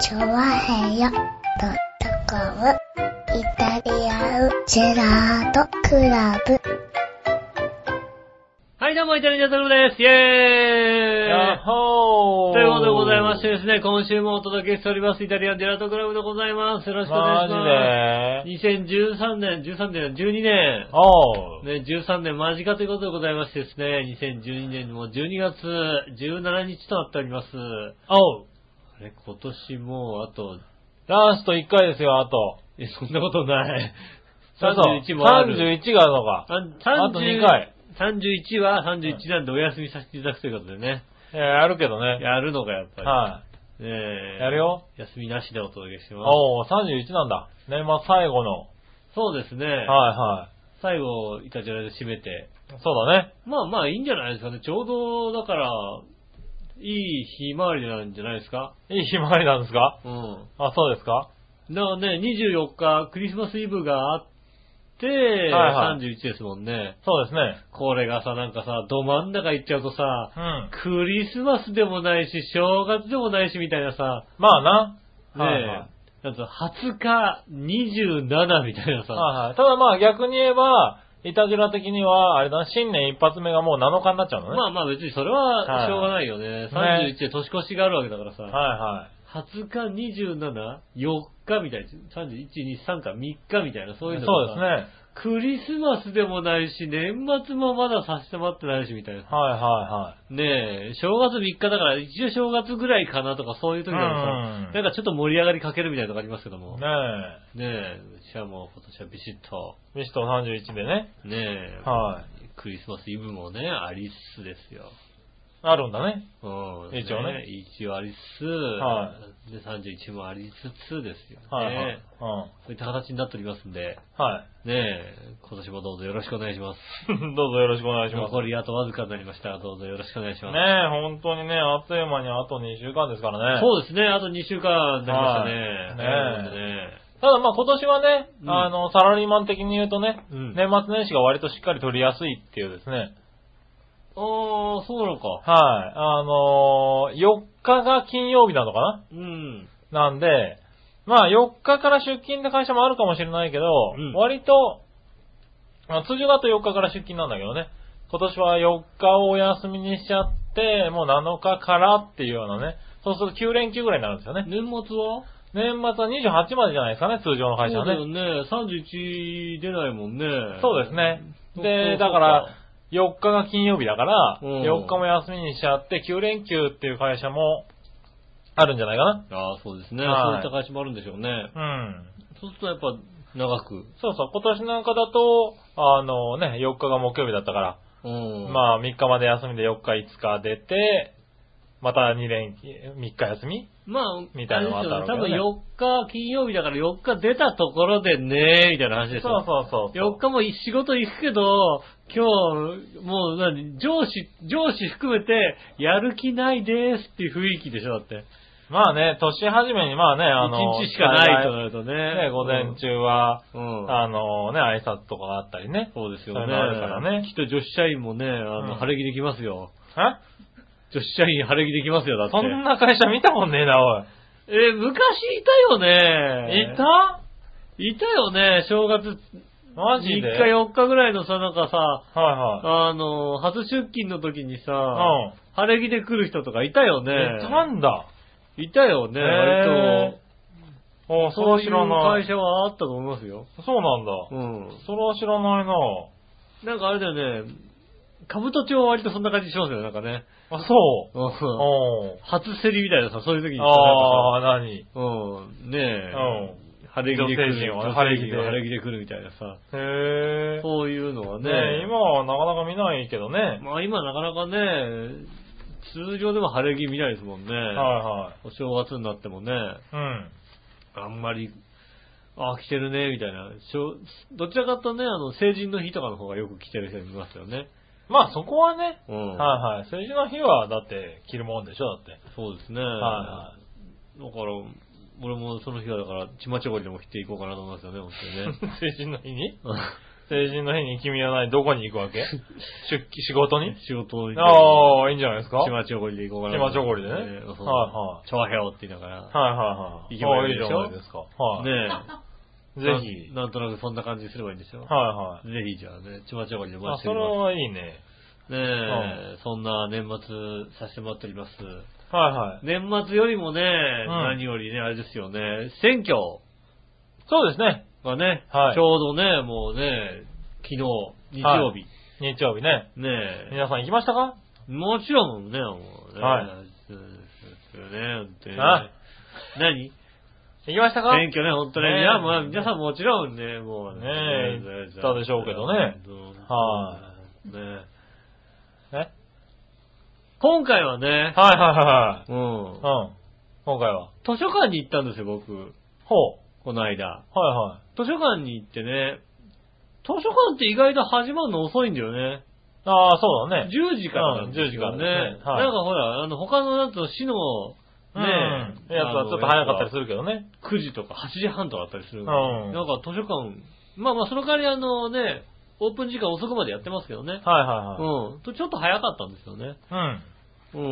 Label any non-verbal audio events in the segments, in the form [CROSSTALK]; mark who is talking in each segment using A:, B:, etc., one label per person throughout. A: チョワヘヨドットコムイタリアンジェラートクラブ。
B: はい、どうも、イタリアンジャズルです。イェーイ
C: やっほー
B: ということでございましてですね、今週もお届けしております、イタリアンジェラートクラブでございます。よろしくお願いし
C: マジで
B: ます。2013年、13年、12年、
C: おう。
B: ね、13年間近ということでございましてですね、2012年も12月17日となっております。
C: おう。
B: あれ、今年もうあと、
C: ラスト1回ですよ、あと。
B: え、そんなことない。
C: そうそう
B: 31もある。
C: 31があるのか。
B: あ
C: あと2回。
B: 31は31なんでお休みさせていただくということでね。
C: えー、やるけどね。
B: やるのか、やっぱり。
C: は
B: ねえ
C: い。やるよ。
B: 休みなしでお届けしてます。
C: おう、31なんだ。年末最後の。
B: そうですね。
C: はいは
B: 最後、いたじらで締めて。
C: い。そうだね。
B: まあまあ、いいんじゃないですかね。ちょうど、だから、いい日回りなんじゃないですか。
C: いい日回りなんですか
B: うん。
C: あ、そうですか
B: だからね、24日、クリスマスイブがあって、
C: いはい
B: 31ですもんね。
C: そうですね。
B: これがさ、なんかさ、ど真ん中行っちゃうとさ、
C: うん。
B: クリスマスでもないし、正月でもないし、みたいなさ、
C: まあな。
B: ねえ、
C: はいはい
B: なんか20日、27みたいなさ、
C: はいはい。ただまあ逆に言えば、いたじら的には、あれだな、新年一発目がもう7日になっちゃうのね。
B: まあまあ別にそれはしょうがないよね。
C: はい
B: 31で年越しがあるわけだからさ、
C: は
B: 20日、27、4日みたいな、31、2、3か3日みたいな、そ
C: いうはいい。
B: うの
C: そう
B: がさ
C: ですね。はい
B: クリスマスでもないし、年末もまだ差し迫ってないしみたいな。
C: はいはい。
B: ねえ、正月3日だから、一応正月ぐらいかなとかそういう時だとさ、
C: うん
B: なんかちょっと盛り上がりかけるみたいなとこありますけども。ね
C: ね
B: え、うちはもう今年はビシッと、
C: え、ミスト31でね、
B: ねえ、
C: は
B: クリスマスイブもね、ありつつですよ。
C: あるんだね。
B: うん。
C: 一応ね
B: 一応ありつつ、
C: は
B: で、31もありつつですよね。
C: はいはい。うん。
B: そういった形になっておりますんで、
C: はい。 [LAUGHS]
B: ねえ、今年もどうぞよろしくお願いします。
C: どうぞよろしくお願いします。
B: 残りあとわずかになりましたが、どうぞよろしくお願いします。
C: ねえ、本当にね、あっという間にあと2週間ですからね。
B: そうですね、あと2週間になりましたね。
C: はい
B: という
C: ただまあ今年はね、
B: うん
C: あの、サラリーマン的に言うとね、
B: うん
C: 年末年始が割としっかり取りやすいっていうですね。
B: ことであー、そうなのか。
C: はい。あのー、4日が金曜日なのかな
B: うん。
C: なんで、まあ4日から出勤って会社もあるかもしれないけど、
B: うん
C: 割と、まあ、通常だと4日から出勤なんだけどね、今年は4日をお休みにしちゃって、もう7日からっていうようなね、そうすると9連休ぐらいになるんですよね。
B: 年末は
C: 年末は28までじゃないですかね、通常の会社は
B: そうだ
C: ね。
B: よね、31出ないもんね。
C: そうですね。
B: そう
C: で、だから、、4日が金曜日だから、
B: うん
C: 4日も休みにしちゃって、9連休っていう会社もあるんじゃないかな。
B: ああー、そうですね。
C: はい
B: そういった会社もあるんでしょうね。
C: うん。
B: そうするとやっぱ、長く。
C: そうそう、今年なんかだと、あのね、4日が木曜日だったから、
B: うん。あ、
C: まあ3日まで休みで4日5日出て、また2連休、3日休み
B: まあ、
C: みたいなの
B: あ
C: は
B: れ
C: あっ
B: です
C: た
B: よ
C: ろうけ
B: ね。
C: ど
B: 多分4日、金曜日だから4日出たところでね、みたいな話
C: そ
B: で
C: う
B: すよ。
C: そうそうそう。
B: 4日も仕事行くけど、今日、もう何、上司、上司含めて、やる気ないですっていう雰囲気でしょ、だって。
C: まあね、年始めにまあね、あの、
B: 1日しかないとなるとね。
C: ね、午前中は、
B: うん。うん。
C: あのね、挨拶とかがあったりね。
B: そうですよ
C: そうい
B: ね。
C: うのあるからね
B: きっと女子社員もね、あの、
C: うん
B: 晴れ着できますよ。
C: え
B: 女子社員晴れ着できますよ、だって。
C: そんな会社見たもんねえな、おい。
B: えー昔いたよね。
C: いた
B: いたよね、正月、
C: マジ
B: 3日
C: で
B: 4日ぐらいのさ、なんかさ、
C: はいはい。
B: あの、初出勤の時にさ、
C: うん。
B: 晴れ着で来る人とかいたよね。
C: え、たんだ。
B: いたよね、
C: へー
B: 割と。
C: あそ
B: そ
C: れ
B: う
C: はい知
B: う
C: らな
B: 会
C: い。
B: 社はあったと思いますよ。
C: そうなんだ。
B: うん。
C: それは知らないな
B: なんかあれだよね、兜町は割とそんな感じしますよね、なんかね。
C: あ、そう。
B: うん
C: お
B: 初競りみたいなさ、そういう時に
C: ー
B: さ
C: ああ、何
B: うん、ねえ。
C: うん
B: 晴れ着で来る。
C: 女性陣は
B: 女性陣は晴
C: 晴
B: れ着で来るみたいなさ。
C: へえ。
B: そういうのはね。
C: ね今はなかなか見ないけどね。はい
B: まあ今なかなかね、通常でも晴れ着見ないですもんね。
C: は
B: お正月になってもね、
C: い。うん。
B: あんまり、あ、来てるね、みたいな。しょどちらかとね、あの、成人の日とかの方がよく来てる人いますよね。
C: まあそこはね、
B: うん。
C: はいはい。政治の日はだって着るもんでしょ、
B: [LAUGHS]
C: だって。
B: そうですね。
C: は
B: だから、俺もその日はだから、ちまちょこりでも着ていこうかなと思いますよね、本当にね。
C: [LAUGHS] 成人の日に
B: うん
C: 成人の日に君は何、どこに行くわ
B: [LAUGHS]
C: け出勤、仕事に
B: 仕事をあ、
C: ああ、いいんじゃないですか
B: チマチョゴリで行こうかな。
C: チマチョゴリでね
B: そうそう
C: はいはい
B: チョアヘオって言いながら。
C: はいはいはい。
B: 行けば
C: ああ
B: い
C: い
B: い
C: い
B: で
C: じ
B: しょ
C: ゃないですか。はい。
B: ねえ。
C: ぜひ。
B: なん。なんとなくそんな感じにすればいいんですよ。
C: は
B: ぜひじゃあね、ちまちょこにお
C: いはい。あ
B: 待ちし、て
C: そ
B: おり
C: れ
B: ま
C: はいいね。
B: す。ねえ、そんな年末させてもらっております。
C: はいはい。
B: 年末よりもね、何よりね、あれですよね、選挙
C: そうですね。
B: がね、
C: はい
B: ちょうどね、もうね、昨日、日曜日、
C: 日曜日ね。
B: ねえ、
C: 皆さん行きましたか
B: もちろんね、もうね、
C: はい
B: そうですよね、本当にね
C: あ
B: 何
C: 行きましたか
B: 選挙ね、本当ね。
C: ねえ
B: いや、まあ、皆さんもちろんね、もう
C: ねえ言ったでしょうけどね。
B: い。ねえ
C: えはい
B: 今回はね、
C: は
B: う
C: いは
B: ん
C: いはい。うん。今回は。
B: 図書館に行ったんですよ、僕。
C: ほう。
B: この間。
C: はいは
B: 図書館に行ってね、図書館って意外と始まるの遅いんだよね。
C: い。ああ、そうだね。
B: 10時からなんですよ、
C: うん10時からですねはい
B: なんかほら、あの、他のやつの市の、
C: う
B: ね
C: ん。やつはちょっと早かったりするけどね。
B: 9時とか8時半とかあったりするんで、
C: うん
B: なんか図書館、まあまあその代わりあのね、オープン時間遅くまでやってますけどね。
C: はいは
B: うん。とちょっと早かったんですよね。
C: いはい。
B: う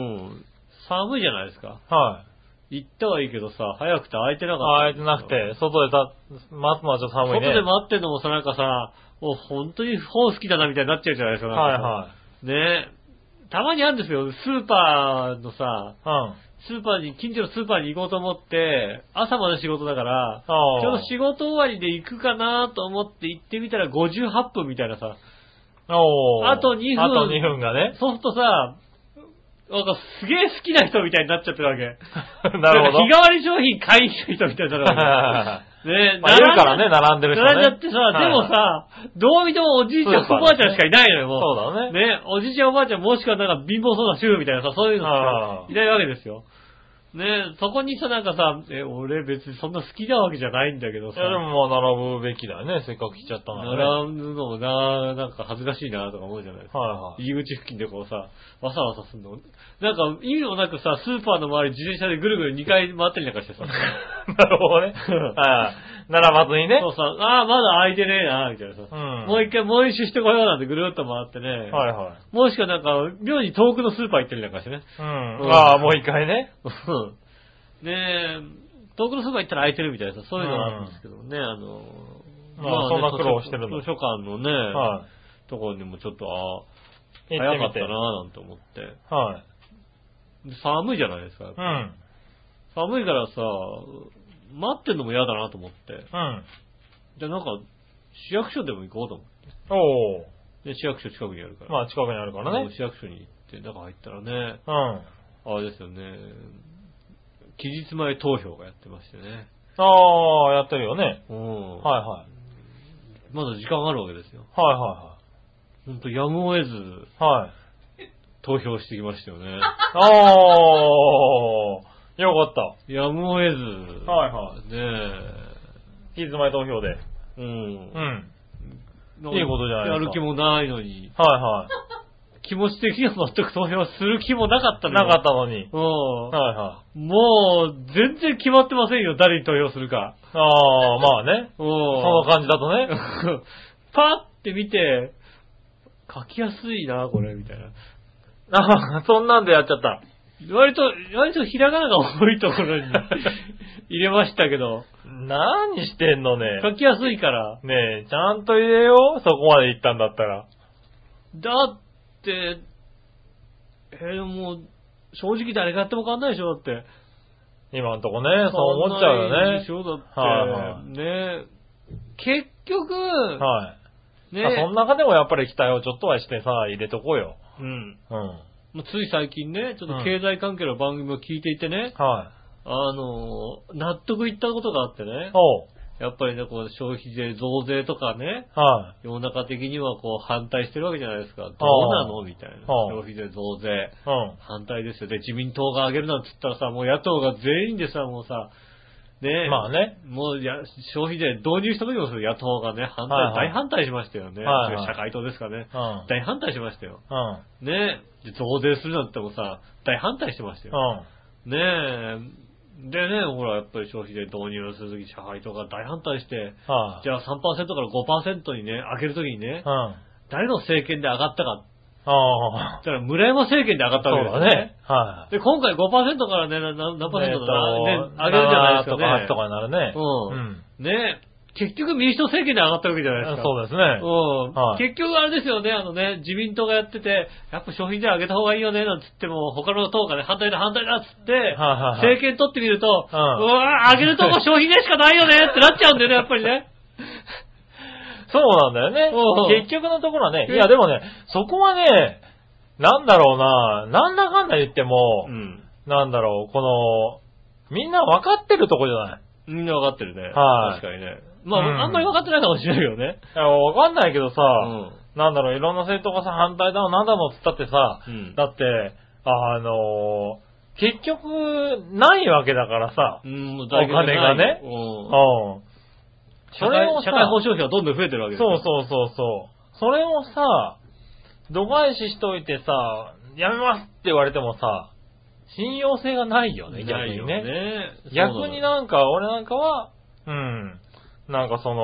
B: ん。寒いじゃないですか。
C: うん。はい。
B: 行ったはいいけどさ、早くて空いてなか
C: あ
B: ったんで
C: えて
B: すよ。
C: なくて、外でた、待つのはちょっと寒いね。
B: 外で待ってんのもさ、なんかさ、お、本当に本好きだなみたいになっちゃうじゃないですか。
C: はい
B: は。
C: はい
B: ねたまにあるんですよ。スーパーのさ、
C: い。うん。
B: スーパーに、近所のスーパーに行こうと思って、朝まで仕事だから、
C: ああ。
B: ちょうど仕事終わりで行くかなと思って行ってみたら58分みたいなさ、
C: おー
B: あと2分
C: あと2分が [LAUGHS] ね。
B: そうするとさ、なんかすげえ好きな人みたいになっちゃってるわけ。
C: [LAUGHS] なるほど。
B: んか日替わり商品買いに来た人みたいになるわ
C: [LAUGHS]
B: け。ねえ、
C: まあいるからね、並んでる
B: 並
C: 人
B: ん
C: ね。
B: じゃってさ、
C: はい
B: でもさ、どう見てもおじいちゃん、
C: スーパー
B: おばあちゃんしかいないのよ、もう。
C: そうだね。
B: ね、おじいちゃんおばあちゃんもしくはなんか貧乏そうな主婦みたいなさ、そういうの
C: あ
B: さ
C: あ、
B: いないわけですよ。ねそこにさ、なんかさ、え、俺別にそんな好きなわけじゃないんだけど
C: い
B: さ、
C: やでもまあ並ぶべきだよね、せっかく来ちゃったならね。
B: 並ぶのもな、なんか恥ずかしいなとか思うじゃないですか。
C: はいはい。
B: 入り口付近でこうさ、わさわさすんの。なんか意味もなくさ、スーパーの周り自転車でぐるぐる2回回ったりなんかしてさ、
C: [LAUGHS] なるほど [LAUGHS] ね。はい。並ばずにね。
B: そうさ、ああ、まだ空いてねえな、みたいなさ、
C: うん
B: もう一回もう一周してこようなんてぐるっと回ってね、
C: はいはい。
B: もしくはなんか、妙に遠くのスーパー行ったりなんかしてね。
C: [LAUGHS] うん。
B: うん
C: ああ、もう一回ね。
B: うんねえ、遠くのスーパー行ったら空いてるみたいな、そういうのがあるんですけどね、あの、
C: まあ
B: ね
C: そんな苦労してるの
B: 図書館のね、
C: は
B: ところにもちょっと、ああ、
C: い。
B: 早か
C: 行っ
B: ってた
C: み
B: なぁ
C: て。
B: なんて思って。
C: はい。
B: で寒いじゃないですか
C: う。ん。
B: 寒いからさ、待ってんのも嫌だなと思って。
C: うん。
B: じゃあなんか、市役所でも行こうと思
C: おー。
B: って。で、市役所近くにあるから。
C: まあ近くにあるからね。
B: 市役所に行って、中入ったらね、
C: うん。あ
B: あれですよね、期日前投票がやってましてね。
C: あー、やってるよね。
B: うん。
C: はいはい。
B: まだ時間あるわけですよ。
C: はいは
B: ほんと、やむを得ず、
C: いはい。はい。
B: 投票してきましたよ
C: [LAUGHS]
B: ね。
C: おー。よかった。
B: やむを得ず。。
C: はいはい
B: ね
C: 期日前投票で。
B: え。う。
C: うんん。
B: ない
C: いことじゃないですか
B: やる気もないのに。
C: はいはい。
B: 気持ち的には全く投票する気もなかった。
C: なかったたのに。
B: う
C: はいはい。
B: ん。もう、全然決まってませんよ、誰に投票するか。
C: ああ、まあね。
B: うん。
C: その感じだとね。
B: [LAUGHS] パッて見て、書きやすいな、これ、みたいな。
C: ああ、そん [LAUGHS] なんでやっちゃった。
B: 割と、割とひらがなが多いところ
C: [LAUGHS]
B: に入れましたけど、
C: 何してんのね。
B: 書きやすいから。
C: ねえ、ちゃんと入れよう。そこまで行ったんだったら。
B: だって、えーもう、正直誰がやっても変わんないでしょ、だって。
C: 今んとこね、そう思っちゃう
B: 変わんない
C: よ
B: で
C: ね
B: し。ょ、だって。
C: はいはい
B: ね結局、
C: はい。
B: ね、
C: まあその中でもやっぱり期待をちょっとはしてさ、入れとこうよ。
B: うん。
C: うん。
B: もうつい最近ね、ちょっと経済関係の番組を聞いていてね、
C: は
B: あのー納得いったことがあって
C: い。
B: ね、
C: おう。
B: やっぱりね、こう消費税増税とかね、
C: はい。
B: 世の中的にはこう反対してるわけじゃないですか。どうなのみたいな。
C: ああ
B: 消費税増税。
C: うん。
B: 反対ですよ。で、自民党が上げるなんつったらさ、もう野党が全員でさ、もうさ、ねえ
C: まあね。
B: もうや消費税導入した時もそう野党がね、反対、
C: はいはい
B: 大反対しましたよね。
C: はいはい
B: 社会党ですかね。
C: うん。
B: 大反対しましたよ。
C: うん。
B: ねえ。で増税するなんてもさ、大反対してました
C: う
B: よ。
C: ん。
B: ねえ。でね、ほら、やっぱり消費税導入するとき、社会とか大反対して、
C: はい、
B: じゃあ3%から5%にね、上げるときにね、
C: うん。
B: 誰の政権で上がったか、
C: ああ。
B: だから村山政権で上がった
C: そう
B: わけです
C: だ
B: よ
C: ね。はい。
B: で、今回5%からね、なな何パーセントだ
C: え
B: な
C: っ、と
B: ね、上げるじゃないですか、ね。
C: 7とか8とかになるね。
B: ね結局民主党政権で上がったわけじゃない
C: う
B: です
C: ん
B: か。
C: そうですね。
B: うん
C: はい
B: 結局あれですよね、あのね、自民党がやってて、やっぱ消費税上げた方がいいよね、なんつっても、他の党がね、反対だ反対だっつって、
C: はいはい
B: 政権取ってみると、う
C: うん
B: わー上げるとこ消費税しかないよねってなっちゃうんだよね、やっぱりね。
C: そうなんだ
B: う
C: よ
B: ん
C: ね。結局のところはね、いやでもね、そこはね、なんだろうな、なんだかんだ言っても、
B: ん。
C: なんだろう、この、みんな分かってるとこじゃない。
B: みんなわかってるね。
C: はい
B: 確かにね。まあ、
C: うん
B: あんまりわかってないかもしれないよね。
C: いや分かんないけどさ、
B: うん。
C: なんだろう、いろんな政党がさ、反対だの、なんだのっつったってさ、
B: うん
C: だって、あのー結局、ないわけだからさ、
B: うん、お
C: お金がね
B: う。
C: うんん。
B: 社
C: そ
B: 会
C: れをさ
B: 社会保障費はどんどん増えてるわけです
C: そう
B: う。
C: そうそうそう。それをさ、度外視しといてさ、やめますって言われてもさ、信用性がないよね、逆
B: ない
C: に
B: よ
C: ね。
B: ね。
C: 逆になんか、俺なんかは、うん、なんかその、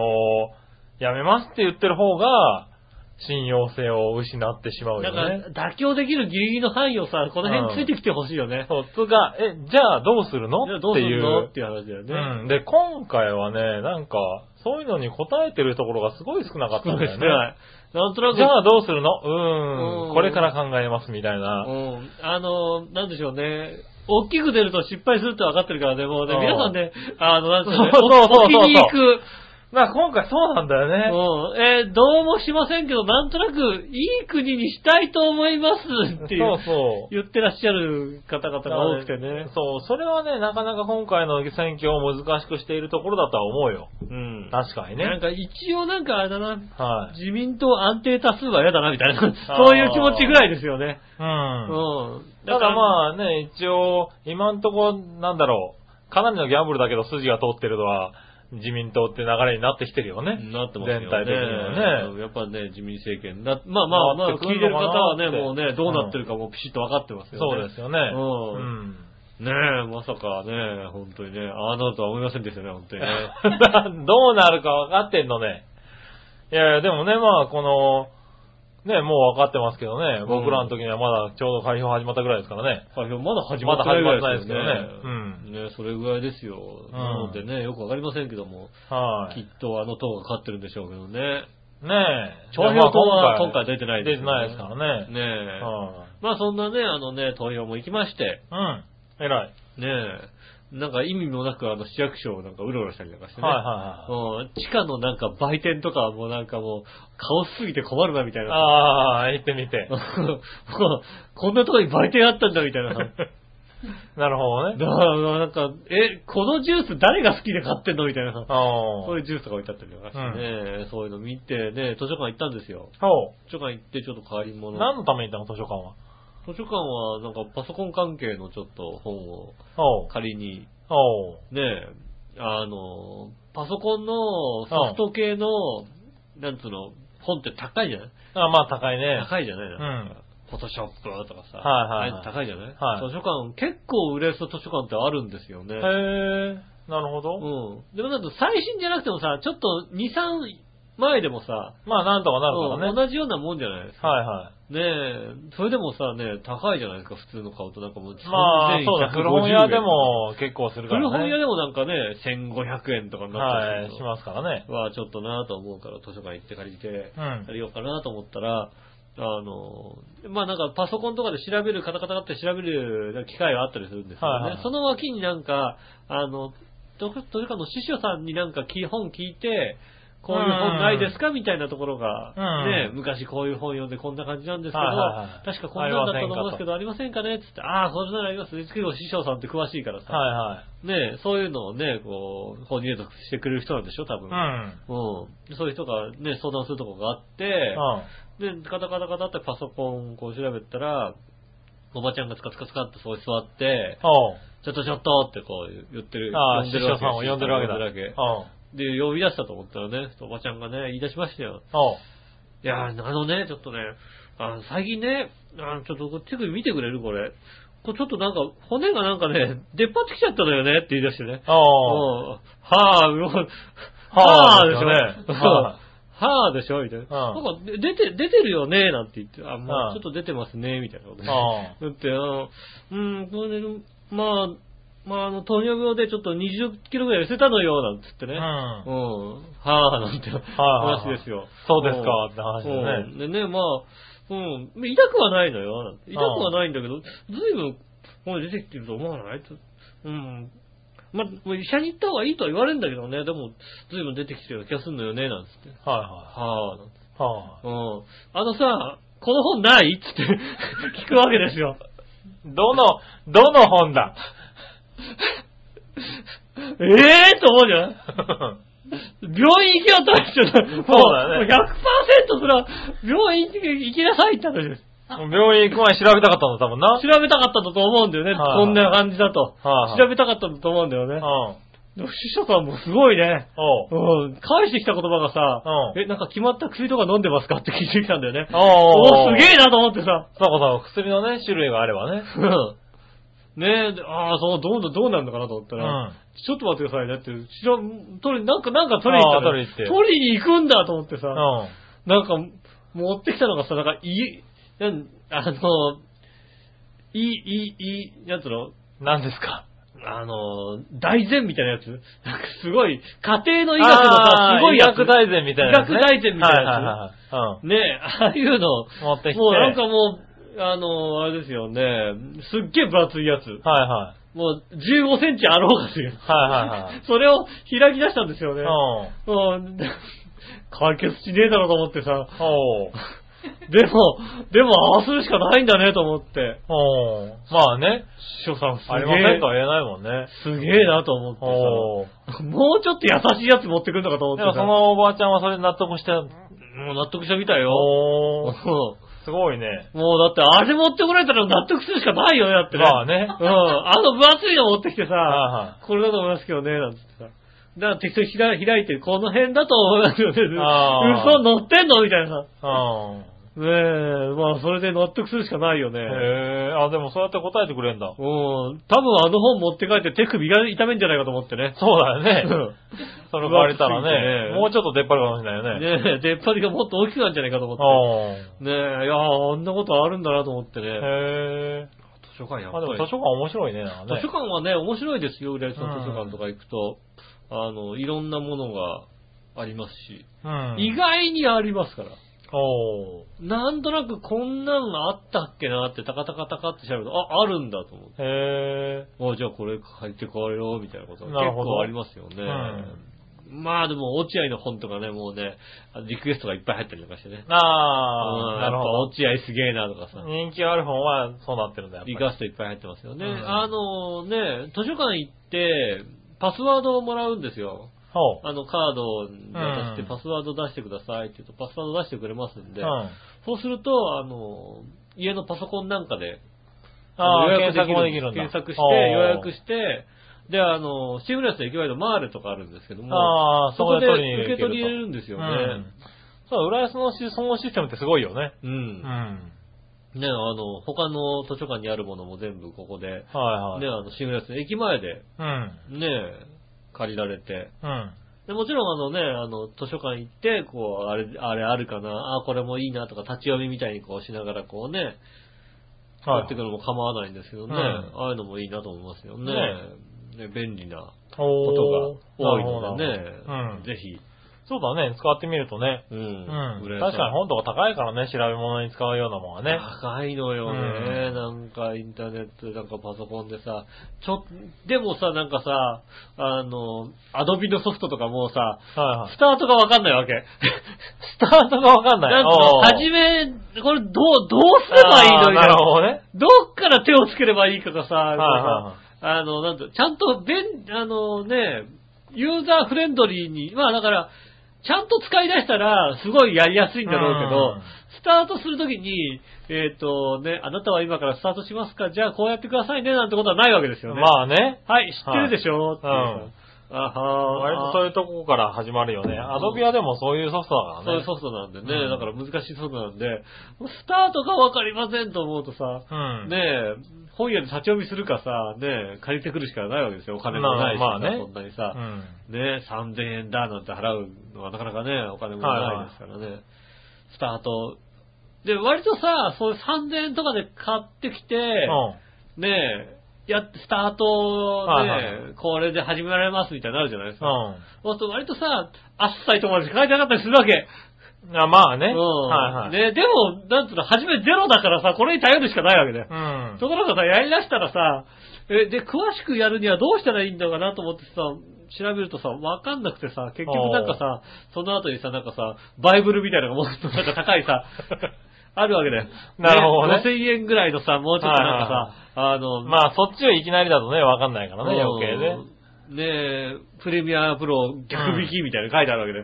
C: やめますって言ってる方が、信用性を失ってしまう
B: だ
C: よ
B: か
C: ね。
B: ら、妥協できるギリギリの範囲をさ、この辺ついてきてほしいよね。
C: そう、つが、え、じゃあどうするの
B: じゃあど
C: っ
B: う
C: て
B: す
C: い
B: るのっ
C: う。
B: ていう話だよね。
C: うん。で、今回はね、なんか、そういうのに答えてるところがすごい少なかった
B: そ
C: ん
B: う
C: だ
B: です
C: よ
B: ね
C: ね。。
B: なんとなく、
C: じゃあどうするの
B: う
C: うー。
B: んん
C: これから考えますみたいうな。
B: ん、あの、なんでしょうね。大きく出ると失敗するって分かってるからね、もうね、
C: うん
B: 皆さんね、あの、なんでしょうね、
C: そうそうそうそう
B: お置きに行く、
C: まあ今回そうなんだよね。
B: うん、えーどうもしませんけど、なんとなく、いい国にしたいと思いますっていう、
C: そうそう。
B: 言ってらっしゃる方々が多くてね。
C: そう、それはね、なかなか今回の選挙を難しくしているところだとは思うよ。
B: うん。
C: 確かにね。
B: なんか一応なんかあれだな、
C: はい。
B: 自民党安定多数は嫌だなみたいな、
C: あー
B: そういう気持ちぐらいですよね。
C: うん。
B: うん。
C: ただ
B: あ、
C: まあね、一応、今んとこ、なんだろう、かなりのギャンブルだけど筋が通ってるのは、自民党って流れになってきてるよね。
B: なってますよね。
C: 全体的にはね。
B: やっぱね、自民政権な、まあまあまあ、
C: なって
B: 聞いて
C: くる
B: る
C: の
B: 方
C: か
B: は
C: な
B: ね、
C: って
B: もうね、どうなってるかもうピシッと分かってますよね。
C: そうですよね。
B: うん
C: うん。
B: ねえ、まさかね、本当にね、ああなるとは思いませんでしたね、本当にね。 [LAUGHS]
C: [LAUGHS] どうなるか分かってんのね。いやいや、でもね、まあ、この、ね、もう分かってますけどね、僕らの時にはまだちょうど開票始まったぐらいですからね。
B: 開票まだ始まってないぐらいですよね。
C: まだ始まってないですけ
B: ねそれぐらいですよ。
C: ん
B: なのでね、よくわかりませんけども、
C: は
B: き
C: い。
B: っとあの党が勝ってるんでしょうけどね。
C: ねえ。
B: 投票党は
C: じゃあまあ
B: 今回出てない
C: 出
B: です
C: て
B: よ
C: な
B: ね
C: いですからね。
B: ねえ。
C: は
B: まあそんなね、あのね、投票も行きまして、
C: い。うん。偉い。
B: ねえ、なんか意味もなくあの市役所をなんかうろうろしたりなんかしてね。
C: はいはいは
B: う
C: い。
B: ん地下のなんか売店とかはもうなんかもう、カオスすぎて困るなみたいな。
C: ああ、行ってみて。
B: [LAUGHS] こんなとこに売店あったんだみ
C: [LAUGHS]
B: たいな。だか
C: なるほどね。
B: らなんか、え、このジュース誰が好きで買ってんのみたいな。
C: ああ。
B: そういうジュースとか置いてあったりとかしてね、そういうの見てね、図書館行ったんですよ。
C: そ
B: 図書館行ってちょっと変わり
C: う。
B: 物。
C: 何のために行ったの図書館は。
B: 図書館はなんかパソコン関係のちょっと本を
C: おう。
B: 仮に
C: おう。
B: ねえ、あの、パソコンのソフト系の、なんつうの、本って高いじゃない
C: あまあ高いね。
B: 高いじゃないなんか
C: うん
B: フォトショップとかさ、
C: はいはい
B: ああ
C: はい
B: うの高いじゃない、
C: はい
B: 図書館、結構売れそう図書館ってあるんですよね。
C: へえ、なるほ
B: う
C: ど。
B: ん。でもなんか最新じゃなくてもさ、ちょっと2、3前でもさ、
C: まあなんとかなるから
B: うん
C: ね。
B: 同じようなもんじゃないですか。
C: はいはい。
B: ねえ、それでもさ、ね高いじゃないですか、普通の買うとなんかもう3150円。
C: まあ、そうだ、古本屋でも結構するから
B: 古
C: ね。
B: 本屋でもなんかね、1500円とかになった
C: は
B: り
C: い、
B: す
C: し
B: る
C: ますからね。
B: のはちょっとなと思うから図書館行って借りて、
C: うん
B: 借りようかなと思ったら、あの、まあなんかパソコンとかで調べる、カタカタって調べる機会があったりするんですよね。
C: はいはい
B: その脇になんか、あの、ど図書館の司書さんになんか基本聞いて、こういう本ないですかみたいなところが、
C: うん
B: ね、昔こういう本読んでこんな感じなんですけど、
C: はいはいはい
B: 確かこんなんだったと思うんですけど、ありませんかねつって、ああ、これならあります。結構師匠さんって詳しいからさ、
C: は
B: ねえ、そういうのをね、こう、コーディネートしてくれる人なんでしょ、多分。
C: いはい。
B: うん。そういう人がね、相談するとこがあって、
C: う
B: で、カタカタカタってパソコンをこう調べたら、おばちゃんがつかつかつかってそう座って、
C: ん。うん。おう。
B: ちょっとちょっとってこう言ってる。
C: ああ、
B: 呼ん
C: 師
B: でるわ
C: 匠
B: け
C: さんを呼んでるわけだ。
B: 呼んでるわけで、呼び出したと思ったらね、おばちゃんがね、言い出しましたよ。
C: うん。おう。
B: いやーあのね、ちょっとね、あの最近ね、あのちょっとこっち見てくれるこれ。これちょっとなんか、骨がなんかね、出っ張ってきちゃったのよねって言い出してね。
C: ああ。
B: はあ、もうは
C: は
B: あ
C: あ
B: でしょ。
C: ですよねは
B: はあでしょみたいな。
C: うん
B: なんか、で出て、出てるよねなんて言って、あ、も
C: う
B: うんちょっと出てますねみたいなことね
C: あ
B: だって、あの、うん、これで、まあ、まあ、あの、糖尿病でちょっと20キロぐらい痩せたのよ、なんつってね。
C: あ。
B: う
C: うん。
B: ん。はあ、なんて
C: はい
B: 話ですよ。
C: そうですか、って話です
B: う
C: ね。
B: ん。でね、まあ、うん、痛くはないのよ。なんて痛くはないんだけど、ずいぶん、もう出てきてると思わないとうん。まあ、もう医者に行った方がいいとは言われるんだけどね、でも、ずいぶん出てきてるような気がするのよね、なんつって。
C: はいは
B: はあ、なんつって。
C: い。は
B: うん。あのさ、この本ないっつって [LAUGHS] 聞くわけですよ。 [LAUGHS]
C: い。どの、どの本だ
B: ええと思うじゃん病院行きなさいって言ったら、もう
C: そうだね
B: もう100%それは、病院行きなさいって話です。
C: 病院行く前に調べたかったんだ、多分
B: [LAUGHS]
C: な。
B: 調べたかったんだと思うんだよね。
C: はい
B: こんな感じだと。
C: はいはい
B: 調べたかったんだと思うんだよ
C: う
B: ね
C: ん。。
B: でも、師匠さんもすごいね。
C: おう。
B: うん。返してきた言葉がさ、
C: うん
B: え、なんか決まった薬とか飲んでますかって聞いてきたんだよね。お
C: お
B: ーすげえなと思ってさ。
C: そうかそうか、薬のね、種類があればね。
B: うんねえ、でああ、そう、どう、どうなんのかなと思った
C: う
B: ら、
C: ん。
B: ちょっと待ってください。だって、知らん、取り、なんか、なんか取りに行ったのよ
C: あー取りに行って
B: 取りに行くんだと思ってさ。
C: うん。
B: なんか、持ってきたのがさ、なんか、い、なん、あの、い、い、い、なんつうの
C: 何ですか
B: あの、大膳みたいなやつ [LAUGHS] なんかすごい、家庭の医
C: 医
B: 学のさ、すごいやつ。
C: 学大全みたいなやつね。
B: 医学大全みたいなやつ
C: はいはいはい。
B: ねえ、ああいうの、
C: うん。持ってきて。
B: もうなんかもう、あの、あれですよね、すっげえ分厚いやつ。
C: はいはい。
B: もう、15センチあろうがする。
C: はいはいはい。
B: それを開き出したんですよね。
C: うん。
B: うん。解決しねえだろうと思ってさ。
C: おう。
B: でも、でも、ああするしかないんだねと思って。
C: おう。まあね。
B: 師匠さんすげえ
C: ありませんとは言えないもんね。
B: すげえなと思っ
C: おう。
B: てさ、もうちょっと優しいやつ持ってくるのかと思っ
C: で
B: て
C: も
B: さ、
C: そのおばあちゃんはそれで納得して、
B: もう納得したみたいよ。
C: お
B: も
C: ー。すごいね。
B: うだってあれ持ってこられたら納得するしかないよね、だってね。
C: まあね。
B: うん、あの分厚いの持ってきてさ、
C: は
B: これだと思いますけどね、なんつってさ。だから適当に開い開いて、この辺だと思いますよね。
C: あー
B: 嘘乗ってんのみたいなさ。
C: いはい。
B: ねえ、まあそれで納得するしかないよね。
C: うん。へえ。あ、でもそうやって答えてくれんだ。
B: うん、多分あの本持って帰って手首が痛めんじゃないかと思ってね。
C: そうだよね
B: う。ん
C: それ言われた
B: うわすげ
C: ら
B: え
C: ね、もうちょっと出っ張るかもしれないよね。
B: ねえ、出っ張りがもっと大きくなるんじゃないかと思って。
C: おー。
B: ねえ、いやあ、あんなことあるんだなと思ってね。
C: へえ。
B: 図書館やっ
C: まあ
B: ぱ
C: でも図
B: り。図
C: 書館面白いね、なんかね。
B: 書館はね、面白いですよ、浦安の図書館とか行くと。あの、いろんなものがありますし。
C: うん。
B: 意外にありますから。
C: おー。
B: なんとなくこんなんあったっけなって、タカタカタカって調べると、あ、あるんだと思って。
C: へえ。
B: あ、じゃあこれ入ってこいよ、みたいなことが
C: なる
B: 結
C: ほど
B: 構ありますよね。まあでも、落合の本とかね、もうね、あのリクエストがいっぱい入ったりとかしてね。
C: あ
B: うん
C: あ、なるほど。
B: やっぱ落合すげえなとかさ、
C: 人気ある本はそうなってるんだよ。
B: リガストいっぱい入ってますよね。
C: うん
B: あのね、図書館行って、パスワードをもらうんですよ。
C: ほう。
B: あのカードを渡して、
C: うん
B: パスワード出してくださいって言うと、パスワード出してくれますんで、
C: うん。
B: そうすると、あの、家のパソコンなんかで、
C: ああ、
B: の
C: 検索もできるんだ。
B: 検索して、
C: おー
B: 予約して、で、あの、シームレスで行けばいいのマーレとかあるんですけども、
C: ああ、
B: そ
C: そ
B: こ
C: こ
B: で
C: で
B: 受け取り入れ
C: る
B: るんです
C: と
B: よ
C: うん
B: ね。
C: そう、浦安のしそのシステムってすごいよね。
B: う
C: うんん。。は
B: ね、あの、他の図書館にあるものも全部ここで、
C: いはい。
B: ね、あの、新浦安の駅前で、
C: うん。
B: ね、借りられて、
C: うん。
B: でもちろんあのね、あの、図書館行って、こう、あれ、あれあるかな、あ、これもいいなとか、立ち読みみたいにこうしながらこうね、や
C: は
B: ってい
C: い
B: く。のも構わないんですけどね、
C: うん
B: ああいうのもいいなと思いますよね。ね便利なこ
C: おー
B: とが多いので
C: な
B: ね
C: るほどなるほどうん。
B: ぜひ、
C: そうだね、使ってみるとね。
B: う
C: うんん。
B: 浦安
C: 確
B: さん
C: かに本とか高いからね、調べ物に使うようなもんはね。
B: 高いのよね、
C: うん
B: なんかインターネット、なんかパソコンでさ、ちょ、でもさ、なんかさ、あの、アドビのソフトとかもうさ、
C: はいはい。
B: スタートがわかんないわけ。
C: [LAUGHS] スタートがわかんな
B: なん
C: い。
B: か
C: おー
B: はじめ、これどう、どうすればいいの
C: あー
B: みた
C: ないる
B: な。
C: ほどね。
B: どっから手をつければいいかがさ、
C: い
B: あ
C: は
B: の、なんと、ちゃんと、べん、あのね、ユーザーフレンドリーに、まあだから、ちゃんと使い出したら、すごいやりやすいんだろうけど、
C: うん
B: スタートするときに、えっ、とね、あなたは今からスタートしますかじゃあこうやってくださいね、なんてことはないわけですよね。
C: まあね。
B: はい、知ってるでしょ、っていうさ
C: うん
B: あはー
C: 割とそういうとこから始まるよね。アドビアでもそういうソフトだか
B: そう
C: ら
B: い
C: ね
B: う。ソフトなんでね、
C: うん
B: だから難しいソフトなんで、スタートがわかりませんと思うとさ、
C: うん。
B: ねえ、本屋で立ち読みするかさ、ねえ、借りてくるしかないわけですよ。お金もないしさ、
C: まあまあね
B: そんなに
C: う
B: さ、
C: ん。
B: ねえ、3000円だなんて払うのはなかなかね、お金もないですからね。スタート。で、割とさ、そういう3000円とかで買ってきて、
C: うん。
B: ねえ、やって、スタートをね、
C: はいは
B: これで始められますみたいになるじゃないです
C: う
B: か。そうすると割とさ、あっさり友達書いてなかったりするわけ。
C: ん。あまあね。
B: うん。
C: はいはい。
B: ね、でも、なんつうの、初めゼロだからさ、これに頼るしかないわけで。
C: うん。
B: ところがさ、やりだしたらさ、え、で、詳しくやるにはどうしたらいいんだかなと思ってさ、調べるとさ、わかんなくてさ、結局なんかさ、その後にさ、なんかさ、バイブルみたいなのがもうちょっとなんか高い
C: [LAUGHS]
B: さ、あるわけだよ。
C: なるほどね
B: 5000円ぐらいのさ、もうちょっとなんかさ、あの、
C: まあ、そっちをいきなりだとね、わかんないからね、余計ね。
B: うん。ねえ、プレミアプロ逆引きみたいなの書いてあるわけで。
C: う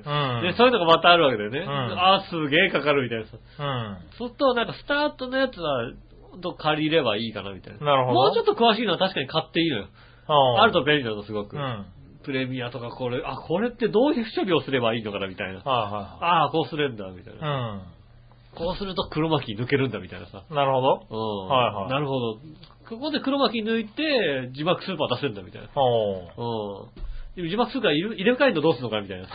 C: ん
B: で、そういうのがまたあるわけだよね。
C: ん
B: ああ、すげえかかるみたいなさ。
C: うん。
B: そうすると、なんかスタートのやつは、ほんと借りればいいかなみたいな。
C: なるほど
B: もうちょっと詳しいのは確かに買っていいのよ。あると便利なのすごく。
C: うん。はい
B: プレミアとかこれ、あ、これってどういう処理をすればいいのかなみたいな。
C: は
B: ああ、こうするんだ、みたい
C: い
B: な。
C: は
B: こうすると黒巻き抜けるんだ、みたいなさ。
C: い。うん。なるほど。
B: うん。
C: はいはい
B: なるほど。ここで黒巻き抜いて、字幕スーパー出せるんだ、みたいな。
C: お
B: うん。でも字幕するから入れ入れ替えるのどうするのかみたいなさ。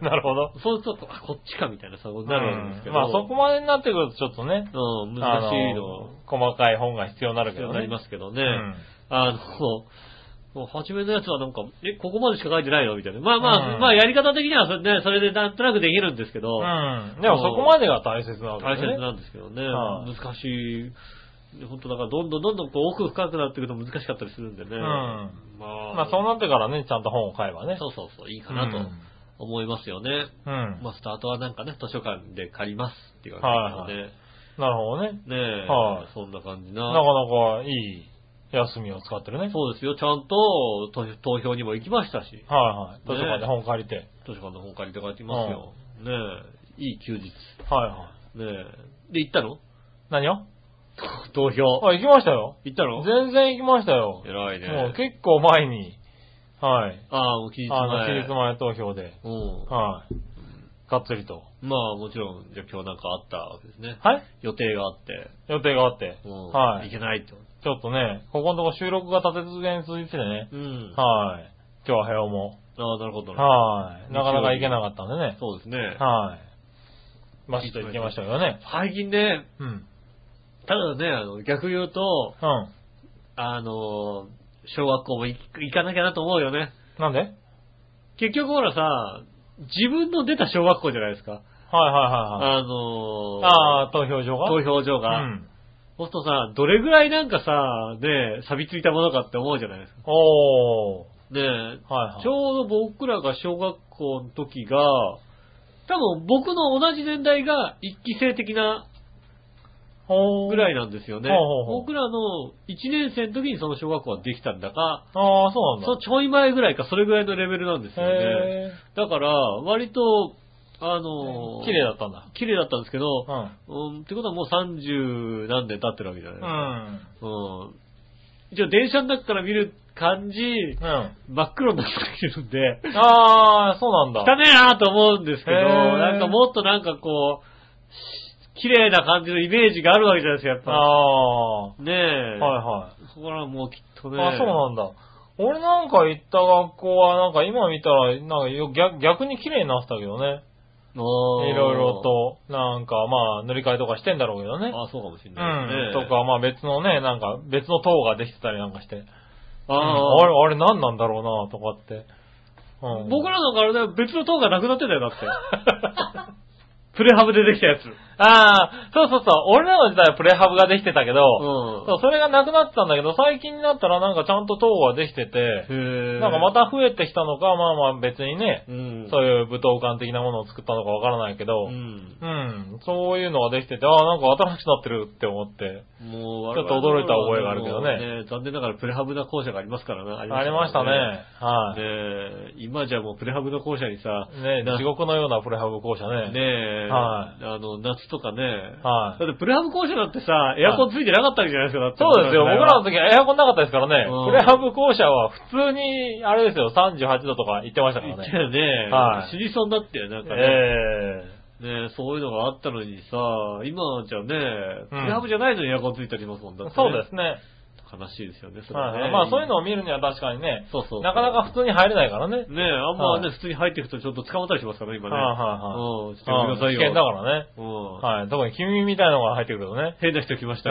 C: ー [LAUGHS] なるほど。
B: そうすると、あ、こっちかみたいなさ、なるんですけど。
C: まあ、そこまでになってくるとちょっとね、
B: うん、難しいの
C: あ細かい本が必要になるけど
B: は、
C: ね。
B: なりますけどね。
C: うん
B: あの、もう初めのやつはなんか、え、ここまでしか書いてないのみたいな。まあまあ、
C: うん
B: まあやり方的にはそれ,、ね、それでなんとなくできるんですけど、
C: うん。でもそこまでが大切なわけ
B: 大
C: だよね。
B: 切なんですけどね、
C: はい
B: 難しい。本当だから、どんどんどんどんこう奥深くなっていくと難しかったりするんでね。
C: うん
B: まあ、
C: まあそうなってからね、ちゃんと本を買えばね。
B: そうそうそう、いいかなと思いますよね。
C: うん。うん
B: まあ、スタートはなんかね、図書館で借りますっていう感じで、ね
C: なるほどね。
B: ねえ、
C: はい
B: そんな感じ
C: な
B: な。
C: かなかいい休みを使ってるね。
B: そうですよ、ちゃんと投投票にも行きましたし、
C: はいはい。図書
B: ね
C: 館で本借りて。
B: 図書館の本借りて帰ってきますよ。ねえ、いい休日。ね
C: はいはい。
B: え、で、行った
C: [LAUGHS]
B: の
C: 何を
B: 投票。
C: あ、行きましたよ。
B: 行ったの
C: 全然行きましたよ。
B: 偉いね。
C: もう結構前に、はい。
B: ああ、もう期日前。
C: あの、期日前投票で、
B: うん。
C: はい。がっつりと。
B: まあ、もちろん、じゃあ今日なんかあったわけですね。
C: はい
B: 予定があって、
C: 予定があって。
B: うん
C: は
B: 行
C: い。
B: けないと。
C: ちょっとね、ここのとこ収録が立て続けに続いててね。
B: うん。あ
C: はい。今日は平和も。
B: あ、なるほど。
C: はい。なかなか行けなかったんでね。
B: そうですね。
C: はい。バシッと行きましたけどね。
B: 最近ね、
C: うん。うん。
B: ただね、あの、逆言うと、あの、小学校も行行かなきゃなと思うよね。
C: なんではい
B: 結局ほらさ、自分の出た小学校じゃないですか。
C: はいはいはい。
B: あの
C: ああー、投票所が
B: 投票所が。
C: うん。
B: そうするとさ、どれぐらいなんかさ、ね、錆びついたものかって思うじゃないですか。
C: おー。
B: で、
C: はいはい。
B: ちょうど僕らが小学校の時が、多分僕の同じ年代が一期生的な
C: おー
B: ぐらいなんですよね
C: ほうほう。ほう
B: 僕らの1年生の時にその小学校ができたんだか、
C: ああ、そうなんだ。
B: そのちょい前ぐらいか、それぐらいのレベルなんですよね。
C: へ
B: だから、割と、あ
C: ー
B: のー
C: 綺麗だったんだ。
B: 綺麗だったんですけど、
C: うん。
B: うん、ってことはもう30何年経ってるわけじゃないです
C: う
B: か。
C: ん。
B: うん。一応電車の中から見る感じ、
C: うん。
B: 真っ黒になってきてるん
C: [LAUGHS]
B: で、
C: ああ、そうなんだ。
B: 汚ねえなと思うんですけど、
C: へー
B: なんかもっとなんかこう、綺麗な感じのイメージがあるわけじゃないですか、やっ
C: あ
B: ぱ。
C: あ、は
B: ね
C: い
B: え。
C: は
B: そこらもうきっと
C: い。
B: ね。
C: あそうなんだ。俺なんか行った学校は、なんか今見たら、なんかよ逆逆に綺麗になってたけどね。
B: おー
C: いろいろと、なんかまあ塗り替えとかしてんだろうけどね。
B: あそうかもしれ
C: う
B: ないですね。
C: ん。とか、まあ別のね、なんか別の塔ができてたりなんかして。うんあ
B: あ
C: れ、あれ何なんだろうなとかって。
B: あ。
C: うん。
B: 僕らのからね、別の塔がなくなってたよ、だ
C: [LAUGHS]
B: って。プレハブでできたやつ。
C: ああ、そうそうそう。俺らの時代はプレハブができてたけど、
B: う
C: そう、それがなくなってたんだけど、最近になったらなんかちゃんと塔ができてて、
B: ん。へえ。
C: なんかま、た増えてきたのか、まあまあ別にね、
B: うん。
C: そういう武道館的なものを作ったのかわからないけど、
B: う
C: うん、
B: ん。
C: そういうのができてて、ああ、なんか新しくなってるって思って。
B: もう
C: ちょっと驚いた覚えがあるけどね
B: 我々はもう残念ながらプレハブな校舎がありますからな。あ
C: ありましたね。はい。
B: ねえ、今じゃもうプレハブの校舎にさ、
C: ね
B: な
C: 地獄のようなプレハブ校舎
B: ね
C: ね。
B: え、
C: は
B: あの、夏夏とかね。
C: は
B: だってプレハブ校舎だってさ、エアコンついてなかったわけじゃないですか、だって。
C: そうですよ。僕らの時はエアコンなかったですからね。
B: うん
C: プレハブ校舎は普通に、あれですよ、38度とか行ってましたか
B: 言
C: ら
B: った
C: ね。
B: よね。
C: はい
B: 死にそうになったよ、なんかね。
C: え
B: ねそういうのがあったのにさ、今じゃね、プ
C: うん
B: レハブじゃないのにエアコンついてありますもん
C: え
B: だって、
C: そうですね。
B: す。悲しいですよね、それは
C: は
B: ね
C: いはいまあそういうのを見るには確かにね、
B: そうそう。
C: なかなか普通に入れないから
B: ね
C: ね。
B: あんまね、
C: は
B: 普通に入っていくとちょっと捕まったりしますからね、今ね。
C: はいは
B: うん、ちょっと
C: い
B: やめてくださいよ。
C: はい。危険だからね。
B: うん。
C: はい。特に君みたいなのが入ってくるとね、
B: 変な人来ました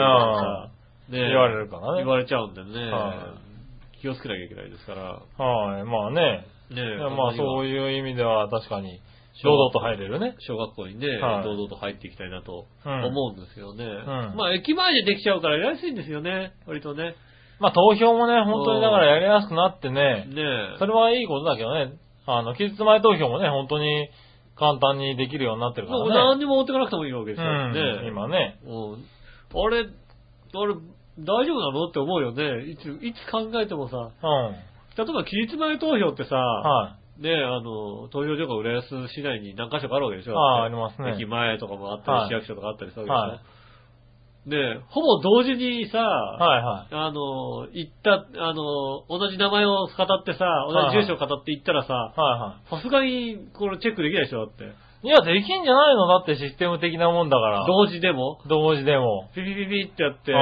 B: よ、
C: あ
B: ね
C: 言われるからね
B: 言われちゃうんでね
C: は。
B: 気をつけなきゃいけないですから。
C: はい。まあね、
B: ね
C: まあそう
B: いう。
C: いう意味では確かに、堂々と入れるね。
B: 小学校にね、
C: はい
B: 堂々と入っていきたいなと
C: うん
B: 思うんですよね。
C: ん
B: まあ駅前でできちゃうから安いんですよね、割とね。
C: まあ投票もね、本当にだからやりやすくなってね、
B: ね
C: それはいいことだけどね、あの、期日前投票もね、本当に簡単にできるようになってるか
B: もう
C: ら
B: 何に
C: ね。
B: も持ってかなくてもいいわけですから
C: うん、
B: ね。
C: 今ね。
B: うんあれ、あれ、大丈夫なのって思うよね。いつ、いつ考えてもさ、
C: うん。
B: 例えば期日前投票ってさ、
C: は
B: ねあの、投票所が浦安市内に何箇所かあるわけでし
C: い。
B: ょ
C: ああー、あ
B: だ
C: り
B: って
C: ますね。
B: 駅前とかもあったり、
C: はい
B: 市役所とかあったりするわけでしょ、で、ほぼ同時にさ、
C: はいは
B: あの、行った、あの、同じ名前を語ってさ、同じ住所を語って行ったらさ、
C: い。はいは
B: さすがに、これチェックできないでしょだって。
C: い。いや、できんじゃないのだってシステム的なもんだから。
B: 同時でも、
C: 同時でも。
B: ピピピピってやって、
C: うん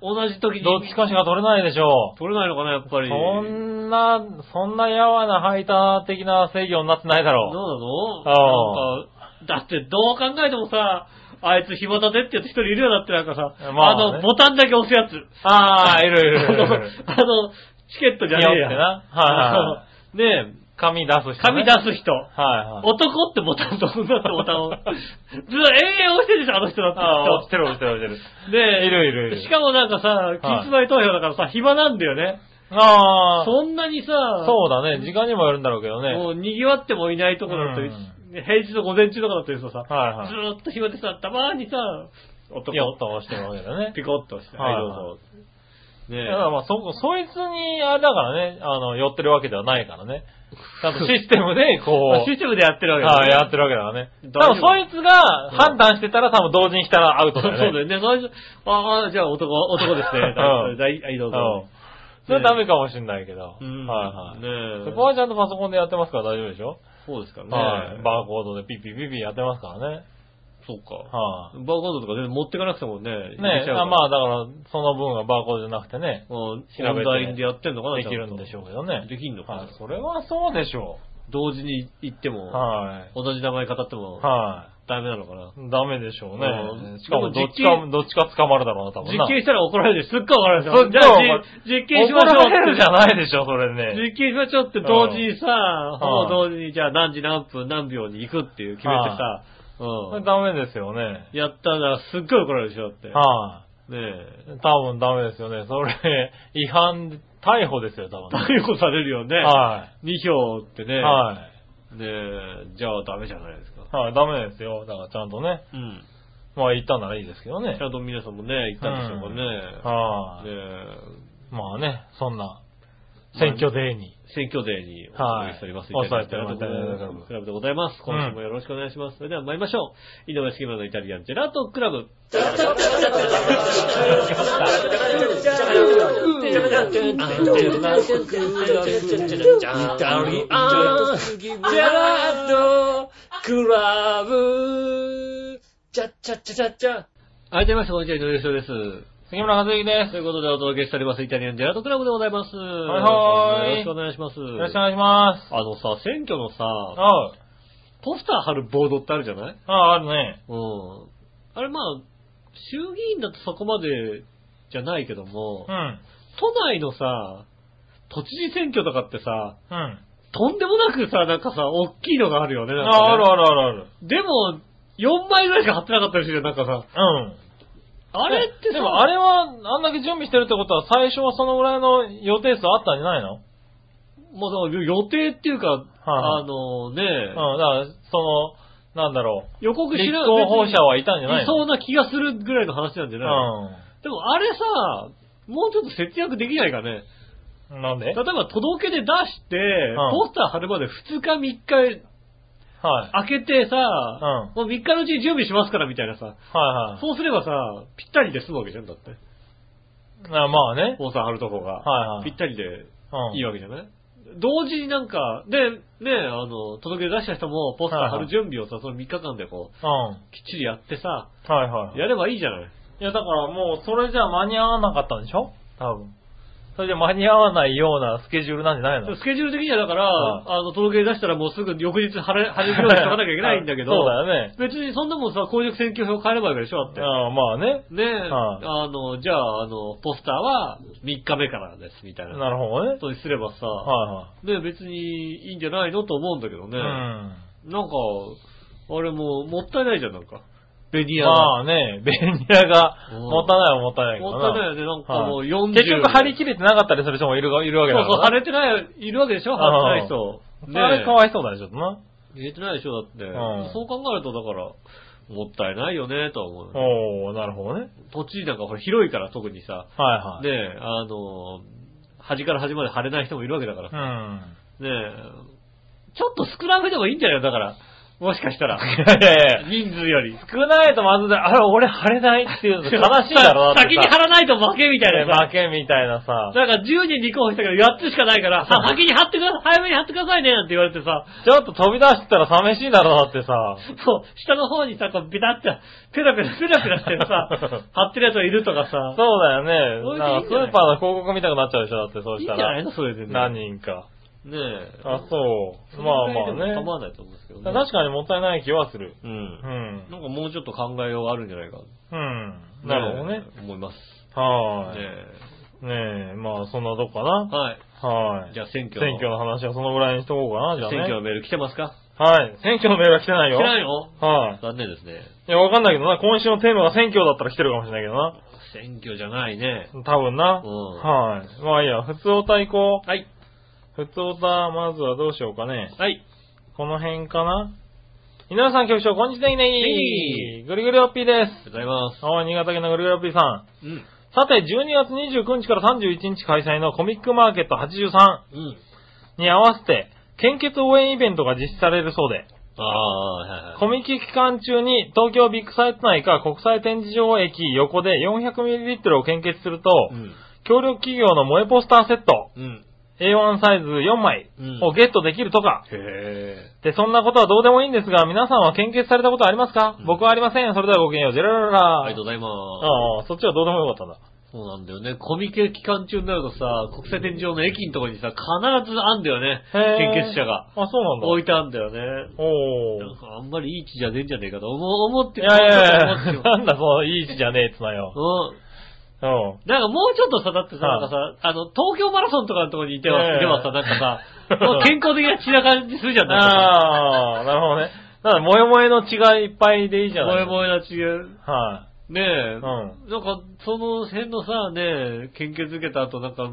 B: 同じ時に。
C: どっちかしか取れないでしょう。
B: 取れないのかな、やっぱり。
C: そんな、そんなやわなハイター的な制御になってないだろ
B: どうな
C: あ
B: のなんか、だってどう考えてもさ、あいつ暇だねってやつ一人いるよだってなんかさ、
C: まあ
B: の、
C: ね
B: ボタンだけ押すやつ。
C: う。ああ、いるいるい
B: あの
C: るいる。、
B: [LAUGHS] あのチケットじゃねえや。
C: 匂ってなは
B: あのねえ、
C: 紙出す人、ね。
B: 紙出
C: はい
B: す人。
C: はい。
B: 男ってボタンと女ってボタンを。ずっと永遠押してるでしょ、あの人だって。
C: ああ、落ちてる落ちてる落ちてる。
B: ねえ、
C: いるいるいる
B: しかもなんかさ、期日前投票だからさ、暇なんだよね。
C: ああ。
B: そんなにさ、
C: そうだね。時間にもよるんだろうけどね。
B: もう賑わってもいないとこだったり、
C: うん
B: 平日の午前中とかだったりさ、
C: はいはい
B: ずーっと暇でさ、たまーにさ、男
C: やった押してるわけだね。
B: ピコッと押して、
C: はいはい
B: どうぞ。ねえ
C: だからまあ、そ、そいつに、あれだからね、あの、寄ってるわけではないからね。ちゃんとシステムで、こ
B: あシ
C: う、
B: ステムでやってるわけだ
C: はい、やってるわけだからね。多
B: 大丈夫
C: 分そいつが判断してたら多分同時に来たらアウト
B: そう
C: だ
B: だ
C: よね。
B: よね。最初、ああ、じゃあ男、男ですね。
C: うん
B: はい、はいどう
C: うん
B: ぞ。。
C: それはダメかもしれないけど。
B: うん
C: はいはい。
B: ねえ
C: そこはちゃんとパソコンでやってますから大丈夫でしょ
B: そうですから
C: はい。
B: ね。
C: バーコードでピッピッピッピッやってますからね。
B: そうか。
C: は
B: バーコードとか全然持ってかなくてもね、
C: い。ねえ、あまあだから、その分はバーコードじゃなくてね、
B: あ、うん、
C: べて
B: オンラインでやってんのかな
C: できるんでし
B: ょ
C: ょうけどね。
B: できんのかな
C: はい。それはそうでしょ
B: 同時に行って
C: う。
B: も、
C: はい。
B: 同じ名前語っても、
C: は。
B: ダメなのかない
C: ダメでしょう
B: う
C: ね。
B: ん
C: しかもど
B: でも
C: っち
B: 実
C: か、
B: 験
C: どっちか捕まるだろうな、多分な。
B: 実験したら怒られるし、すっごい怒られる
C: すっごい
B: し。じゃ
C: 怒ら
B: あ、じ実験しましょう
C: 怒られるじゃ
B: い。
C: ないでしょ、それね。
B: 実験しましょうって同時にさ、
C: ん
B: ほぼ同時に、じゃあ何時何分何秒に行くっていう決めてさ、
C: それ
B: う
C: ダメですよね。
B: ん。やったらすっごい怒られるでしょ、だって。ね
C: は
B: え。
C: い。多分ダメですよね。それ、違反、逮捕ですよ、多分。
B: 逮捕されるよね。
C: は
B: 2票ってね。
C: い。は
B: ねえ、じゃあダメじゃないですか。
C: い。はい、ダメですよ。だからちゃんとね。
B: うん。
C: まあ、言ったならいいですけどね
B: ち。ゃんと皆さんもね、行ったんでしょうかね。
C: は
B: ね
C: い。まあね、そんな、選挙デーに。
B: え、選挙デーにお伝えしております。
C: はい
B: イタリアンジェラートクラブでございます。
C: うん
B: 今週もよろしくお願いします。それでは参りましょう。井上杉村のイタリアンジェラートクラブ。はい、どうもみなさん、こんにちは、井上杉村です。
C: 杉村和之です。
B: ということでお届けしております、イタリアンジェラートクラブでございます。
C: はいはい
B: よろしくお願いします。
C: よろしくお願いします。
B: あのさ、選挙のさ、
C: あ
B: ポスター貼るボードってあるじゃない
C: あ、あるね。
B: うん。あれまあ、衆議院だとそこまでじゃないけども、
C: うん。
B: 都内のさ、都知事選挙とかってさ、
C: うん。
B: とんでもなくさ、なんかさ、大きいのがあるよね。なんかね
C: あ、あるあるあるある。
B: でも、4枚ぐらいしか貼ってなかったりするよ、なんかさ。
C: うん。
B: あれってさ、
C: でもあれは、あんだけ準備してるってことは、最初はそのぐらいの予定数あったんじゃないのうん。
B: もうその予定っていうか、
C: はい
B: あのね、
C: だから、その、なんだろ
B: 予告
C: う。
B: し
C: 立
B: な
C: 候補者はいたんじゃない
B: い
C: の
B: そうな気がするぐらいの話なんじゃない、でもあれさ、もうちょっと節約できないかね。
C: うん。なんで
B: 例えば届けで出して、
C: ん
B: ポスター貼るまで2日3日
C: はい。
B: 開けてさ、もう3日のうちに準備しますからみたいなさ、
C: はいはい。
B: そうすればさ、ぴったりで済むわけじゃんだって。
C: あまあね。
B: 王さん貼るとこが。
C: はいはい
B: ぴったりで
C: うん。
B: いいわけじゃない、同時になんか、で、ね、あの、届け出した人もポスター貼る準備をさ、その3日間でこ
C: うん。は
B: う、きっちりやってさ、
C: いはい。
B: やればいいじゃない
C: いやだからもうそれじゃ間に合わなかったんでしょ多分。それじゃ間に合わないようなスケジュールなんじゃないの
B: スケジュール的にはだから、
C: はい
B: あの、届け出したらもうすぐ翌日貼れ、貼れるようにしとかなきゃいけないんだけど、
C: [LAUGHS] そうだよね。
B: 別にそんなもんさ、公職選挙票変えればいいわけでしょだって。
C: ああまあね。
B: ねえ、
C: はい
B: あの、じゃあ、あの、ポスターは3日目からです、みたいな。
C: なるほどね
B: こ。とにすればさ、
C: は
B: ねえ別にいいんじゃないのと思うんだけど
C: い
B: ね。
C: はい。
B: なんか、あれもう、もったいないじゃん、なんか。ベニ
C: うん。
B: ヤが。
C: まあね、便利屋が、
B: うん
C: もったいないはもったいないけど
B: も
C: な。
B: ったいないよね、なんかもう40。
C: 結局張り切れてなかったりする人もいるがいるわ
B: そ
C: け
B: う
C: だから。
B: そう、晴れてない、いるわけでしょ
C: うん
B: 晴れてない人。ね
C: あれかわいそうだね、ちょっとな。
B: 入れてないでしょ、だって。
C: ん
B: そう考えると、だから、もったいないよね、とは思うよね。
C: おー、なるほどね。
B: 土地なんかほら広いから特にさ、
C: はいはい。
B: ねえ、あの、端から端まで貼れない人もいるわけだから
C: う
B: さ、
C: ん。
B: ねえ、ちょっと少なめでもいいんじゃないのだから、もしかしたら。
C: [LAUGHS] いやいやいや
B: 人数より。
C: 少ないとまずい、あれ、俺貼れないっていうの悲しいだろ、だって
B: [LAUGHS] 先に
C: さ
B: 貼らないと負けみたいなさ
C: 負。けみたいなさ。
B: なんか10人に候補したけど8つしかない
C: [LAUGHS]
B: から、
C: そう
B: あ先に貼ってください、早めに貼ってくださいね、なんて言われてさ、
C: ちょっと飛び出したら寂しいだろ、だってさ。
B: そう、下の方にさ、こう、ビタって、ペラペラ、ペラペラしてるさ、貼ってるやつがいるとか
C: そう
B: さ、
C: だよ
B: それで
C: ね。
B: いい
C: なん
B: ん
C: か
B: じ
C: ス
B: ゃない
C: ーパーの広告見たくなっちゃうでしょ、だってそう
B: いいんじ
C: した
B: ゃな
C: ら。
B: いのそれでね。
C: 何人か。
B: ねえ。
C: あ、そう。
B: そ
C: まあ
B: のぐらいでも
C: まあ
B: 構わ
C: ね。
B: ないと思うんですけどね。
C: 確かにもったいない気はする。
B: うん
C: う。ん。
B: なんかもうちょっと考えようがあるんじゃないか。
C: うん。なるほどね。。
B: 思います。
C: は
B: ね
C: ーい。ねえ、まあそんなとこかな。
B: はい。
C: はい。
B: じゃあ選挙
C: 選挙の話はそのぐらいにしとこうかな、じゃあね。
B: 選挙のメール来てますか
C: はい。選挙のメールは来てない
B: 来
C: よ。
B: てないの
C: はい。
B: 残念ですね。
C: いや、わかんないけどな、今週のテーマが選挙だったら来てるかもしれないけどな。
B: 選挙じゃないね。
C: 多分な。
B: うん
C: はい。まあいいや、普通おた行こ
B: はい。
C: う。普通おた、まずはどうしようかね。
B: はい。
C: この辺かな。皆さん局長、こんにちは、
B: い
C: ねぐりぐりおっぴーで。
B: ありがとうございます
C: おい、新潟県のぐりぐりおっぴーさん。
B: す。うん。
C: さて、12月29日から31日開催のコミックマーケット
B: う
C: 83
B: ん。
C: に合わせて、献血応援イベントが実施されるそうで、
B: ああ、はいはい。
C: コミケ期間中に東京ビッグサイト内か国際展示場駅横で 400ml を献血すると、
B: うん。
C: 協力企業の萌えポスターセット、
B: うん。
C: A1 サイズ4枚
B: うん
C: をゲットできるとか、
B: へえ。
C: で、そんなことはどうでもいいんですが、皆さんは献血されたことありますか、
B: うん
C: 僕はありません。それではごきげんよう。ジェララララ。
B: ありがとうございます。
C: ああ、そっちはどうでもよかったんだ。
B: そうなんだよね。コミケ期間中になるとさ、国際展示場の駅のところにさ、必ずあんだよね。
C: へえ
B: 献血者が。。
C: あ、そうなんだ。
B: 置いてあんだよね。
C: お
B: なん
C: ー。
B: かあんまりいい位置じゃねえんじゃねえかと思思って
C: いやいやい
B: 思
C: や
B: っ、て
C: なんだその、いい位置じゃねえっつなよ。
B: [LAUGHS] もうん。
C: うん。
B: なんかもうちょっとさ、だってさ、
C: は
B: ないんかさ、あの、東京マラソンとかのところにいては、
C: ええ
B: いてはさ、なんか
C: [LAUGHS]
B: さ、もう健康的な血な感じするじゃん。なんか
C: ああ、なるほどね。だから、もえもえの血がいっぱいでいいじ
B: さ
C: ゃない
B: 萌え萌えな血
C: は
B: ねえ、
C: い。うん。
B: なんか、その辺のさ、ねえ、献血受けた後、なんか、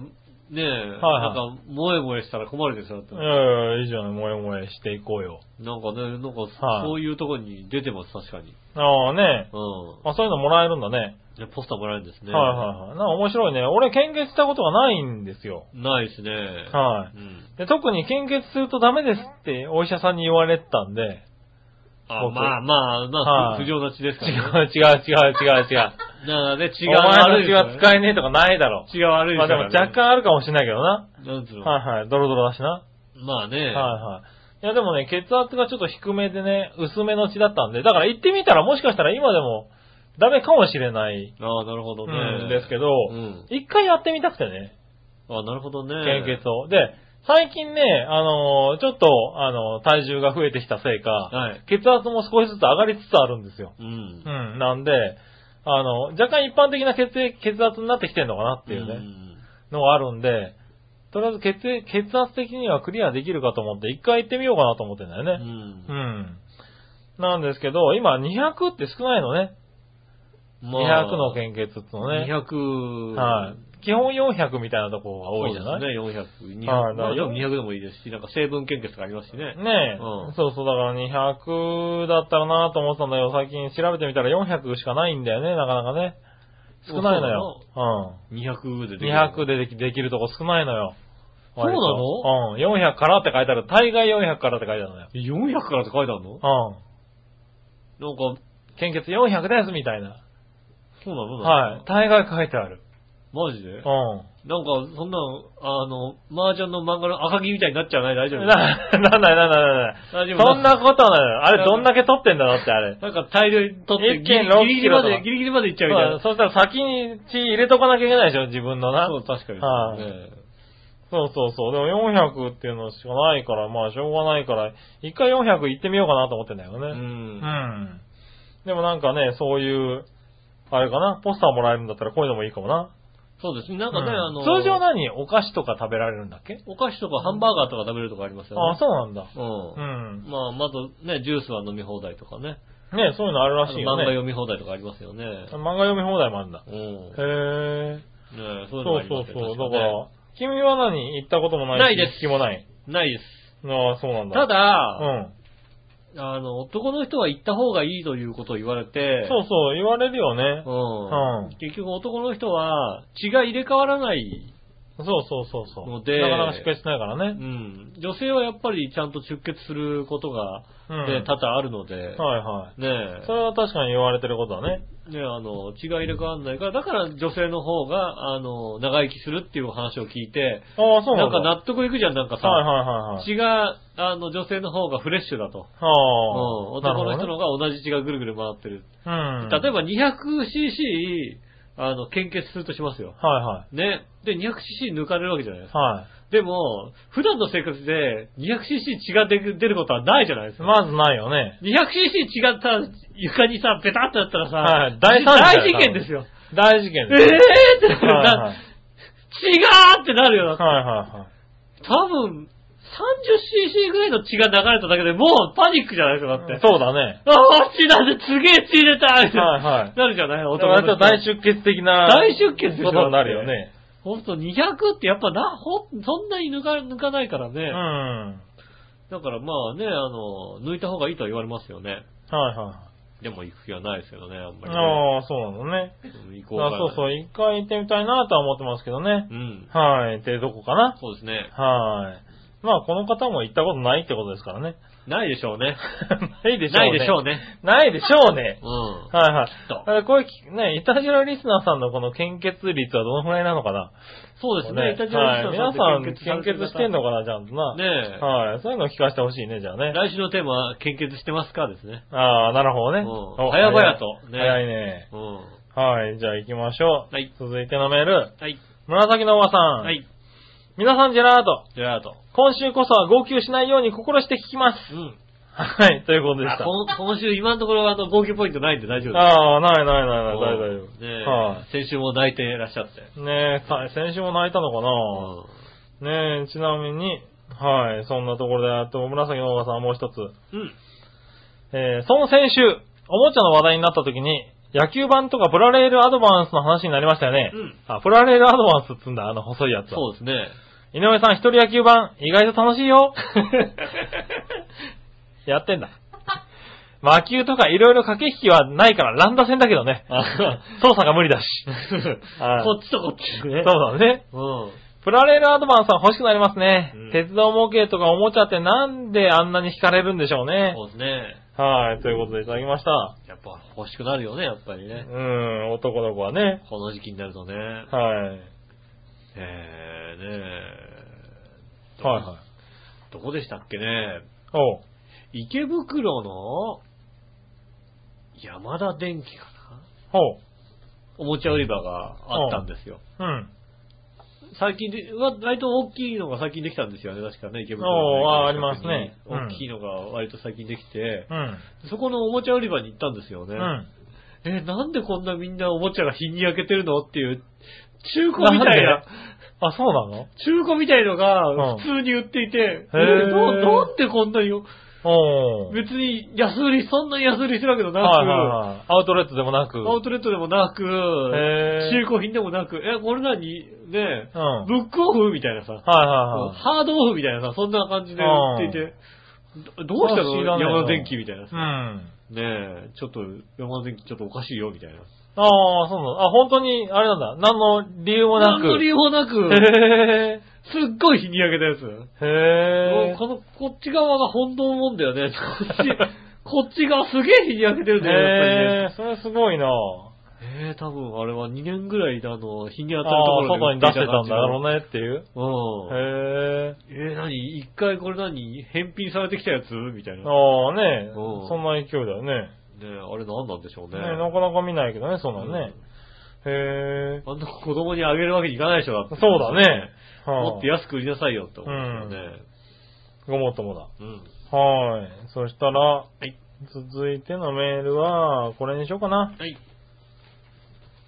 B: ねえ、
C: はい
B: なんか、萌え萌えしたら困るでしょ、だって
C: うん、いいじゃない。もえもえしていこうよ。
B: なんかね、なんか、
C: はい
B: そういうとこに出てます、確かに。
C: ああね。
B: うん。
C: あ、そういうのもらえるんだね。
B: でポスターもらえるんですね。
C: はいはいはい。なんか面白いね。俺献血したことがないんですよ。
B: ないですね。
C: は
B: うん。
C: い。で特に献血するとダメですってお医者さんに言われてたんで、
B: あ、
C: 僕
B: まあまあ、まあ、
C: はい
B: 不不浄な血ですか
C: 違う違う
B: らね。
C: 違う違う違う。
B: だからね、血
C: [LAUGHS] 違う
B: が悪い
C: お前の血は使えねえとかないだろ。
B: 血が悪い
C: まあでも若干あるかもしれないけどな。
B: 干。なんつうの。
C: はいはい。ドロドロだしな。
B: まあね。
C: はいはい。いやでもね、血圧がちょっと低めでね、薄めの血だったんで、だから行ってみたらもしかしたら今でもダメかもしれない、
B: ああ、なるほどね。
C: うんですけど、
B: うん。
C: 一回やってみたくてね。
B: ああ、なるほどね。
C: 献血を。で、最近ね、あのーちょっと、あのー体重が増えてきたせいか、
B: はい。
C: 血圧も少しずつ上がりつつあるんですよ。
B: うん
C: う。ん、なんで、あの、若干一般的な血液血圧になってきてんのかなっていうね、
B: ん
C: のがあるんで、とりあえず血液血圧的にはクリアできるかと思って、一回行ってみようかなと思ってんだよ
B: う
C: ね。
B: ん
C: う。ん。なんですけど、今200って少ないのね。
B: まあ
C: 200の献血ってのね。
B: 200。
C: はい。基本400みたいなところが多いじゃない
B: そうですね、400。200。
C: はい
B: まあ、
C: だから
B: 400でもいいですし、なんか成分献血とかありますしね。
C: ねえ、
B: うん
C: そうそう、だから200だったらなと思ってたんだけど、最近調べてみたら400しかないんだよね、なかなかね。少ないのよ。う
B: 200で
C: ん。
B: できる。
C: 200でできできるとこ少ないのよ。
B: そうなの
C: 割とうん。400からって書いてある。大概400からって書いてあるのよ。
B: 400からって書いてあるの
C: うん。
B: なんか、
C: 献血400ですみたいな。
B: そうなの
C: はい。。大概書いてある。
B: マジでなん
C: う
B: か、そんなの、あの、麻雀の漫画の赤木みたいになっちゃわない大丈
C: ん。
B: 夫
C: な、なんないなんないなんない。
B: 大丈夫
C: そんなことないよ。あれどんだけ取ってんだろうってあれ。
B: なんか大量に取って、
C: 1.6
B: ギリギリギリま
C: キロと
B: で、
C: か
B: ギリギリまでいっち
C: そ
B: ゃうみたいな
C: う。そしたら先に血入れとかなきゃいけないでしょ、自分のな。
B: そう、確かに。
C: はい
B: ね
C: そうそうそう。でも400っていうのしかないから、まあしょうがないから、一回400行ってみようかなと思ってんだよね。
B: う。
C: うんん。でもなんかね、そういう、あれかな、ポスターもらえるんだったらこういうのもいいかもな。
B: そうですね。なんかね、
C: うん
B: あの、
C: 通常何お菓子とか食べられるんだっけ
B: お菓子とかハンバーガーとか食べるとかありますよね。
C: あ、そうなんだ。う
B: うん。
C: ん。
B: まあ、まずね、ジュースは飲み放題とかね。
C: ねそういうのあるらしい
B: あの
C: よ
B: 漫画
C: ね。
B: 読み放題とかありますよね。
C: 漫画読み放題もあるんだ。
B: うん。ね
C: へえ。
B: そういう
C: そう
B: のがあり
C: そ
B: ま
C: う
B: すよ
C: そう。
B: 確か
C: だ
B: ね
C: から、君は何行ったこともないし
B: ないです
C: 行く気もない。
B: ないです。
C: ああ、そうなん
B: た、
C: だ。
B: だ、
C: うん。
B: あの、男の人は行った方がいいということを言われて、
C: そうそう、言われるよね。
B: うん
C: うん
B: 結局男の人は血が入れ替わらない。
C: そうそうそうそう。
B: ので
C: なかなか出血しないから
B: う
C: ね。
B: ん。女性はやっぱりちゃんと出血することが、
C: うん
B: ね、多々あるので、
C: はいは
B: ね
C: い。それは確かに言われてることだね。
B: え、ねえあの、血が入れ替わらないから、だから女性の方が、あの、長生きするっていう話を聞いて、
C: ああ、そう
B: な
C: なんん
B: か
C: だ。
B: 納得いくじゃん、なんかさ、
C: はいはいはいはい。
B: 血が、あの、女性の方がフレッシュだと。
C: あ
B: うん
C: あ。
B: 男の人
C: なる
B: の方が同じ血がぐるぐる回ってる。
C: ほどね。うん。
B: 例えば 200cc、あの、献血するとしますよ。
C: ば。はいは
B: ね。で、200cc 抜かれるわけじゃないです
C: い。
B: か。
C: は
B: でも、普段の生活で 200cc 血が出る出ることはないじゃないです
C: い。
B: か。
C: まずないよね。
B: 200cc 血がさ、床にさ、ペタってなったらさ、
C: はい大惨事だよ
B: 大事件ですよ。
C: 大事
B: え
C: 件
B: ー
C: です。
B: ってなる、
C: はいはいはい
B: 血がーってなるよ。
C: はいはい。
B: 多分、30cc ぐらいの血が流れただけでもうパニックじゃないですか、だって。
C: そうだね。
B: あー、血だって、すげえ血出たみたいな
C: はいはい
B: なるじゃない
C: だか
B: [LAUGHS]
C: ら
B: 男
C: ちょ
B: の
C: っと大
B: 人。
C: 出血的な。
B: 大出血でしょ
C: ことになるよね。
B: ほんと200ってやっぱな、ほん、そんなに抜か、抜かないからね。
C: うん。は
B: だからまあね、あの、抜いた方がいいとは言われますよね。
C: いは
B: でも行く気はないですけどね、あん
C: い。
B: まり、ね。
C: ああ、そうなのね。
B: 行こうか
C: あ
B: な。
C: そうそう、一回行ってみたいなとは思ってますけどね。
B: うん。
C: はい。で、どこかな
B: そうですね。
C: はい。まあ、この方も行ったことないってことですからね。 [LAUGHS]
B: ないでしょうね。
C: ないでしょうね。
B: ないでしょうね。
C: ないでしょうね。
B: う
C: はいはい
B: きっと。
C: だからこれき、ね、イタジラリスナーさんのこの献血率はどのくらいなのかな
B: そうですね。イタジ
C: は
B: ラ
C: い。
B: リス
C: 皆
B: ナ
C: さ
B: さ
C: ん
B: ん
C: 献血
B: される方
C: してんのかな、ちゃんとな。
B: ねえ
C: はい。そういうの聞かせてほしいね、じゃあね。
B: 来週のテーマは献血してますかですね。
C: ああ、なるほどね。
B: うん
C: お
B: 早々とね
C: 早いね。
B: うん。
C: はい。じゃあ行きましょう。
B: はい
C: 続いてのメール。
B: はい。
C: 紫のおばさん。
B: はい。
C: 皆さん、ジェラート。
B: ジェラート。
C: 今週こそは号泣しないように心して聞きます。
B: うん。
C: はい。ということでし
B: あ
C: た。
B: こん今週今のところあの、号泣ポイントないんで大丈夫です。
C: ああ、ないないないない、大
B: うん
C: 丈夫。
B: ねえ
C: は
B: 先週も泣いていらっしゃって。
C: い。ねえ、さ先週も泣いたのかな、ねえ、ちなみに、はい、そんなところで、あと、紫のおばさんはもう一つ。
B: うん。うん。
C: えー、その先週、おもちゃの話題になった時に、野球盤とかプラレールアドバンスの話になりましたよね。
B: うん
C: あ、プラレールアドバンスっつうんだ、あの細いやつは。
B: そうですね。
C: 井上さん、一人野球盤、意外と楽しい [LAUGHS] よ。やってんだ。魔球とかいろいろ駆け引きはないから乱打戦だけどね。
B: あ
C: 操作が無理 [LAUGHS] だし。はい
B: こっちとこっち
C: そ
B: ね
C: う。だね。
B: うん。
C: プラレールアドバンスは欲しくなりますね。
B: うん
C: 鉄道模型とかおもちゃってなんであんなに惹かれるんでしょうね
B: そ。うですね。
C: はい、ということでいただきました。
B: やっぱ欲しくなるよね、やっぱり
C: う
B: ね。
C: ん、男の子はね。
B: この時期になるとね。
C: はい。
B: えー、ねえ。
C: はいはい。
B: どこでしたっけね。
C: おう。
B: 池袋の、山田電機かな
C: ほう。
B: おもちゃ売り場があったんですよ。
C: うん。
B: 最近で、わ割と大きいのが最近できたんですよね、確かね、池袋
C: おー
B: の
C: あーありますねうん
B: 大きいのが割と最近できて、
C: うん。
B: そこのおもちゃ売り場に行ったんですよね。
C: うん。
B: え、なんでこんなみんなおもちゃが日に焼けてるのっていう、中古みたい
C: なん
B: な
C: で、あ、そうなの
B: [LAUGHS] 中古みたいの
C: うん
B: が普通に売っていて、え
C: ー
B: どうなんでこんなに、
C: おう。
B: 別に安売り、そんなに安売りしてるわけどなく、
C: はいはいはい。アウトレットでもなく。
B: アウトレットでもなく、
C: へー
B: 中古品でもなく、え、これ何ね、
C: うん
B: ブックオフみたいなさ、
C: はいはい
B: ハードオフみたいなさ、そんな感じで売っていて、どどうした
C: あ
B: の
C: 知らないな
B: 山田電機みたいなさ。
C: はい。うん。
B: ねえ、ちょっと、山田電機ちょっとおかしいよみたいな。
C: ああ、そうなの。あ、本当に、あれなんだ。何の理由もなく。
B: 何の理由もなく、
C: へえ。
B: すっごい日に焼けたやつ。も
C: へ
B: うこの、こっち側が本当のもんだよね。 [LAUGHS] こっち、こっち側すげえ日に焼けてるんだよ、やっぱりね。
C: へえ、それすごいなぁ。
B: ええ多分あれは2年ぐらいであの、日に当たると
C: あ
B: こ
C: あ、外
B: ろ
C: に出してたんだろ
B: う。
C: うねっていう。
B: うん。
C: へえ。
B: えー、何一回これ何返品されてきたやつみたいな。ね
C: ああね、
B: うん
C: そんな勢いだよね。
B: えあれ何なんでしょうね。
C: ねなかなか見ないけどね、そんなのね。へえ。
B: あんな子供にあげるわけにいかないでしょ、だって。
C: そうだね。はい
B: もっと安く売りなさいよって思うんですよね。
C: ごもっともだ。
B: うん。
C: はい。そしたら、
B: い
C: 続いてのメールは、これにしようかな。
B: はい。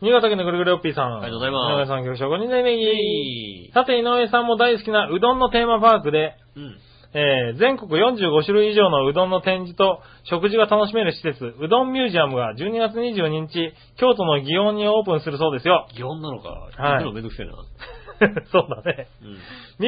C: 新潟県のぐるぐるおっぴーさん。
B: ありがとうございます
C: 井上さん、局長、5人で
B: え
C: ねさて、井上さんも大好きなうどんのテーマパークで、
B: うん。
C: えー全国45種類以上のうどんの展示と食事が楽しめる施設、うどんミュージアムが12月22日、京都の祇園にオープンするそうですよ。 [LAUGHS]
B: 祇園なのか。はい行くのめんどくせえな。
C: そうだね。 [LAUGHS]
B: うん。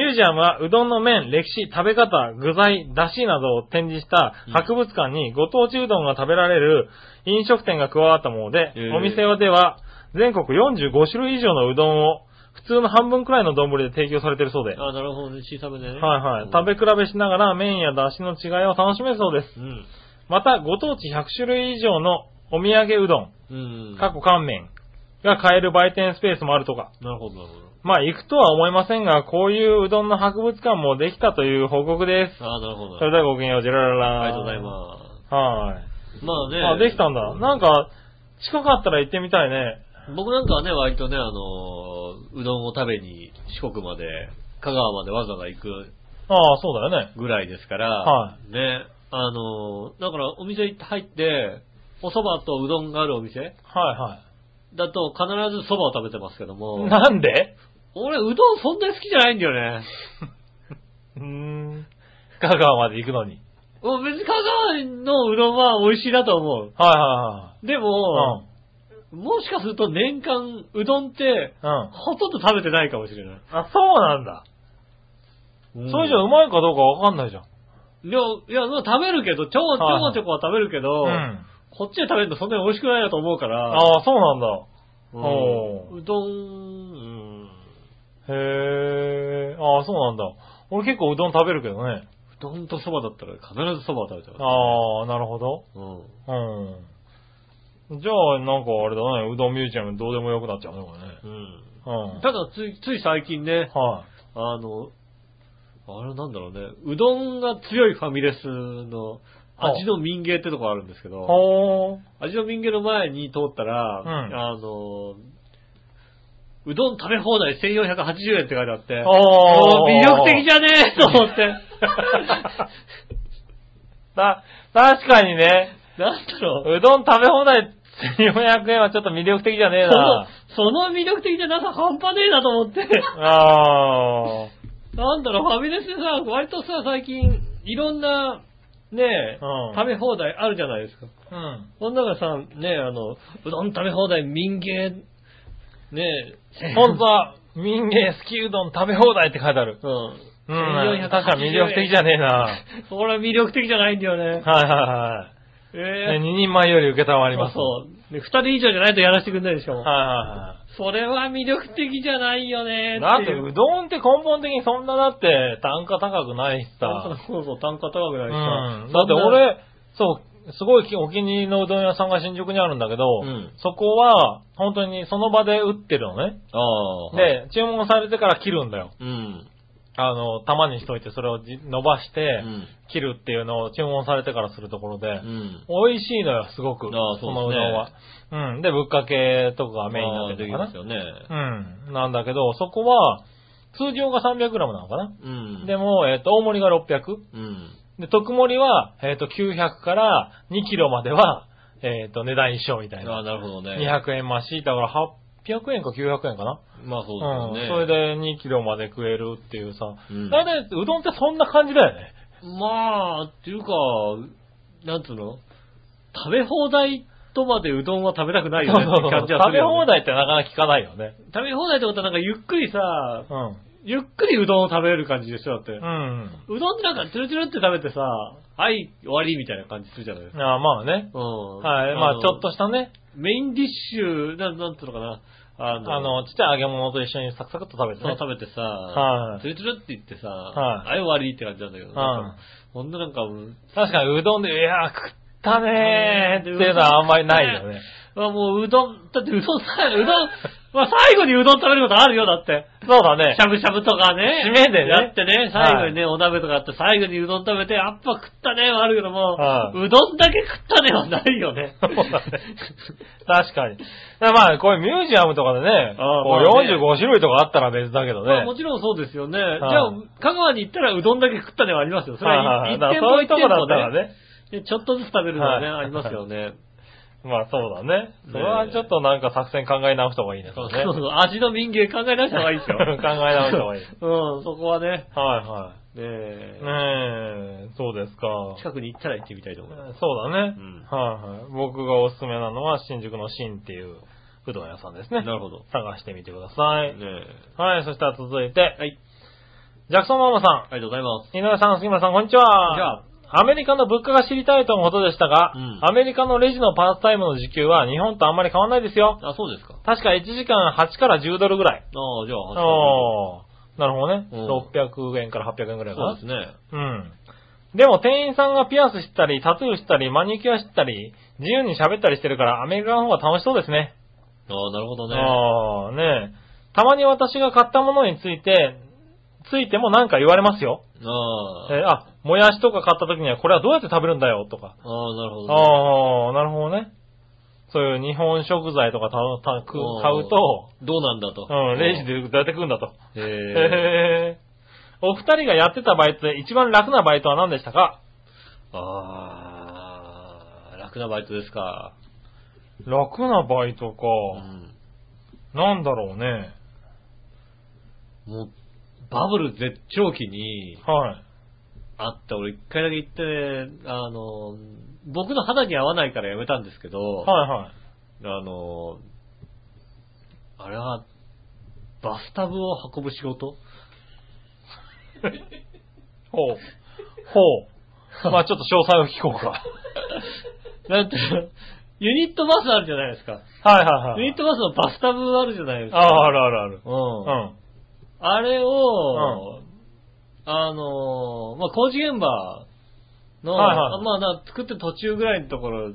C: ミュージアムはうどんの麺、歴史、食べ方、具材、出汁などを展示した
B: うん
C: 博物館にご当地うどんが食べられる飲食店が加わったもので、
B: へー
C: お店では全国45種類以上のうどんを普通の半分くらいの丼で提供されているそうで、は
B: あ、なるほどね。小さめでね。
C: いはい、食べ比べしながら麺や出汁の違いを楽しめるそうです。
B: べ。うん。
C: また、ご当地100種類以上のお土産うどん、
B: うん。
C: 過去乾麺が買える売店スペースもあるとか、
B: なるほど、なるほど。
C: まあ、行くとは思いませんが、こういううどんの博物館もできたという報告で
B: あ
C: す。
B: ーなるほど。
C: それではごきげんよう、ジェラララ。
B: ありがとうござい
C: す。
B: ま
C: は
B: す。まあ
C: い。
B: ね。
C: あ、できたんだ。なんか、近かったら行ってみたいね。
B: 僕なんかはね、割とね、あのー、うどんを食べに四国まで、香川までわざわざ行く
C: ああ、そうだよね。
B: ぐらいですから、
C: は
B: ね、あのー、だからお店行って入って、お蕎麦とうどんがあるお店
C: はいは
B: だと必ず蕎麦を食べてますけども
C: [LAUGHS] い。、なんで
B: 俺うどんそんなに好きじゃないんだよね。
C: うーん。香川まで行くのに。
B: もう別に香川のうどんは美味しいなと思う。
C: はいは
B: で
C: いは
B: も、もしかすると年間うどんって、
C: い。うん。うん。
B: ほとんど食べてないかもしれない。
C: あ、そうなんだ。それじゃうまいかどうかわかんないじゃん。
B: いや、いや、まあ食べるけど、ちょこちょこちょこは食べるけど、
C: うん。
B: こっちで食べるとそんなに美味しくないなと思うから、
C: ああ、そうなんだ。
B: うん
C: おう
B: うどん、うん、う
C: へえ、ああ、そうなんだ。俺結構うどん食べるけどね。
B: どんと蕎麦だったら必ず蕎麦を食べてます。
C: ああ、なるほど。
B: うん。
C: うん。じゃあ、なんかあれだね、うどんミュージアムどうでもよくなっちゃうね、これね。
B: うん。
C: うん。
B: ただ、つい、つい最近ね、
C: は
B: あの、あれなんだろうね、うどんが強いファミレスの
C: あ
B: 味の民芸ってとこあるんですけ
C: い。
B: ど、
C: ほー。
B: 味の民芸の前に通ったら、
C: うん
B: あの、うどん食べ放題1480円って書いてあって、
C: あ
B: もう魅力的じ
C: ゃん
B: ゃねえと思
C: [LAUGHS]
B: って。
C: た、確かにね、
B: なんだろう。
C: うどん食べ放題1400円はちょっと魅力的じゃねえ
B: その
C: な。、
B: その魅力的じゃなさ半端ねえなと思って。
C: あ
B: なんだろう、ファミレスでさ、割とさ、最近、いろんな、ねえ、
C: うん
B: 食べ放題あるじゃないですか。
C: あ。うん。
B: その中さ、ねえ、あの、うどん食べ放題、民芸、ねえ、
C: 本当は、民芸好きうどん食べ放題って書いてある。
B: うん。
C: うん。確かに魅力的じ
B: ゃ
C: ゃねえな。
B: これは魅力的じゃないんだよね。
C: はいは
B: え
C: いはい。
B: え
C: ね二人前より受けたまります。
B: そうそう。で二人以上じゃないとやらせてくんないでしょ。
C: はいはいはい。
B: それは魅力的じゃないよね
C: だ
B: ー
C: っ
B: って
C: て、
B: いう。
C: うどんって根本的にそんなだって単価高くないしさ。
B: そうそう、単価高くな
C: う
B: いしさ
C: ん。だって、俺、そう、すごいお気に入りのうどん屋さんが新宿にあるんだけど、
B: うん
C: そこは、本当にその場で打ってるのね。
B: ああ、はい、
C: で、注文されてから切るんだよ。
B: うん。
C: あの、玉にしといてそれをじ伸ばし
B: う
C: て、
B: ん。
C: 切るっていうのを注文されてからするところで、
B: うん。
C: 美味しいのよ、すごく。
B: ああそうですね
C: のうどんは。うん。で、ぶっかけとかがメインになってるの
B: まあ
C: か
B: できます
C: な。
B: よね。
C: うん。なんだけど、そこは、通常が 300g なのかな
B: うん。
C: でも、えっ、と、大盛りが600。
B: うん。
C: で、特盛りは、えっ、と、900から2キロまでは、 [LAUGHS] えっ、と、値段一緒みたい
B: ああ、な
C: な。
B: るほどね。
C: 200円増し、だから800円か900円かな。
B: まあそうですよね。
C: ん。それで2キロまで食えるっていうさ。
B: うん
C: だいたいうどんってそんな感じだよね。
B: まあ、っていうか、なんつうの食べ放題とまでうどんは食べたくないよねって感じはす
C: 食
B: る
C: べ
B: よ
C: 放
B: ね、
C: 題ってなかなか聞かないよね。
B: 食べ放題ってことはなんかゆっくりさ、
C: うん。
B: ゆっくりうどんを食べれる感じでしょ、だって。
C: うん。
B: うどんってなんか、つるつるって食べてさ、はい、終わりみたいな感じするじゃないですか。
C: ああまあね。
B: うん。
C: はい。まあ、
B: の
C: ちょっと。したね。
B: メインディッシュ、ななんつうのかな。あの、
C: あの、ちっちゃい揚げ物と一緒にサクサクっと食べて
B: そう
C: ね。
B: 食べてさ、
C: はい
B: つるつるって言ってさ、
C: はい
B: あれ終わりって感じなんだけど、
C: はい
B: なんかほんとなんか、うん
C: 確かにうどんで、いやー、食ったねーっていうのはあんまりないよね。
B: あもううどん、だってうどんさ、うどん、まあ最後にうどん食べることあるよ、だって。
C: そうだね
B: し。ゃぶしゃぶとかね。
C: 締めでね
B: やってね、最後にね、お鍋とかあって、最後にうどん食べて、やっぱ食ったねはあるけども、
C: はいう
B: どんだけ食ったねはないよね。
C: [LAUGHS] そうだね確かに。まあ、こういうミュージアムとかでね、
B: あー
C: こ
B: まあ
C: う
B: ね
C: 45種類とかあったら別だけど
B: まあ
C: ね。
B: もちろんそうですよね。
C: い
B: じゃあ、香川に行ったらうどんだけ食ったねはありますよ。それは
C: はいはい
B: 一
C: だか
B: 点
C: らそう
B: も
C: いう
B: 一
C: とこ
B: 点
C: だっ
B: も
C: たら
B: ね。
C: ね。
B: でちょっとずつ食べるのはね、
C: はい
B: ありますよね。
C: まあそうだね。それはちょっとなんか作戦考え直した方がいいね。
B: そう
C: それね
B: そうそう味の民芸考え出した方がいいですよ。
C: [LAUGHS] 考え直した方がいい
B: うん、そこはね。
C: はいは
B: ねえ
C: い。ねえ、そうですか。
B: 近くに行ったら行ってみたいと思います。
C: そうだね。
B: うん
C: はいはい。僕がおすすめなのは新宿の新っていううどん屋さんですね。
B: なるほど。
C: 探してみてくださ
B: ね
C: い。
B: え
C: はい、そしたら続いて、
B: はい。
C: ジャクソンママさん。
B: ありがとうございます。
C: 井上さん、杉村さん、こんにちは。
B: じゃあ
C: アメリカの物価が知りたいとのことでしたが、
B: うん
C: アメリカのレジのパートタイムの時給は日本とあんまり変わらないですよ。
B: あ、そうですか。
C: 確か1時間8から10ドルぐらい。
B: ああ、じゃあ、
C: おーなるほどね。
B: うん
C: 600円から800円ぐらいか
B: そう
C: な
B: です。ね。
C: うん。でも店員さんがピアスしたり、タトゥーしたり、マニキュアしたり、自由に喋ったりしてるからアメリカの方が楽しそうですね。
B: ああ、なるほどね。
C: ああ、ねえたまに私が買ったものについて、ついてもなんか言われますよ。
B: ああ。
C: えーあ、もやしとか買った時にはこれはどうやって食べるんだよとか。
B: ああ、なるほど、ね。
C: ああ、なるほどね。そういう日本食材とかたたく
B: うん
C: 買うと、、
B: どうなんだと。
C: うん、レジでどうやって食うんだと。
B: へ
C: [LAUGHS]
B: え。
C: へえ。お二人がやってたバイトで一番楽なバイトは何でしたか
B: ああ、楽なバイトですか。
C: 楽なバイトか。
B: うん。
C: なんだろうね。
B: もう、バブル絶頂期に
C: はい。
B: あった、俺一回だけ行って、あの、僕の肌に合わないからやめたんですけど、
C: はいはい。
B: あの、あれは、バスタブを運ぶ仕事
C: ほう。ほ [LAUGHS] う。まあちょっと詳細を聞こうか。
B: なんて、ユニットバスあるじゃないですか。
C: はいはいはい。
B: ユニットバスのバスタブあるじゃないです
C: あ
B: か。
C: あ、あるあるある。
B: う。
C: うんん。
B: あれを、あのー、まあ、工事現場の、
C: はいはい
B: あまあな、作ってる途中ぐらいのところ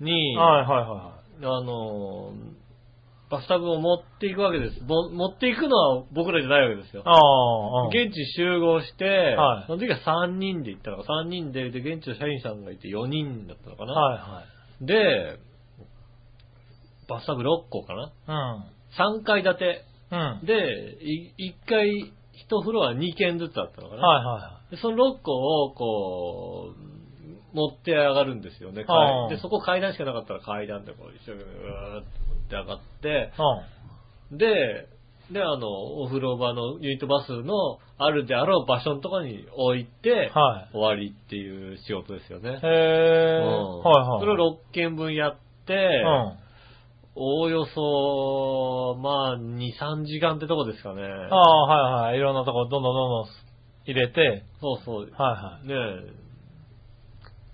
B: に、
C: はいはいは
B: あのー、バスタブを持っていくわけです。ぼ持っていくのは僕らじゃないわけですよ
C: い。。ああ。
B: 現地集合して、
C: はい
B: その時は3人で行ったのか、3人で、で、現地の社員さんがいて4人だったのかな。
C: はいはい。
B: で、バスタブ6個かな。
C: うん。
B: 3階建て。
C: うん。
B: で、1階、1フロア2軒ずつだったのかな。
C: はいは
B: でその6個を、こう、持って上がるんですよね。
C: ああ
B: で、そこ階段しかなかったら階段でこう一生懸命うわーって持って上がって、
C: いはい。
B: で、で、あの、お風呂場のユニットバスのあるであろう場所のところに置いて、
C: はい
B: 終わりっていう仕事ですよね。う
C: うん。へ
B: ん
C: え。はいはい。
B: それを6件分やって、
C: うん。
B: おおよそ、まあ、2、3時間ってとこですかね。
C: ああ、はいはい。いろんなとこどんどんどんどん入れて、
B: そうそう。
C: は
B: ねえ。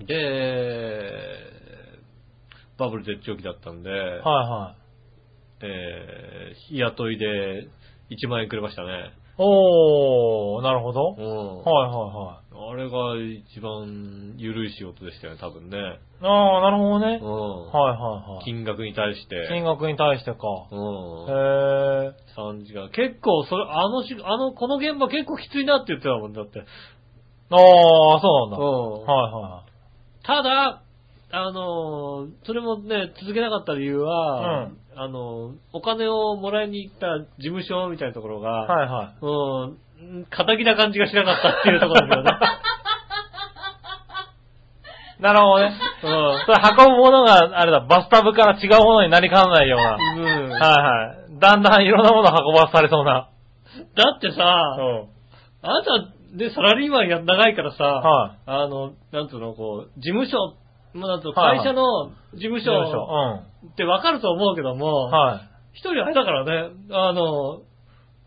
B: で、バブル絶頂期だったんで、
C: いはい。はいはい。
B: えー、日雇いで1万円くれましたね。
C: おー、なるほど。は
B: う
C: い
B: ん。
C: は
B: あれが一番緩い仕事でしたよね、多分ね。
C: いはい。ああ、なるほどね。は
B: う
C: い
B: ん。
C: はいはい。
B: 金額に対して。
C: 金額に対してか。
B: うん。
C: へえ。
B: 3時間。結構、それ、あのし、あの、この現場結構きついなって言ってたもんだって。
C: ああ、そう
B: う
C: なんんだ。はいは
B: ただ、あのーそれもね、続けなかった理由は、
C: うん
B: あのーお金をもらいに行った事務所みたいなところが、
C: いはい。はいは
B: うん、仇な感じがしなかったっていうところですよ
C: [LAUGHS]
B: ね。
C: い。なるほどね。
B: うん
C: それ運ぶものが、あれだ、バスタブから違うものになりかわないような。
B: うん
C: はいはい。だんだんいろんなもの運ばされそうな。
B: だって
C: う
B: さ、
C: ん。
B: あなた、で、サラリーマンや長いからさ、
C: はい
B: あの、なんつうの、こう、事務所、まあなんつうの
C: はい
B: 会社の事務
C: 事務
B: 所
C: 所。
B: ってわかると思うけども、
C: うん。はい。
B: 一人あれだからね、あの、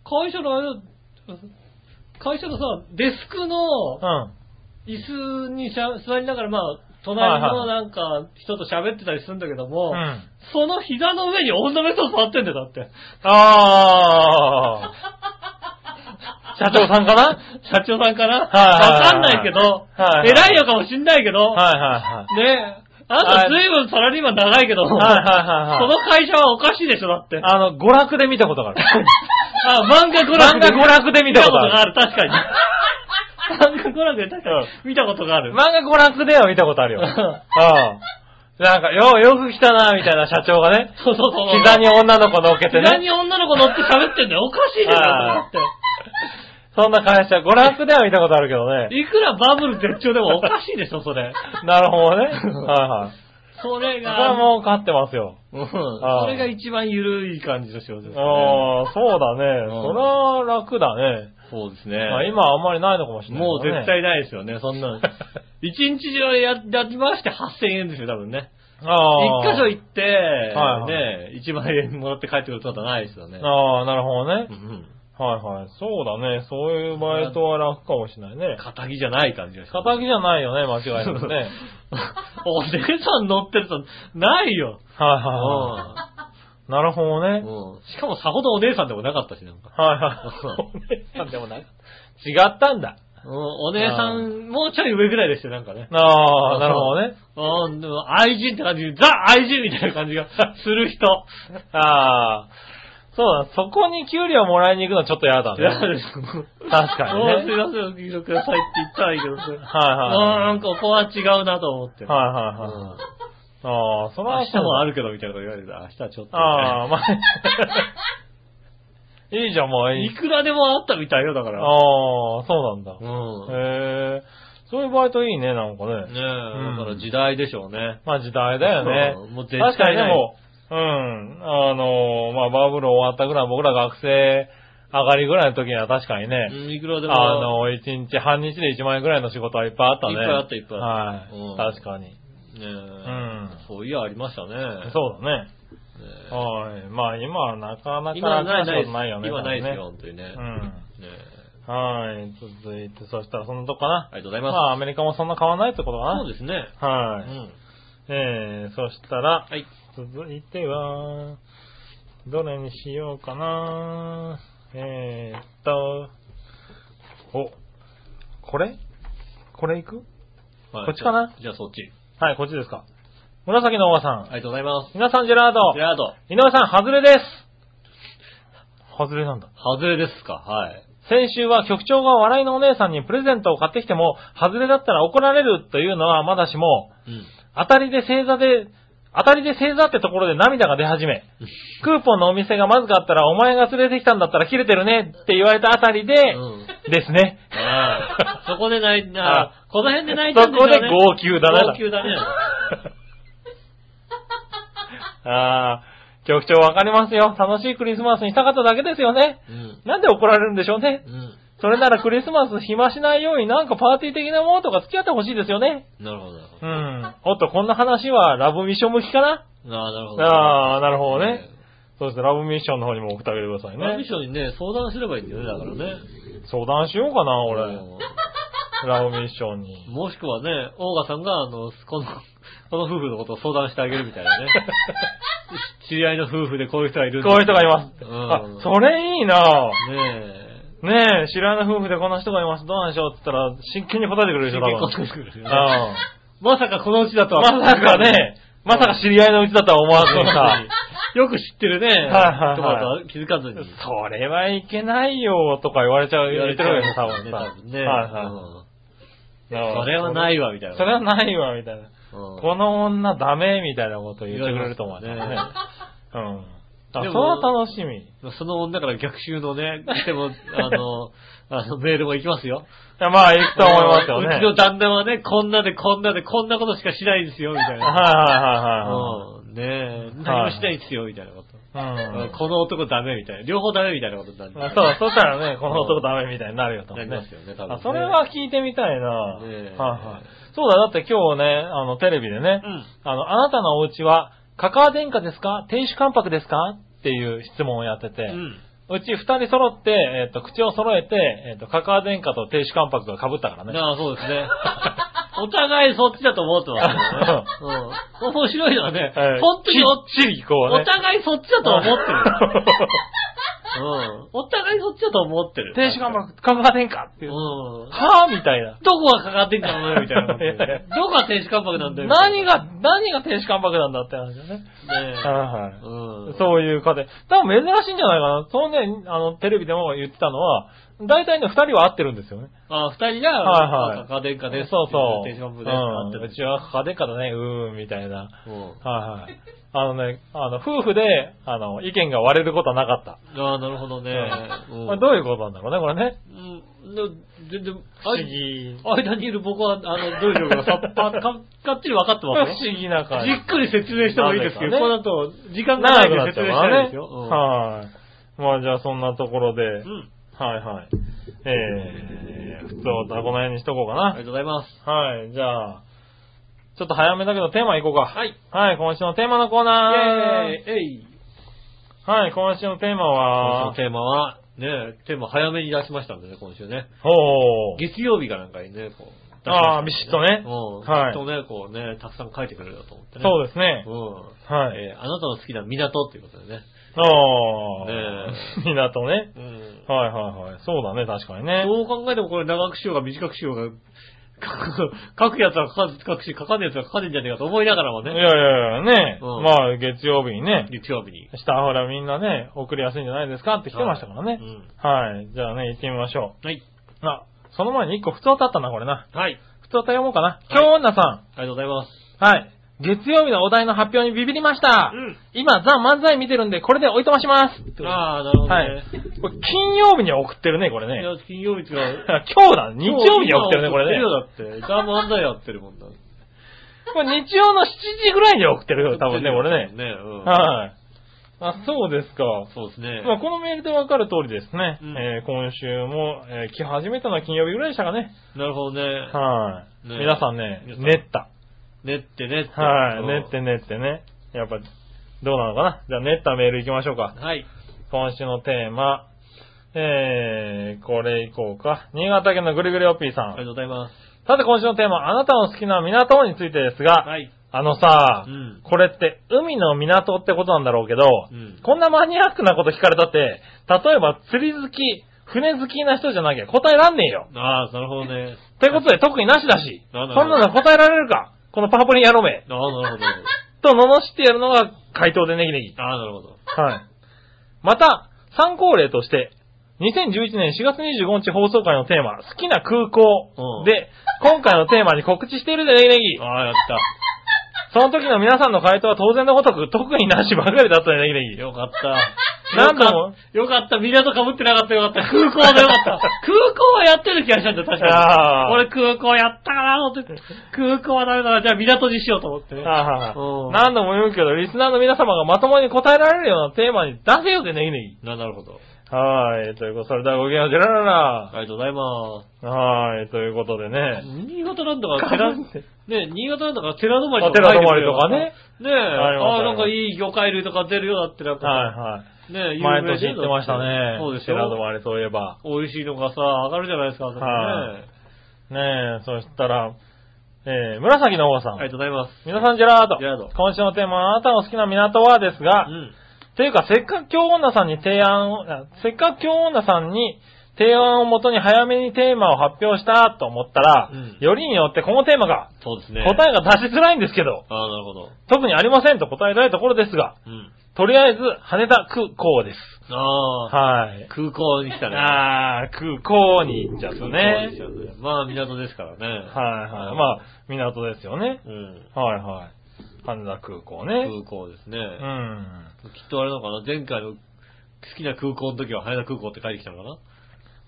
B: 会社のあれ、会社のさ、デスクの
C: うん。
B: 椅子にしゃ座りながら、まあ、隣
C: はいは
B: の
C: い
B: なんか人と喋ってたりするんだけども、
C: うん。
B: その膝の上に女の人座ってんだよ、だって。 [LAUGHS]
C: あー。 [LAUGHS] 社長さんかな
B: 社長さんかなわ
C: はいはいはい
B: かんないけど
C: はいは、い
B: 偉いのかもしんないけど、
C: はいはいはい。
B: ねえ、あんた随分サラリーマン長いけど、そ
C: はい
B: の
C: はいはいは
B: 会
C: い。
B: 社はおかしいでしょ、だって。
C: あの、娯楽で見たことがある。 [LAUGHS]
B: あ、漫画娯楽
C: 漫画娯楽で見たことある。
B: 見たことがある、確かに。漫画娯楽で確かに見たことがあ [LAUGHS] る。
C: 漫画娯楽では見たことあるよ。うん。なんか、よ、よく来たな、みたいな社長がね、
B: そうそうそう。
C: 膝に女の子乗っけて
B: 膝
C: ね、
B: に女の子乗って喋ってんだよ。おかしいでしょ、だって。
C: そんな会社、娯楽では見たことあるけどね。
B: いくらバブル絶頂でもおかしいでしょ、それ。
C: なるほどね。はいはい。
B: それ
C: それ
B: が、
C: はもう勝ってますよ。
B: うん、
C: ああ
B: それが一番緩い感じの仕事ですね。
C: ああ、そうだね。
B: うん
C: それは楽だね。
B: そうです
C: まあ
B: ね。
C: 今あんまりないのかもしれない、ね。
B: もう絶。対ないですよね、そんな
C: [LAUGHS]
B: の。一日中ややり回して8000円ですよ、多分ね。
C: あ
B: 一
C: あ。
B: 箇所行って、
C: はい
B: ね、1万円もらって帰ってくることはないですよね。
C: ああ、なるほどね
B: う。ん
C: はいはい。そうだね。そういうバイトは楽かもしれないね。
B: 肩着じゃない感じがします
C: 仇じゃないよね、間違い
B: [LAUGHS]
C: なくね。
B: お姉さん乗ってると、ないよ。
C: はい
B: うん
C: はいはい。なるほどね。
B: うんしかもさほどお姉さんでもなかったし、なんか。
C: はいはい。お姉さんでもなかった違ったんだ。
B: うんお姉さん、もうちょい上ぐらいでしたよ、なんかね。
C: ああ、なるほどね。
B: うん、でも愛人って感じ、ザ愛人みたいな感じがする
C: [LAUGHS]
B: 人。
C: ああ。そうだ、そこに給料もらいに行くのちょっと嫌だ
B: いや
C: ね。
B: 確
C: 確かにね
B: すいません、お聞きくださいって言ったらいいけど、それあー
C: は
B: なんかここは違うなと思って。
C: いはい。はいはいはい。
B: うん
C: ああ、それは
B: 明
C: そう
B: 日もあるけど、みたいなこと言われてた。明日はちょっと。
C: ああ、まあ、
B: [LAUGHS]
C: いいじゃん、もういい。
B: いくらでもあったみたいよ、だから。
C: ああ、そうなんだ。
B: うん。
C: へえ、そういうバイトいいね、なんか
B: ねえ、
C: ね。ん
B: だから時代でしょうね。
C: まあ時代だよね
B: うん。もう絶対ない
C: 確かにでも、うん、あのー、まあバブル終わったぐらい、僕ら学生上がりぐらいの時には確かに
B: う
C: ね、
B: ん、いくらでも。
C: あのー、一日、半日で1万円ぐらいの仕事はいっぱいあったね。
B: いっぱいあったいっぱいあったうん
C: はい。確かに。
B: ねえ、
C: ん
B: そういや、ありましたね。
C: そうだね。
B: ねえ
C: はい。まあ今はなかなか
B: 今はない
C: 話
B: で
C: す
B: す。
C: ことないよね。
B: 今ないですよ、
C: 多
B: 本当にね。
C: 分ね。うん。
B: ねえ
C: はい。続いて、そしたらそんなとこかな。
B: ありがとうござい
C: ま
B: ま
C: あ、アメリカもそんな変わらないってことか
B: す。
C: な。
B: そうですね。う
C: はい。
B: ん。
C: えー、そしたら、
B: はい。
C: 続いては、どれにしようかな。えーっと、お、これこれいく
B: はい
C: こっちかな
B: じゃあそっち。
C: はい、こっちですか。紫のおば
B: あ
C: さん。
B: りがとうございます。
C: 皆さん、ジェラード。
B: ジェラード。
C: 井上さん、外れです。外れなんだ。
B: ハズレですかはい。
C: 先週は局長が笑いのお姉さんにプレゼントを買ってきても、外れだったら怒られるというのはまだしも、
B: うん。
C: 当たりで正座で、当たりで正座ってところで涙が出始め、クーポンのお店がまずかったら、お前が連れてきたんだったら切れてるねって言われたあたりで、
B: うん
C: ですね。
B: ああ、そこで泣いた、
C: あ
B: この辺で泣いた
C: そ
B: んでしょ
C: こ
B: うね
C: で。号泣だな。
B: 号泣だね。
C: [LAUGHS] ああ、局長わかりますよ。楽しいクリスマスにしたかっただけですよね。
B: うん。
C: なんで怒られるんでしょうね。
B: うん。
C: それならクリスマス暇しないようになんかパーティー的なものとか付き合ってほしいですよね。
B: なるほど、なるほ
C: う
B: ど。
C: ん。おっと、こんな話はラブミッション向きか
B: あ
C: な
B: あ、なるほど。
C: ああ、なるほどね。そうですね、ラブミッションの方にも送ってあげてください
B: ラブミッ。
C: ね
B: ションにね、相談すればいいんだよね、だからね。
C: 相談しようかな、俺。
B: う
C: ラブミッションに
B: ん。もしくはね、オーガさんが、あの、この、 [LAUGHS] この夫婦のことを相談してあげるみたいなね。知り合いの夫婦でこういう人がいるんだ
C: こういう人がいます。
B: うん
C: あ、それいいな
B: ねえ。
C: ねえ、知らない夫婦でこんな人がいます。どうなんでしょうって言ったら、真剣に答えてくれるでしょ、多分。うん。
B: まさかこのうちだとは。
C: まさかね、まさか知り合いのうちだとは思わずにさ、
B: よく知ってるね。はい
C: はいはい
B: とかとは気づかずに。
C: それはいけないよとか言われちゃう、言われてるわけです、多分
B: ね。
C: さ。
B: 多分ね。
C: はいは。
B: うんそれはないいわ、みたいな。
C: それはないわ、みたいな。
B: うん、
C: この女ダメみたいなこと言ってくれると思う
B: 言
C: ね。うん。
B: われま
C: あそ
B: で
C: れ
B: も
C: は楽しみ。い
B: その女から逆襲のね、で
C: [LAUGHS]
B: も、あの、あのメールも行きますよ。
C: やまあ、行くと思いますよね。
B: うちの旦那はね、こんなでこんなでこんなことしかしないんですよ、
C: [LAUGHS]
B: みたいな。
C: は
B: うん。ねえ、何もしないんですよ、みたいなこと。
C: いはいはいはい。うん。
B: この男ダメみたいな。両方ダメみたいなことになるんだ
C: ま
B: よ
C: あ
B: ね。
C: そう、そしたらね、この男ダメみたいになるよと、
B: なりますよね多分ね
C: あそれは聞いてみたいな、
B: ねえ
C: はいはい。そうだ、だって今日ね、あの、テレビでね、
B: うん。
C: あの、あなたのお家は、カカア殿下ですか亭主関白ですかっていう質問をやってて、
B: うん。
C: うち二人揃って、えっ、と、口を揃えて、えっ、と、カカア殿下と亭主関白が被ったからね。
B: ああ、そうですね。お互いそっちだと思ってますけどね。
C: [LAUGHS]
B: うん。面白いのはね、本当にお
C: っちりこう
B: お
C: ね。
B: 互いそっちだと思って
C: [LAUGHS]
B: る。うん。お互いそっちだと思ってる。
C: 停止看板、看板変化って
B: う
C: い
B: ん
C: う。。はぁみたいな。
B: どこがかかってんだお前みたいな。
C: [LAUGHS] いやいや
B: どこが停止関白なんだよ。
C: 何が、何が停止関白なんだって話だね。
B: ねえ
C: はいはい。
B: うん。
C: そういう家庭。多分珍しいんじゃないかな。そのね、あの、テレビでも言ってたのは、大体ね、二人は合ってるんですよね。
B: あ、二人が、
C: はいはい
B: あかかでんかです。
C: そうそう。
B: 停止関白で
C: うん。う
B: す。
C: ちは家庭下だね、うーん、みたいな。
B: うん。
C: はいはい。あのね、あの、夫婦で、あの、意見が割れることはなかった。
B: ああ、なるほどね。うん
C: まあどういうことなんだろうね、これね。
B: うん。で全然、
C: 不思議。
B: 間にいる僕は、あの、どういうのかさっぱ、か [LAUGHS] かっちり分かって
C: 不
B: ますよ。
C: 思議な感
B: じっくり説明してもいいですけど、
C: なぜかね
B: これだと時間がな
C: 長
B: い
C: く
B: の
C: な
B: で
C: っち
B: 説
C: ゃう
B: 明
C: か
B: しない
C: ら
B: で
C: ね。
B: すよ。うん
C: はい。まあじゃあそんなところで、
B: う
C: はい
B: ん。
C: はい。えー、普通はこの辺にしとこうか
B: ありがとうご
C: な。
B: ざいます。
C: はい、じゃあ、ちょっと早めだけどテーマいこうか。
B: はい。
C: はい、今週のテーマのコーナ
B: イェー
C: ー。
B: イえい
C: はい、今週のテーマ
B: 今
C: は
B: 週、のテーマは、ね、テーマ早めに出しましたんでね、今週ね。
C: ほう。
B: 月曜日かなんかにね、こう。
C: ああ、ビシッとね
B: う。ん。
C: は
B: はいい。きっとね、こうね、たくさん書いてくれるだと思ってね。
C: そうですね。
B: う
C: は
B: ん。
C: い。
B: えーあなたの好きな港っていうことでね。
C: ああ、
B: ね
C: [LAUGHS] 港ね。
B: うん。
C: はいはいはい。そうだね、確かにね。
B: どう考えてもこれ長くしようが短くしようが、書く、 [LAUGHS] 書くやつは書かず書くし、書かねえやつは書かねえんじゃねえかと思いながらも [LAUGHS]
C: いやい
B: ね、
C: やいや、ね。
B: うん
C: まあ、月曜日にね、
B: 月曜日に。
C: 下ほらみんなね、送りやすいんじゃないですかって来てましたからね。
B: うん
C: はい。じゃあね、行ってみましょ
B: はい。
C: う。あ、その前に一個普通歌あったな、これな。
B: はい。
C: 普通歌読もうかな。今日女さ
B: ありがとうございます。
C: ん。はい。月曜日のお題の発表にビビりました。
B: うん
C: 今、ザ・漫才見てるんで、これでおいとまします。
B: ああ、なるほどね。
C: はい。これ、金曜日に送ってるね、これ
B: い
C: ね。
B: や、金曜日が。
C: [LAUGHS] 今日だ、日曜日に送ってるね、これね。
B: 金曜だって。ザ・漫才やってるもんだ。 [LAUGHS]
C: これ日曜の7時ぐらいに送ってるよ、多分ね、これね。
B: ね、うん。
C: はい。あ、そうですか。
B: そうですね。
C: まあ、このメールでわかる通りですね。
B: うん
C: えー今週も、えー来始めたのは金曜日ぐらいでしたかね。
B: なるほどね。
C: はい。
B: ね
C: 皆さんね、
B: 皆さん
C: 練った。
B: 練って練って。
C: はい。
B: うん
C: 練って。練ってね。やっぱ、どうなのかな。じゃあ、練ったメール行きましょうか。
B: はい。
C: 今週のテーマ。えー、これ行こうか。新潟県のぐるぐるおっぴーさ
B: ありが
C: ん。
B: とうございます。
C: さて今週のテーマ、あなたの好きな港についてですが、
B: はい。
C: あのさ、
B: うん
C: これって海の港ってことなんだろうけど、
B: うん
C: こんなマニアックなこと聞かれたって、例えば釣り好き、船好きな人じゃなきゃ答えらんねえよ。
B: ああ、なるほどね。
C: ということで特になしだし、そ
B: なんんだろう
C: なの答えられるか、このパープリン野郎め、
B: ああ、なるほど。
C: と罵ってやるのが回答でネギネギ。
B: ああ、なるほど。
C: はい。また、参考例として、2011年4月25日放送回のテーマ、好きな空
B: う
C: 港
B: ん
C: で、今回のテーマに告知しているでネギネギ。
B: ああ、やった。
C: その時の皆さんの回答は当然のごとく特になしばかりだったね、ネギネギ。
B: よかった。
C: 何度も
B: よかった。港かぶってなかったよかった。空港でよか
C: [LAUGHS]
B: った。空港はやってる気がしたんだよ、確かに。
C: あー
B: 俺空港やったかなと思って。空港はダメだな。じゃあ港にしようと思ってね。
C: ああ
B: うん
C: 何度も言うけど、リスナーの皆様がまともに答えられるようなテーマに出せよでネギネギ。
B: な、なるほど。
C: はい、ということ、それではごきげんよう、ジェララ
B: ありがとうございま
C: ラ。はい、ということでね。
B: す。新潟なんだから寺、
C: かぶって
B: ね、新潟なんだから寺泊まり
C: お寺泊まりとかね
B: 書いてくれよねえ、
C: ります
B: ああ、なん
C: あ
B: か
C: り
B: いい魚介類とか出るようだってなんか、、
C: はいはい
B: ね
C: い。
B: 有
C: 毎
B: 名で
C: 年言ってましたね。
B: そうです
C: ジェラード
B: よ。
C: マレといえば。
B: 美味しいのがさ、上がるじゃないですか、ね。
C: はい
B: あ
C: ねえ、そしたら、えー、紫の王さん。
B: りがとうございます。
C: 皆さん、ジェラード。
B: ジェラード
C: 今週のテーマ、あなたの好きな港はですが、
B: うん。
C: というか、せっかく京女さんに提案を、あせっかく京女さんに提案をもとに早めにテーマを発表したと思ったら、
B: うん
C: よりによってこのテーマが、
B: そうですね。
C: 答えが出しづらいんですけど、
B: ああ、なるほど。
C: 特にありませんと答えたいところですが、
B: うん。
C: とりあえず、羽田空港です。
B: ああ、
C: はい。
B: 空港に来たね。
C: あー、空港に行っちゃう
B: 空
C: と
B: 港
C: ね。
B: に来たね。まあ、港ですからね。
C: はいはい。まあ、港ですよね。
B: うん。
C: はいはい。羽田空港ね。
B: 空港ですね。
C: うん。
B: きっとあれなのかな前回の好きな空港の時は羽田空港って書いてきたのか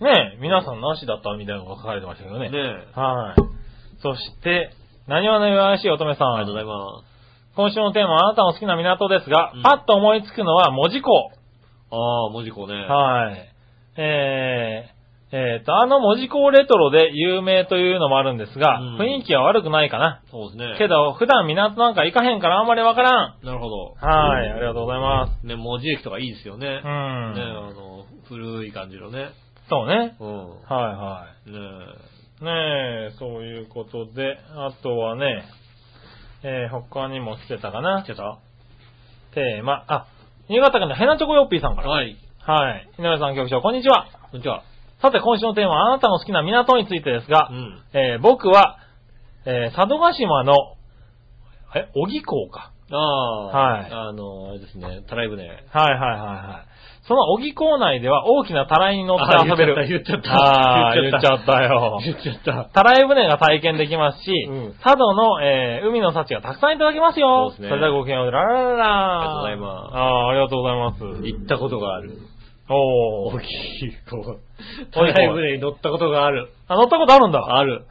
B: な
C: ねえ、皆さんなしだったみたいなのが書かれてましたけどね。
B: ねえ。
C: はい。そして、何わのよやしい乙女さん。
B: ありがとうございます。
C: 今週のテーマはあなたの好きな港ですが、
B: うん
C: パッと思いつくのは門司港。
B: ああ、文字子ね。
C: はい。えー、えーと、あの門司港レトロで有名というのもあるんですが、
B: うん
C: 雰囲気は悪くないかな。
B: そうですね。
C: けど、普段港なんか行かへんからあんまりわからん。
B: なるほど。
C: はい、ありがとうございます。
B: ね、文字駅とかいいですよね。
C: う
B: ね、あ
C: ん。
B: の、古い感じのね。
C: そうね。
B: うん。
C: はいは
B: ね
C: い。ねえ、そういういうことで、あとはね、えー、他にも来てたかな。
D: 来てた
C: テーマ、あ、新潟県のヘナチョコヨッピーさんから。
D: はい。
C: はい。井上さん局長、こんにちは。
D: こんにちは。
C: さて、今週のテーマは、あなたの好きな港についてですが、
D: うん。
C: えー僕は、えー佐渡島の、え、小木港か。
D: ああ。
C: はい
D: あの、あれですね、たらい船。
C: はいはいはいはい。その小木港内では大きなたらいに乗って遊べる。
D: あ言っちゃった
C: あー
D: 言
C: 言っ
D: っち
C: ち
D: ゃ
C: ゃ
D: っ
C: ったた
D: [LAUGHS]
C: よ。
D: 言っちゃった。
C: たらい船が体験できますし、
D: うん
C: 佐渡の、えー海の幸がたくさんいただけますよ。
D: そうですね
C: れではごきげんよう。ララララ
D: ありがとうございます
C: ああ、ありがとうございます。
D: 行ったことがある。
C: お
D: 大
C: ー
D: きい子。たらい船に乗ったことがある。
C: あ、乗ったことあるんだ。
D: ある。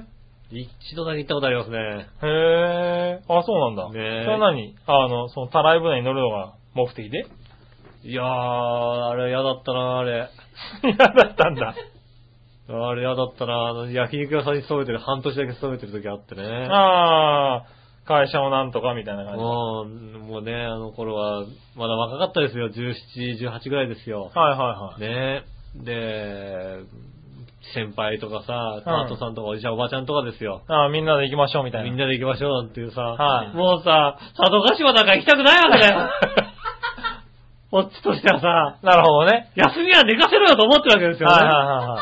C: へ
D: 一度だけ行ったことありますね。
C: え。へえ。あ、そうなんだ。
D: ねえ
C: それは何あの、その、たらい船に乗るのが目的で
D: いやー、あれ嫌だったな、あれ。
C: 嫌だったんだ。
D: あれ嫌だったな、あの焼肉屋さんに勤めてる、半年だけ勤めてる時あってね。
C: ああ、会社もなんとかみたいな感じ。はい
D: もう、もうね、あの頃は、まだ若かったですよ。17、18ぐらいですよ。
C: はいはい。
D: ねで、先輩とかさ、パ
C: うん
D: ートさんとかおじちゃんおばちゃんとかですよ。
C: ああ、みんなで行きましょうみたいな。
D: みんなで行きましょうなんていうさ、
C: はい
D: もうさ、佐渡島なんか行きたくないわけだ
C: [LAUGHS]
D: よ。こっちとしてはさ、
C: なるほどね。
D: 休みは寝かせろよと思ってるわけですよね。
C: はいはいはいはい。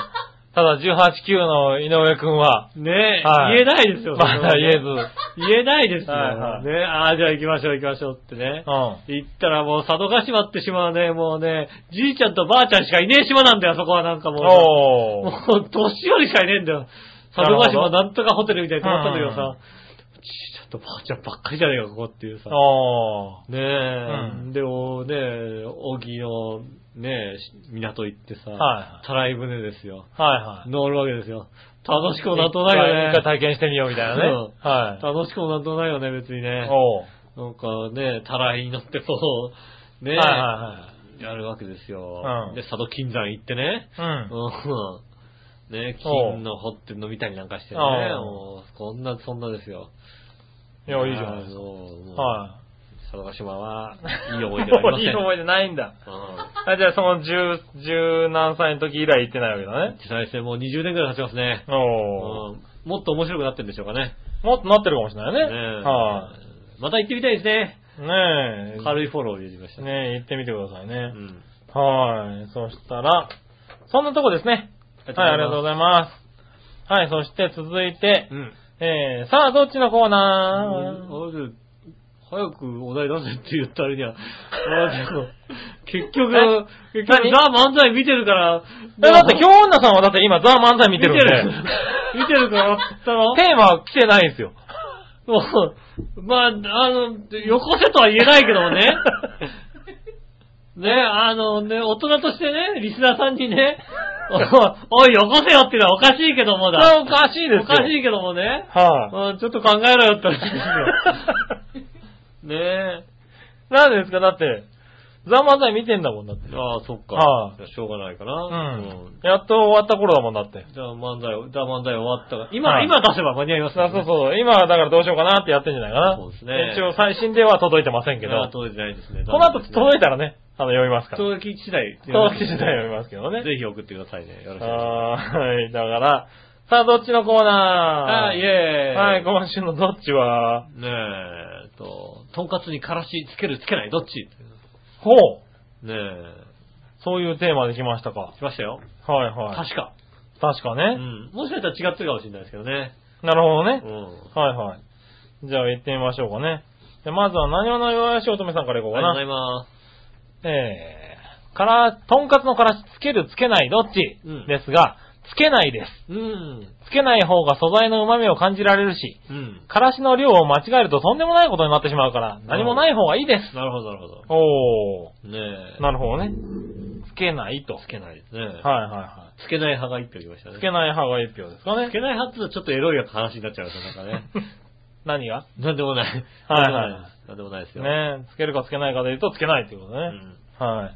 C: ただ18、9の井上くんは、
D: ね
C: はい
D: 言えないですよ。
C: まだ言えず。う
D: ず。
C: ん。はい
D: 言えないですよ。
C: はいはい
D: ねああ、じゃあ行きましょう行きましょうってね。行ったらもう佐渡島って島はね、もうね、じいちゃんとばあちゃんしかいねえ島なんだよ、そこはなんかもう。
C: おー。
D: もう年寄りしかいねえんだよ。佐渡島なんとかホテルみたいに泊まったんだけど
C: うんうん
D: さ、じいちゃんとばあちゃんばっかりじゃねえか、ここっていうさ。
C: おー。
D: ねえ、
C: うん
D: でもね、小木のね、港行ってさ、
C: は
D: たらい船ですよ。
C: はいはい。
D: 乗るわけですよ。楽しくもなんともないよ
C: 一回一回
D: ね。
C: 体験してみようみたいな
D: う
C: ね。はい。
D: 楽しくもなんともないよね、別にね。
C: おう。
D: なんかね、たらいに乗ってこう、ね、
C: はいは
D: やるわけですよ。
C: うん
D: で、佐渡金山行ってね、
C: いはい。うん。
D: うんね、金の掘って飲みたりなんかして
C: お
D: ね、
C: う
D: もう、こんな、そんなですよ。
C: いや、いいじゃない
D: あ
C: ですか。
D: のもう
C: は
D: 佐渡島は、
C: い。
D: いい思い出がありませ
C: [LAUGHS]
D: ん。
C: いい思い出ないんだ。
D: うん
C: あじゃあ、その十、十何歳の時以来行ってないわけだね。
D: 時代性もう20年ぐらい経ちますね。うん
C: おー。
D: もっと面白くなってるんでしょうかね。
C: もっとなってるかもしれない
D: ね
C: ね。
D: え
C: は
D: また行ってみたいですね。
C: い。ねえ。
D: 軽いフォローを入れてきました。
C: ねえ、行ってみてくださいね
D: う。ん。
C: はい。そしたら、そんなとこですね。
D: ありがとうございます
C: はい、ありがとうございます。はい、そして続いて
D: う、ん。
C: えー、さあ、どっちのコーナー
D: あ早くお題出せって言った割
C: [LAUGHS]
D: には、あでも結局
C: え、
D: 結局、
C: 何
D: ザ・漫才見てるから、
C: え、だって、京女さんはだって今、ザ・漫才見てるんで。
D: 見てる見てるからだったの
C: テーマは来てないんですよ。
D: もう、まあ、あの、よこせとは言えないけども
C: [LAUGHS]
D: ね。ね、あのね、大人としてね、リスナーさんにね、 [LAUGHS] おおい、よこせよっていうのはおかしいけども
C: それは
D: だ。
C: おかしいですよ。
D: おかしいけどもね、
C: は
D: うん、ちょっと考えろよって
C: [LAUGHS]
D: 話
C: い、
D: ですよ。ね
C: なんでですかだって、ザ・漫才見てんだもんだって。
D: え。ああ、そっか。
C: はい
D: じゃあしょうがないかな。
C: うん。やっと終わった頃だもんだって。
D: じゃあ漫才を、じゃあ漫才終わったから。今、
C: はい
D: 今出せば間に合います
C: そうそうそう。今はだからどうしようかなってやってんじゃないかな。
D: そうですね
C: 一応最新では届いてませんけ
D: ああ
C: ど。
D: 届いてないですね。
C: この後届い
D: た。
C: たらね、あの、読みますから。
D: 届き次第。
C: 届き次第読みますけどね。
D: [LAUGHS] ぜひ送ってくださいね。よろしくお願いします。
C: はい。だから、さあ、どっちのコーナー
D: あイェーイ。
C: はい、今週のどっちは、
D: ねえ、えっと、とんかつにからしつけるつけないどっち
C: ほう。
D: ねえ、
C: そういうテーマできましたか。
D: しましたよ。
C: はいはい。
D: 確か。
C: 確か
D: う
C: ね。
D: ん。もしかしたら違ってるかもしれないですけどね。
C: なるほどね
D: う。ん。
C: はいはい。じゃあ、行ってみましょうかね。でまずは、何をのよしおとめさんからいこう
D: あ
C: か
D: りがとうご
C: な。
D: ざいます。
C: えー、から、とんかつのからしつけるつけないどっち、
D: うん
C: ですが、つけないです。
D: うん。
C: つけない方が素材の旨味を感じられるし、
D: うん。
C: からしの量を間違えるととんでもないことになってしまうから、何もない方がいいです。
D: なるほど、なるほど。
C: お
D: ねえ。
C: ー、なるほどね。つけないと。
D: つけないですね。はい
C: はいはいは
D: つけない派が一票いましたね。
C: い。つけない派が一票ですか
D: つ
C: ね。
D: けない派って言うとちょっとエロい話になっちゃうとなんかね。
C: 何が
D: なんで
C: [LAUGHS]
D: もない。
C: はいはい
D: なんでもないですよ。
C: ねつけるかつけないかで言うとつけないっていうこと
D: う
C: ね。
D: ん。
C: はい。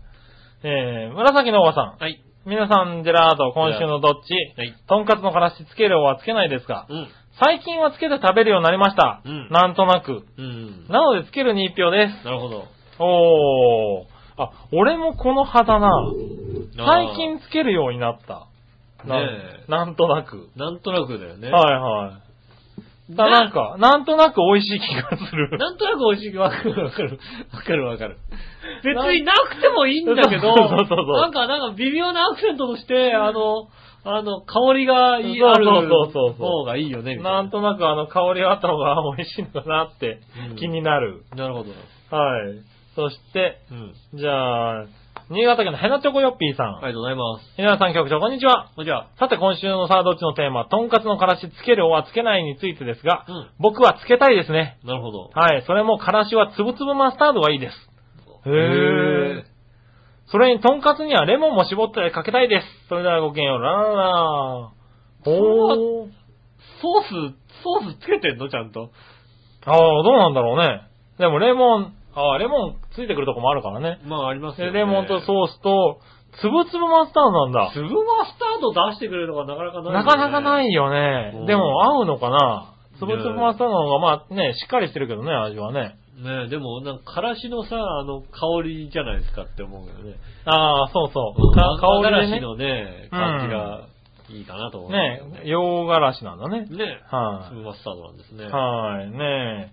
C: えー、紫のおばさん。
D: はい。
C: 皆さん、ジェラート、今週のどっち
D: はい。
C: とんかつのからしつける量はつけないですが、
D: うん。
C: 最近はつけて食べるようになりました。
D: うん
C: なんとなく。
D: うん。
C: なのでつけるに一票です。
D: なるほど。
C: おー。あ、俺もこの派だな。最近つけるようになった。な
B: ねえ
C: なんとなく。
B: なんとなくだよね。
C: はいはい。だなんか、なんとなく美味しい気がする。
B: なんとなく美味しい。わかるわかる。わかるわかる。別になくてもいいんだけど、
C: そうそうそうそう
B: なんか、なんか微妙なアクセントとして、あの、あの、香りがいい、ある
C: そうそうそうそう
B: 方がいいよね、みたい
C: なんとなくあの香りがあった方が美味しいのかなって
B: うん
C: 気になる。
B: なるほど。
C: はい。そして、
B: うん。
C: じゃあ、新潟県のヘナチョコヨッピーさん。
B: ありがとうございます。
C: 皆さん局長、こんにちは。
B: こんにちは。
C: さて今週のさあどっちのテーマ、とんかつのからしつけるはつけないについてですが、
B: うん。
C: 僕はつけたいですね。
B: なるほど。
C: はい。それもからしはつぶつぶマスタードがいいです。へー
B: へ
C: それにとんかつにはレモンも絞ってかけたいです。それではごきげんよう、ラララおー。
B: ソース、ソースつけてんのちゃんと。
C: ああ、どうなんだろうね。でもレモン、ああ、レモンついてくるとこもあるからね。
B: まあ、ありますよ
C: で
B: ね。
C: レモンとソースと、つぶつぶマスタードなんだ。
B: 粒マスタード出してくれるのがなかなかない、。
C: なかなかないいよね
B: う。ん
C: でも合うのかなつぶつぶマスタードの方がまあね、しっかりしてるけどね、味はね。
B: ねえ、でも、なんか、からしのさ、あの、香りじゃないですかって思うよね。
C: ああ、そうそう。か
B: 香
C: 香
B: ら
C: り
B: し
C: でね。
B: のね、感じがいいかなと思う。
C: ね、洋辛子なんだね。
B: ねえ。
C: はい
B: 粒マスタードなんですね。
C: はい、ねえ。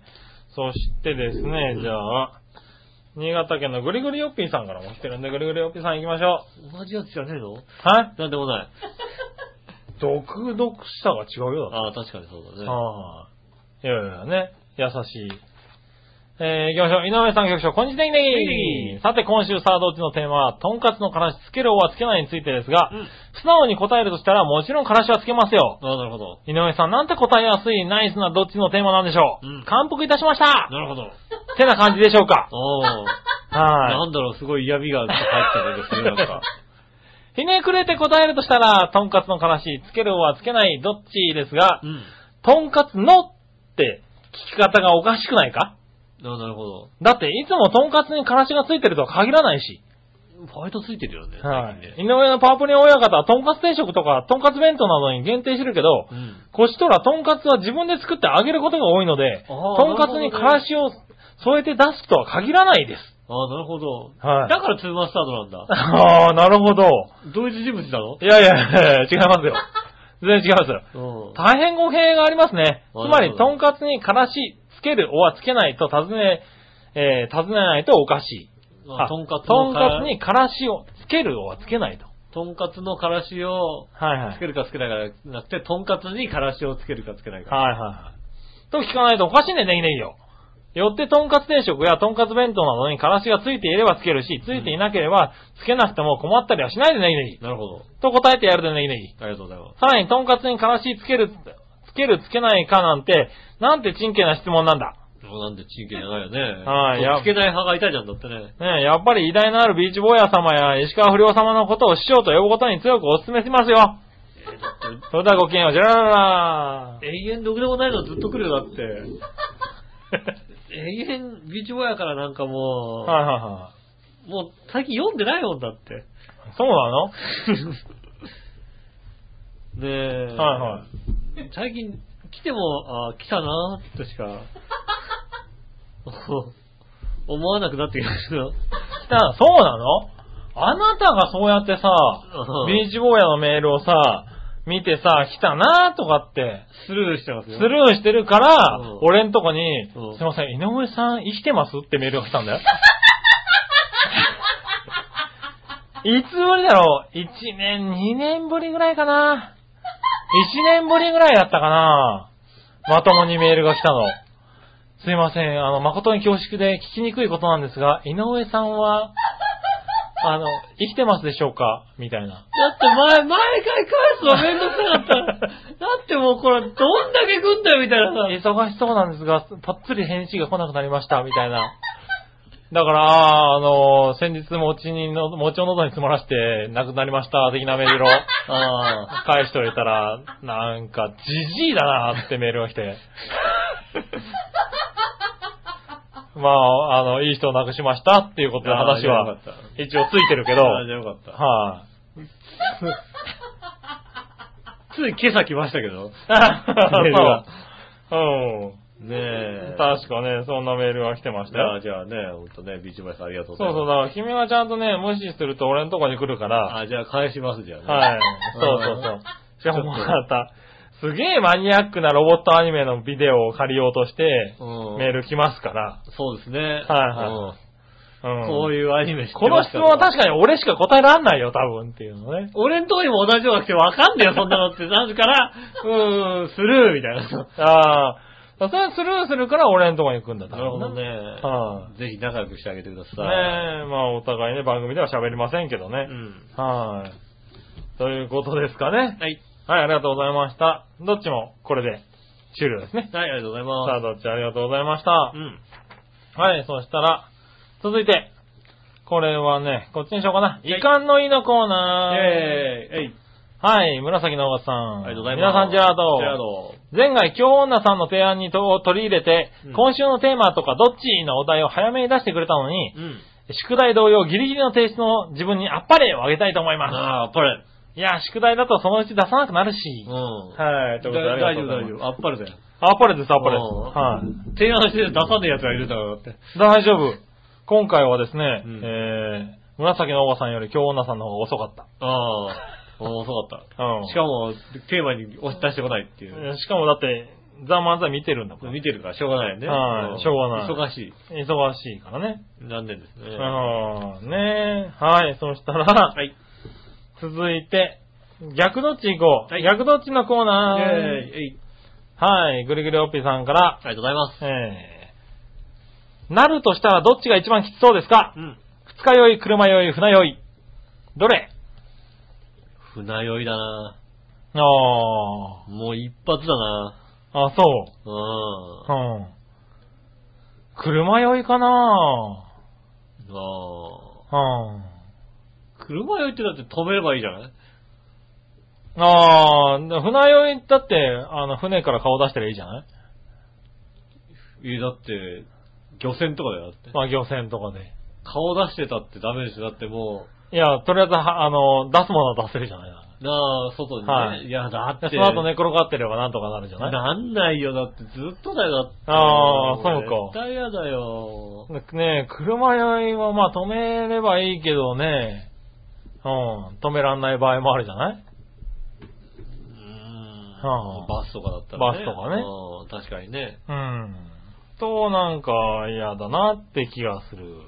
C: そしてですね、じゃあ、新潟県のぐりぐりよっぴーさんからも来てるんで、ぐりぐりよっぴーさん行きましょ
B: 同じやつじゃねえの
C: う。はい。
B: なんでもない。
C: 毒々しさが違うよだっ
B: ああ、確かにそうだ
C: て。
B: ね。
C: はい。いやいやね、優しい。えー、行きましょう。井上さん局長、こんにちは。さて、今週さあ、どっちのテーマは、とんかつのからしつけるおはつけないについてですが、
B: うん
C: 素直に答えるとしたら、もちろんからしはつけますよ。
B: ああ、なるほど。
C: 井上さん、なんて答えやすいナイスなどっちのテーマなんでしょう。
B: うん
C: 感服いたしました
B: なるほど。
C: てな感じでしょうか。
B: おー。な
C: は
B: んだろう、すごい嫌味が入ってたんですね、なんか。
C: い。ひねくれて答えるとしたら、とんかつのからし、つけるはつけない、どっちですが
B: う、ん。
C: とんかつのって聞き方がおかしくないか
B: ああ、なるほど。
C: だって、いつもとんかつにからしがついてるとは限らないし。
B: ファイトついてるよね、
C: は
B: 最
C: い
B: 近。
C: 井
B: ね。
C: 上のパープリン親方は、とんかつ定食とか、とんかつ弁当などに限定してるけど
B: う、ん。
C: こっちとらとんかつは自分で作ってあげることが多いので、
B: あー
C: とんかつにからしを添えて出すとは限らないです。
B: ああ、なるほど。
C: はい
B: だからツーマスタードなんだ。
C: ああ、なるほど。
B: 同一人物なの
C: いやいやいやいや、違います [LAUGHS] よ。全然違いますよ。
B: うん。
C: 大変語弊がありますね。
B: あ
C: つま
B: なる
C: り、
B: ほど
C: とんかつにからしつけるおはつけないと尋ね、えー、尋ねないとおかしい。
B: あとんかつ
C: と
B: の
C: ん
B: か
C: からつにからしをつけるおはつけないと。
B: とんかつのからしを
C: はいは
B: つ
C: い。
B: けるかつけないかじゃなくて、とんかつにからしをつけるかつけないか。
C: はいはいはい。と聞かないとおかしいね、ネギネギを。よって、とんかつ定食やとんかつ弁当などにからしがついていればつけるし、ついていなければつけなくても困ったりはしないでネギネギ。
B: なるほど。
C: と答えてやるでネギネギ。
B: ありがとうございます。
C: さらに、とんかつにからしつける、つけるつけないかなんて、なんて珍形な質問なんだ。
B: もうなんで地域じゃないよね。
C: は
B: そ
C: い
B: う
C: や
B: つけない派がいたじゃんだってね。 [LAUGHS]
C: ねえ、やっぱり偉大なるビーチボーヤ様や石川不良様のことを師匠と呼ぶことに強くお勧めしますよ。それではごきげんよう、じゃららら
B: 永遠どこでもないのずっと来る
C: [LAUGHS]
B: よ、だって。永遠、ビーチボーイやからなんかもう、
C: はいはいは
B: もう最近読んでないもんだ
C: [LAUGHS]
B: って。
C: い。そうなの
B: ねえ。
C: はいはい
B: 最近来ても、あ来たなーとしか、思わなくなってきました
C: [LAUGHS]
B: よ。
C: だそうなのあなたがそうやってさ
B: う、ん
C: ビーチボーヤのメールをさ、見てさ、来たなとかって、
B: スルーしてます
C: ス
B: よ。
C: ルーしてるから
B: うん、
C: 俺んとこに、
B: うん
C: すいません、井上さん生きてますってメールが来た
B: [LAUGHS]
C: んだよ。いつぶりだろう ?1 年、2年ぶりぐらいかな ?1 年ぶりぐらいだったかなまともにメールが来たの。すいません、あの、誠に恐縮で聞きにくいことなんですが、井上さんは、あの、生きてますでしょうかみたいな。
B: だって前、毎回返すのめんどく
C: [LAUGHS]
B: さかった。だってもうこれ、どんだけ来んだよ、みたいなさ。
C: 忙しそうなんですが、ぽっつり返事が来なくなりました、みたいな。だから、あの、先日餅にの、餅を喉に詰まらして、亡くなりました、的な
B: [LAUGHS]
C: メールを、
B: あ
C: 返しておいたら、なんか、じじいだな、ってメールが
B: [LAUGHS]
C: 来て。まあ、あの、いい人を亡くしました、っていうことで話
B: あーよ
C: は
B: かっ、
C: 一応ついてるけど、
B: あー
C: はい、
B: じゃあよかった。つい今朝来ましたけど。
C: [LAUGHS] そう
B: メールが
C: うん。
D: ねえ。
C: 確かね、そんなメールが来てました
D: じゃあ、
C: よ。
D: じゃあね、ほんとね、ビーチバイスありがとう
C: そう
D: ございます。
C: そう、だから君はちゃんとね、無視すると俺のとこに来るから、
D: あ、じゃあ返します、じゃあね。
C: はい。
D: う
C: そ
D: ん
C: うそうそう。しかもまた、すげえマニアックなロボットアニメのビデオを借りようとして、
D: うん。
C: メール来ますから。
D: そうですね。はい
C: はうん
D: こういうアニメ知って
C: この質問は確かに俺しか答えらんないよ、多分っていうのね。
D: 俺んとこにも同じような来てわかんねえよ、そんなのって。なるから、うーん、スルーみたいな。
C: ああ、それスルーするから俺のとこに来るんだ、多
D: なるほ
C: 分
D: どね。
C: は
D: ぜひ仲良くしてあげてくださ
C: ねえ、
D: い。
C: まあお互いね、番組では喋りませんけど
D: う
C: ね。
D: ん。
C: はい。ということですかね。
D: はい。
C: はい、ありがとうございました。どっちもこれで終了ですね。
D: はい、ありがとうござい
C: さあ、
D: ま
C: どっちありがとうございました。
D: す。うん。
C: はい、そしたら、続いて、これはね、こっちにしようかな。
D: い
C: 遺憾の意のコーナー。
D: ええい。
C: はい、紫のおばさん。
D: ありがとうございま
C: 皆
D: す。
C: さん、ジェラード。
D: ジェラード。
C: 前回、京女さんの提案にとを取り入れて、
D: うん
C: 今週のテーマとかどっちのお題を早めに出してくれたのに、
D: うん。
C: 宿題同様ギリギリの提出の自分にあっぱれをあげたいと思いま
D: ああ、やっぱり。
C: す。いや、宿題だとそのうち出さなくなるし。
D: うん。
C: はい、ということであ
D: 大
C: りが
D: 大
C: と
D: 丈
C: う
D: 夫、
C: ございます
D: 大丈夫。あっぱれだよ。
C: あっぱれです、あっぱれです。
D: うん
C: はい。
D: 提案して出さねえ奴がいるんだからだって。
C: 大丈夫。今回はですね、
D: うん
C: えー、紫のおばさんより京女さんの方が遅かった。
D: ああ、 [LAUGHS] 遅かっ
C: う
D: た。
C: ん。
D: しかも、テーマに押し出してこないっていう。
C: えーしかもだって、ザ・漫才見てるんだから。
D: 見てるからしょうがないよね。
C: はい
D: ん
C: しょうがない
D: 忙しい。
C: 忙しいからね。
D: 残念ですね。
C: うん。ねえはい。そしたら、
D: はい。
C: 続いて、逆どっち行こう。
D: はい
C: 逆どっちのコーナー。
D: イェーイえい
C: はい。ぐるぐるおっぴーさんから、
D: ありがとうございます。
C: えー、なるとしたらどっちが一番きつそうですか
D: うん。
C: 二日酔い、車酔い、船酔い。どれ
D: 船酔いだな
C: ああ
D: もう一発だな
C: ー。あ、そう。
D: う。
C: うんん。車酔いかな
D: あ
C: うん。
D: あ。車酔いってだって止めればいいじゃない
C: ああ、船酔いだって、あの、船から顔出してりゃいいじゃない
D: え、だって、漁船とかだよ、だって。
C: まあ、漁船とかで。
D: 顔出してたってダメでしょだっても
C: いや、とりあえずは、あの、出すものは出せるじゃないな。
D: う、なあ、外にね。
C: はい
D: い、や、だって。
C: でその後寝転がってればなんとかなるじゃない
D: なんないよ、だってずっとだよ、だって。
C: あーそうか
D: 絶対嫌だよ。
C: ねえ、車酔いはまあ止めればいいけどね、うん、止めらんない場合もあるじゃない
D: うんバスとかだったらね。
C: バスとかね
D: うん。確かにね。
C: うん。と、なんか嫌だなって気がする。
D: いや、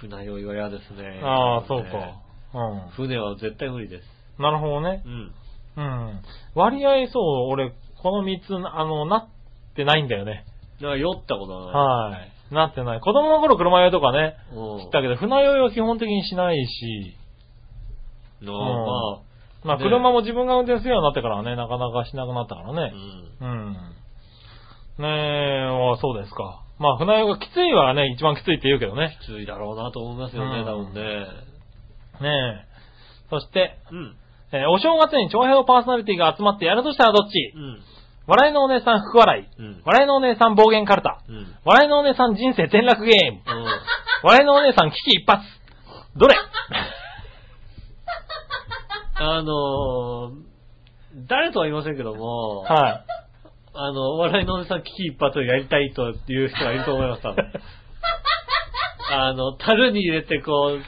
D: 船酔いは嫌ですね。
C: ああ、そうか
D: ね。
C: うん。
D: 船は絶対無理です。
C: なるほどね。
D: うん。
C: うん。割合そう、俺、この三つ、あの、なってないんだよね。
D: だから酔ったことは
C: はい。なってない。子供の頃車酔いとかね、
D: ない。うん。
C: だけど船酔いは基本的にしないし、
D: な
C: うん
D: あ、
C: まあ
D: ね
C: 車も自分が運転するようになってからはね、なかなかしなくなったから
D: まあ、
C: ね。
D: うん。
C: うん。ねえ、あそうですか。まあ船酔いがきついはね、一番きついって言うけどね。
D: きついだろうなと思いますよ
C: う
D: ね、
C: ん
D: 多分ね。
C: ねえ。そして、
D: うん。
C: えーお正月に長平パーソナリティが集まってやるとしたらどっち
D: うん。
C: 笑いのお姉さん福笑い。
D: うん。
C: 笑いのお姉さん暴言カルタ。
D: うん。うん。
C: 笑いのお姉さん人生転落ゲーム。笑いのお姉さん危機一発。ど [LAUGHS] れ
D: あのー、誰とは言いませんけども、
C: はい。
D: あの、お笑いのおじさん危機一髪をやりたいという人がいると思います、多 [LAUGHS] 分あの、樽に入れてこう、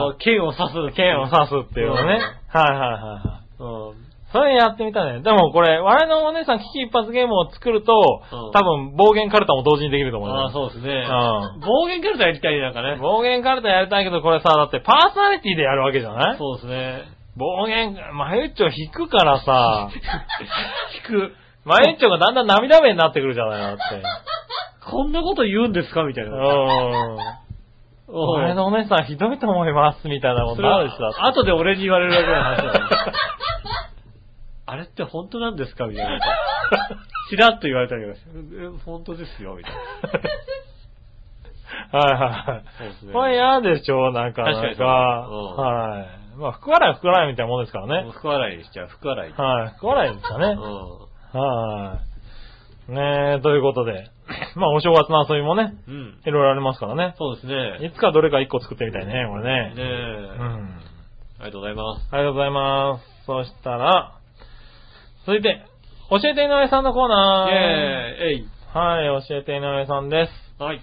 C: あ
D: の、剣を刺す。
C: ー、剣を刺すっていうのね。はいはいはいはい。
D: うん。
C: それやってみたね。でもこれ、笑いのお姉さん危機一発ゲームを作ると、
D: うん
C: 多分暴言カルタも同時にできると思い
D: あ
C: ま
D: あ、
C: す。
D: そうです
C: う
D: ね。暴言からやりたいねなんかね。
C: 暴言カルタやりたいけど、これさ、だってパーソナリティでやるわけじゃない
D: そうですね。
C: 暴言、眉っちょ引くから
D: [LAUGHS]
C: さ、
D: 聞く。
C: 眉っちょがだんだん涙目になってくるじゃないだって。
D: こんなこと言うんですかみたいうな。
C: ん。
D: うん
C: 俺のお姉さんひどいと思います、みたいなこ
D: そ
C: と
D: れ
C: あるし
D: は、
C: だって。
D: 後で俺に言われるだけの話だ
C: [LAUGHS]
D: よあれって本当なんですかみたいな。ちらっと言われたりとかしてえ本当ですよ、みたいな。
C: [LAUGHS] はいはいはい。
D: そうですね。
C: これ嫌でしょ、なかなか。
D: 確かにそう
C: はい。まあ、福笑いは福笑いみたいなもんですから
D: もう
C: ね。
D: 福笑いにしちゃう、福笑い。
C: はい。福笑いですかね。
D: う
C: はい。ねえ、ということで。 [CLEARS THROAT] まあ、お正月の遊びもね、
D: ん。うん。
C: いろいろありますからね。
D: そうですね。
C: いつかどれか一個作ってみたいね、これね。
D: ねえ。
C: うん。
D: ありがとうございます。
C: ありがとうございます。そしたら、続いて、教えて井上さんのコー
D: イェー
C: ナー。
D: イえい。
C: はい、教えて井上さんです。
D: はい。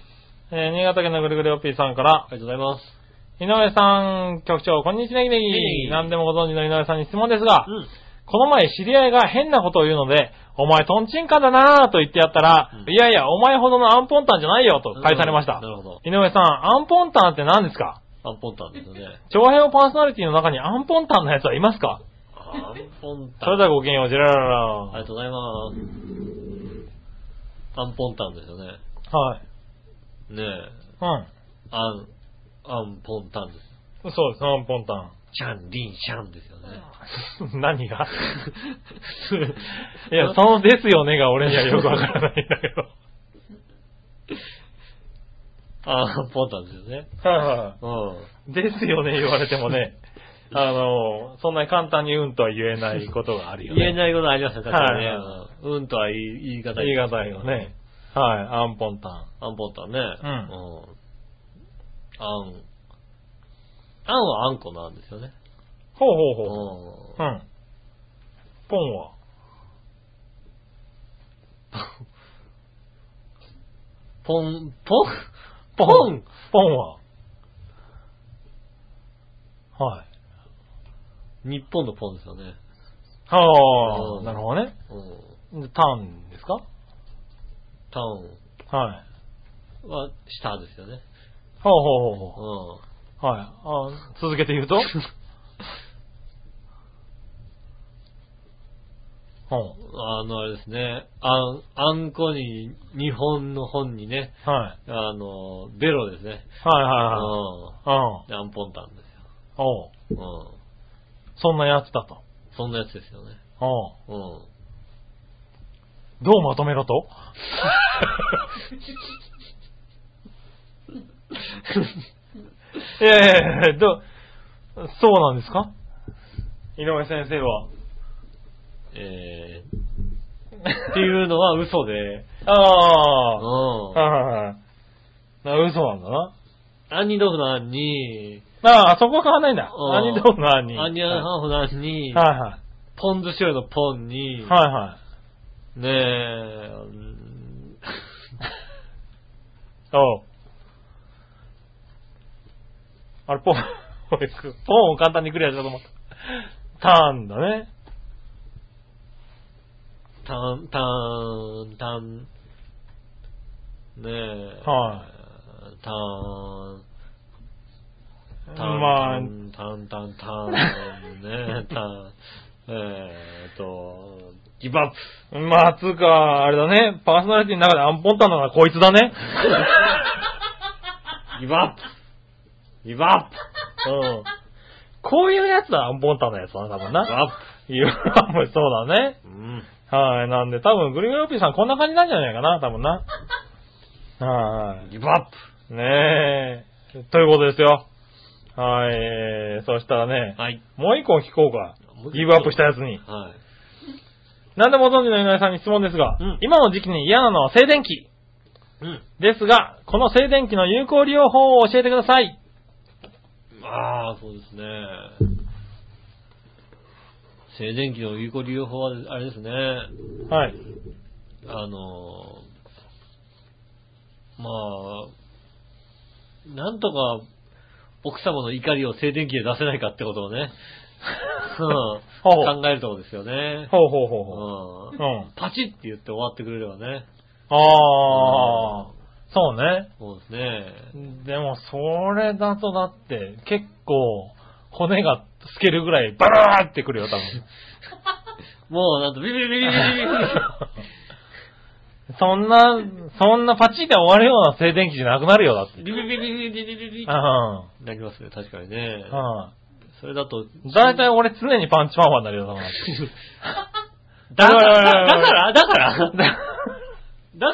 C: えー新潟県のぐるぐるおっぴーさんから
D: あ、りがとうございます。
C: 井上さん、局長、こんにちは、ネギネ
D: ネギ
C: ギ。何でもご存知の井上さんに質問ですが、
D: うん。
C: この前知り合いが変なことを言うので、お前トンチンカンだなぁと言ってやったら、
D: うん
C: いやいや、お前ほどのアンポンタンじゃないよと返されました
D: な。るほど。
C: 井上さん、アンポンタンって何ですか
D: アンポンタンです
C: [LAUGHS]
D: ね。
C: 長編パーソナリティの中にアンポンタンのやつはいますか
D: アンポンタン。
C: それではごきげんよう、ジェラララ。
D: ありがとうございます。アンポンタンですよね。
C: はい。
D: ねえ。アン、アンポンタンです。
C: うん。そうです、アンポンタン。
D: チャン、リン、シャンですよね。
C: [LAUGHS] 何
D: [LAUGHS]
C: がいや、そのですよねが俺にはよくわからないんだけど。
D: アンポンタンですよね。
C: はいは
D: うん。
C: い。ですよね言われてもね、 [LAUGHS] あの、そんなに簡単にうんとは言えないことがあるよね。
D: 言えないことありますね、確かにね。
C: はい
D: うんうんとは言い言い方
C: 言い難いよ。ね。はい、アンポンタン。
D: アンポンタンね。うんん。アン。アンはあんこなんですよね。
C: ほう
D: う
C: ほうほう。
D: ん。
C: うん。ポンは
D: [LAUGHS] ポン、ポン、ポン、
C: ポンははい。
D: 日本のポンですよね。
C: はあ、
D: うん
C: なるほどね。
D: うん。
C: でタンですか
D: タン
C: はい。
D: は下ですよね。
C: ほうほうほう
D: う
C: ほ
D: ん。
C: う。はい。あ続けて言うと [LAUGHS] ほ
D: あの、あれですね。あん、あんこに、日本の本にね、
C: う。はい。
D: あの、ベロですね。
C: はいは
D: う
C: いはい。うん。
D: ん。でアンポンタンです
C: おう。
D: よ。うん。
C: そんなやつだと。
D: そんなやつですよね。
C: おう。
D: うん。
C: どうまとめろ [LAUGHS] といやいやいや、ど、そうなんですか井上先生は。
D: えー、っていうのは嘘で、う
C: ああ、
D: ん。
C: はいはいはい。な嘘なんだな。
D: 杏仁豆腐の杏に、
C: ああ、そこは変わんないんだ。
D: うん
C: 何どうの何
D: 杏仁豆腐の杏に、
C: はいは
D: ポン酢醤油のポンに、
C: い。はいはい。
D: ねえ、うん
C: おう。あれ、ポン、 [LAUGHS] 俺ポンを簡単にクリアしようと思った。ターンだね。
D: たん、たん、たん、ねえ、
C: は
D: たん、たん、
C: まあ、
D: たん、たん、たん、ねえ、たん、えーっと、ギブアップ
C: まあ、つうか、あれだね、パーソナリティの中でアンポンタンなのはこいつだね。
D: ギブアップギブアップ
C: うん。こういうやつだ、アンポンタンのやつだな、多分
D: ギブ
C: な。
D: アップ
C: いや、もうそうだね。
D: うん。
C: はい、なんで、多分、グリグリオピーさんこんな感じなんじゃないかな、多分
D: [LAUGHS]
C: な。は
D: ギブアップ
C: い。ねえ。ということですよ。はい、えーそしたらね、
D: はい。
C: もう一個聞こうか。ギブアップしたやつに。
D: はい。
C: 何でもご存知の井上さんに質問ですが、
D: うん
C: 今の時期に嫌なのは静電気
D: うん。
C: ですが、この静電気の有効利用法を教えてください。
D: ああ、そうですね。静電気の有効利用法は、あれですね。
C: はい。
D: あのー、まあ、なんとか、奥様の怒りを静電気で出せないかってことをね、
C: ほう
D: うん考えるところですよね。
C: ほうほうほうほう。
D: う
C: うんん。
D: パチって言って終わってくれればね。
C: ああ、そうね。
D: そうですね。
C: でも、それだとだって、結構、骨が透けるぐらい、バラーってくるよ、
D: [LAUGHS]
C: 多分。
D: もう、なんと、ビビビビビビビビ
C: そんな、そんなパチって終わるような静電気じゃなくなるよ、だって。
D: ビビビビビビビビビビ
C: うん。うん
D: なりますね、確かにね。
C: うん。
D: それだと、
C: だいたい俺常にパンチパーマになるよ、多
D: [LAUGHS]
C: 分。
D: だか
C: おいおいおいお
D: ら、
C: い
D: だから、だから、だ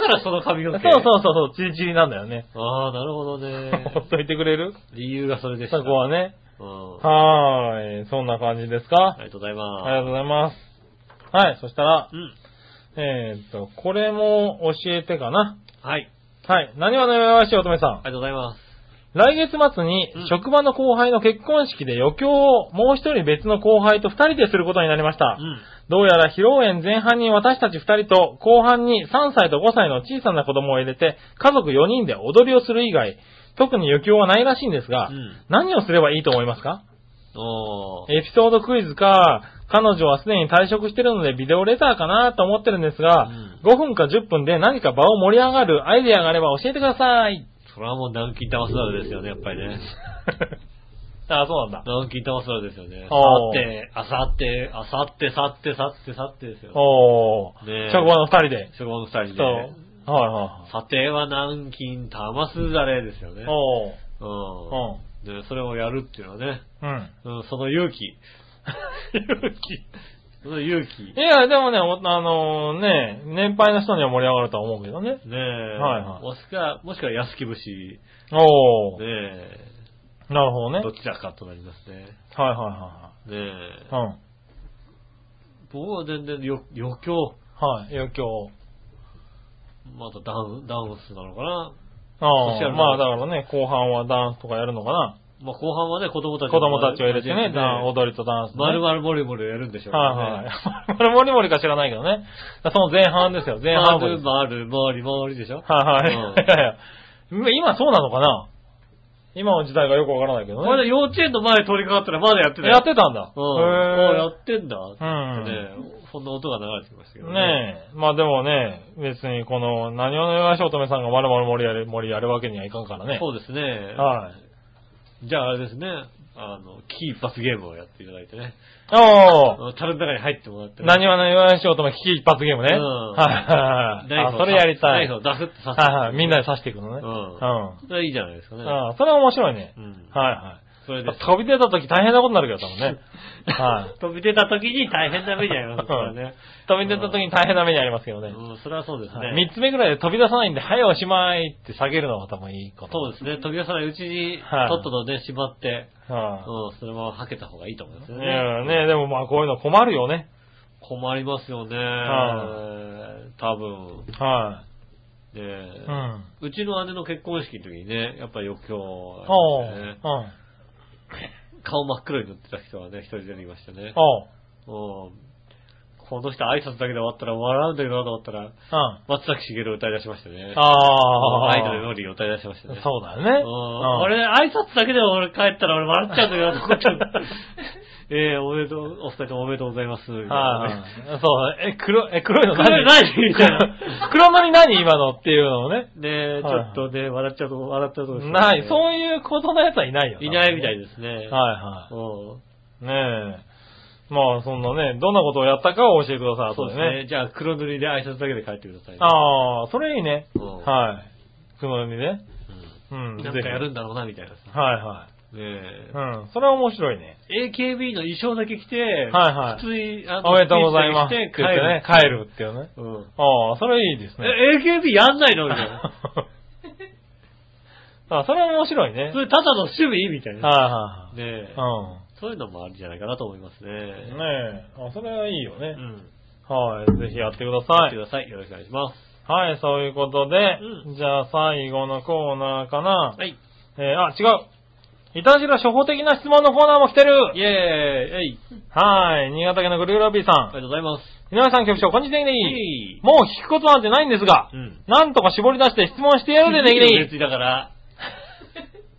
D: からその髪
C: そう
D: の毛。
C: そうそうそう、チリチリなんだよね。
D: ああ、なるほど
C: ほっ
D: ね。
C: といてくれる
D: 理由がそれでした。
C: そこはね。
D: うん。あ
C: はーい。そんな感じですか
D: りがとうござい
C: あ
D: ま
C: りがとうございます。はい。そしたら
D: す。、うん。
C: えーっと、これも教えてかな。
D: はい。
C: はい。何はの弱々しい乙女さ
D: あ
C: ん
D: り。がとうございます。
C: 来月末に
D: うん
C: 職場の後輩の結婚式で余興をもう一人別の後輩と二人ですることになりました
D: う。ん。
C: どうやら披露宴前半に私たち2人と後半に3歳と5歳の小さな子供を入れて家族4人で踊りをする以外、特に余興はないらしいんですが、
D: うん
C: 何をすればいいと思いますか
D: ああ。
C: エピソードクイズか、彼女はすでに退職してるのでビデオレターかなと思ってるんですが、5分か10分で何か場を盛り上がるアイデアがあれば教えてください。
D: それはもう南京玉すだれですよね、やっぱりね。
C: [LAUGHS] ああ、そうなんだ。
D: 南京玉すだれですよね。
C: あ
D: あ
C: ー
D: さって、あさって、あさって、さって、さって、さってですよ。
C: おー。
D: ねえ
C: 職場の2人で。
D: 初号の二人
C: そう。はい
D: で。
C: は
D: さては南京玉すだれですよね
C: い。。おー。
D: う。
C: うん
D: で、それをやるっていうのはね、
C: ん。うん。
D: うん、その
C: [LAUGHS]
D: 勇気。勇気。その勇気。
C: いや、でもね、おあのね、年配の人には盛り上がるとは思うけどね。
D: ねえ。
C: はいはい
D: もしか、もしくは安木節。
C: お
D: ね
C: ー。
D: え。
C: なるほどね。
D: どちらかとなりますね。
C: はいは
D: ねえ
C: いはい。。はい
D: 僕は全然よ余興、
C: うん。はい、余興。
D: またダウン、ダウンスなのかな。
C: あ
D: そした
C: あ、
D: ら
C: まあだからね、後半はダンスとかやるのかな。
D: まあ後半はね、子供たち
C: 子供たちを入れてね、ダン
D: ま
C: 踊りとダンス、ね。
D: るまるもりもりをやるんでしょうね。
C: はいはい。これモリモリか知らないけどね。その前半ですよ、前半
D: ま
C: 部で
D: る
C: す。
D: まるまりまりでしょ。
C: はいはい。
D: うん
C: いやい [LAUGHS] や今そうなのかな今の時代がよくわからないけど
D: これ
C: ね。
D: で幼稚園の前通りかかったらまだやってたよ
C: やってたんだ。
D: うん。
C: へ
D: あ
C: ー
D: やってんだ。
C: ん
D: ねそんな音が流れてきましたけど
C: ねえ。まあでもね、別にこの、何をのよしおとめさんがまるまる森やる、森やるわけにはいかんからね。
D: そうですね。。
C: はい
D: じゃああれですね、あの、キーパスゲームをやっていただいてね。
C: おお
D: あの樽の中に入ってもらってね。
C: 何をのよしおとめ危機一発ゲームね。
D: うん
C: はいはい
D: ナ
C: は
D: イ
C: い。
D: フ
C: あ
D: を
C: それやりた
D: ナ
C: い。
D: イフを
C: は
D: 出すって刺す。
C: いはい。みんなで刺していくのね。
D: う
C: うんん。
D: それいいじゃないですかね。
C: ああ、それは面白いね。
D: うん
C: はいは
D: それ
C: い
D: で。。
C: 飛び出た時大変なことになるけど、多分
D: [LAUGHS]
C: ね。はい。
D: 飛び出た時に大変な目に遭いますから
C: [LAUGHS]
D: ね。
C: 飛び出た時に大変な目にありますけどね。
D: うん、それはそうです
C: はい
D: ね。
C: 三つ目ぐらいで飛び出さないんで、はい、おしまいって下げるのが多分いいこと。
D: そうですね。飛び出さないうちに、
C: はい
D: とっととね、縛って、うん
C: は、
D: そのままはけた方がいいと思います
C: い
D: よ
C: い
D: ね。
C: やね、でもまあこういうの困るよね。
D: 困りますよね。
C: は
D: 多分。
C: は
D: ね
C: い。うん。
D: うちの姉の結婚式の時にね、やっぱり余興
C: お
D: を
C: う。
D: やりましたね、
C: うん。
D: 顔真っ黒に塗ってた人がね、一人出てきましたね。
C: おう。
D: うんこの人挨拶だけで終わったら笑うんだけどなと思った
C: う
D: ら、
C: ん。
D: 松崎しげるを歌い出しましたね。
C: ああ。
D: アイドルより歌い出しましたね。
C: そうだよね。う
D: うん
C: ん
D: 俺、挨拶だけで俺帰ったら俺笑っちゃうんだけどなと思っ
C: [LAUGHS]
D: たらええおめでとう、お二人ともおめでとうございます。みたい
C: はい
D: なね
C: はい。そう、え、黒、え、黒いの何
D: 黒いの何みたいな
C: 黒のに何今のっていうのをね。
D: ねえ、ち
C: はいはい
D: ょっとね、笑っちゃうと、笑っちゃうとこですね
C: ない、そういうことのやつはいないよ。
D: いないみたい
C: で
D: ですね。
C: はいはい。
D: うん
C: ねえ。まあ、そんなね、どんなことをやったかを教えてください、
D: そう
C: 後
D: で
C: です
D: ね。じゃあ、黒塗りで挨拶だけで帰ってくださいね。
C: ああ、それいいね。
D: うん
C: はい。くのみね。
D: う
C: うん。
D: んなんかやる
C: ぜ
D: んだろうな、みたいなさ。
C: ひはいは
D: ねえ
C: い。うん。それは面白いね。
D: AKB の衣装だけ着て、
C: はいはい
D: 普通に、あ
C: おめでとうございます。って
D: [LAUGHS] 帰
C: 言ってね
D: る。、
C: 帰るっていうね。
D: うん。
C: ああ、それいいです [LAUGHS] ね。
D: え、AKB やんないのみたいな。
C: あそれは面白いね。
D: それただの趣味みたいな。
C: は
D: ねえ
C: いはいは
D: そういうのもあるんじゃないかなと思いますね。
C: い。うん。ねえ。あ、それはいいよ
D: う
C: ね。
D: ん。
C: はい。ぜひやってくだ
D: や
C: さ
D: って
C: い
D: く。ださい。よろしくお願いします。
C: はい、そういうことで、
D: う
C: じゃあ最後のコーナーかな。
D: はい。
C: えーあ、違う。いたじら初歩的な質問のコーナーも来てる
D: イェーイえい
C: はい。新潟県のグリグラビーさ
D: あ
C: ん。
D: りがとうございます。
C: 井上さん局長、こんにちは、ネギネギ。
D: い
C: もう聞くことなんてないんですが、
D: うん。
C: なんとか絞り出して質問してやるで、ネギネ
D: 別にだから、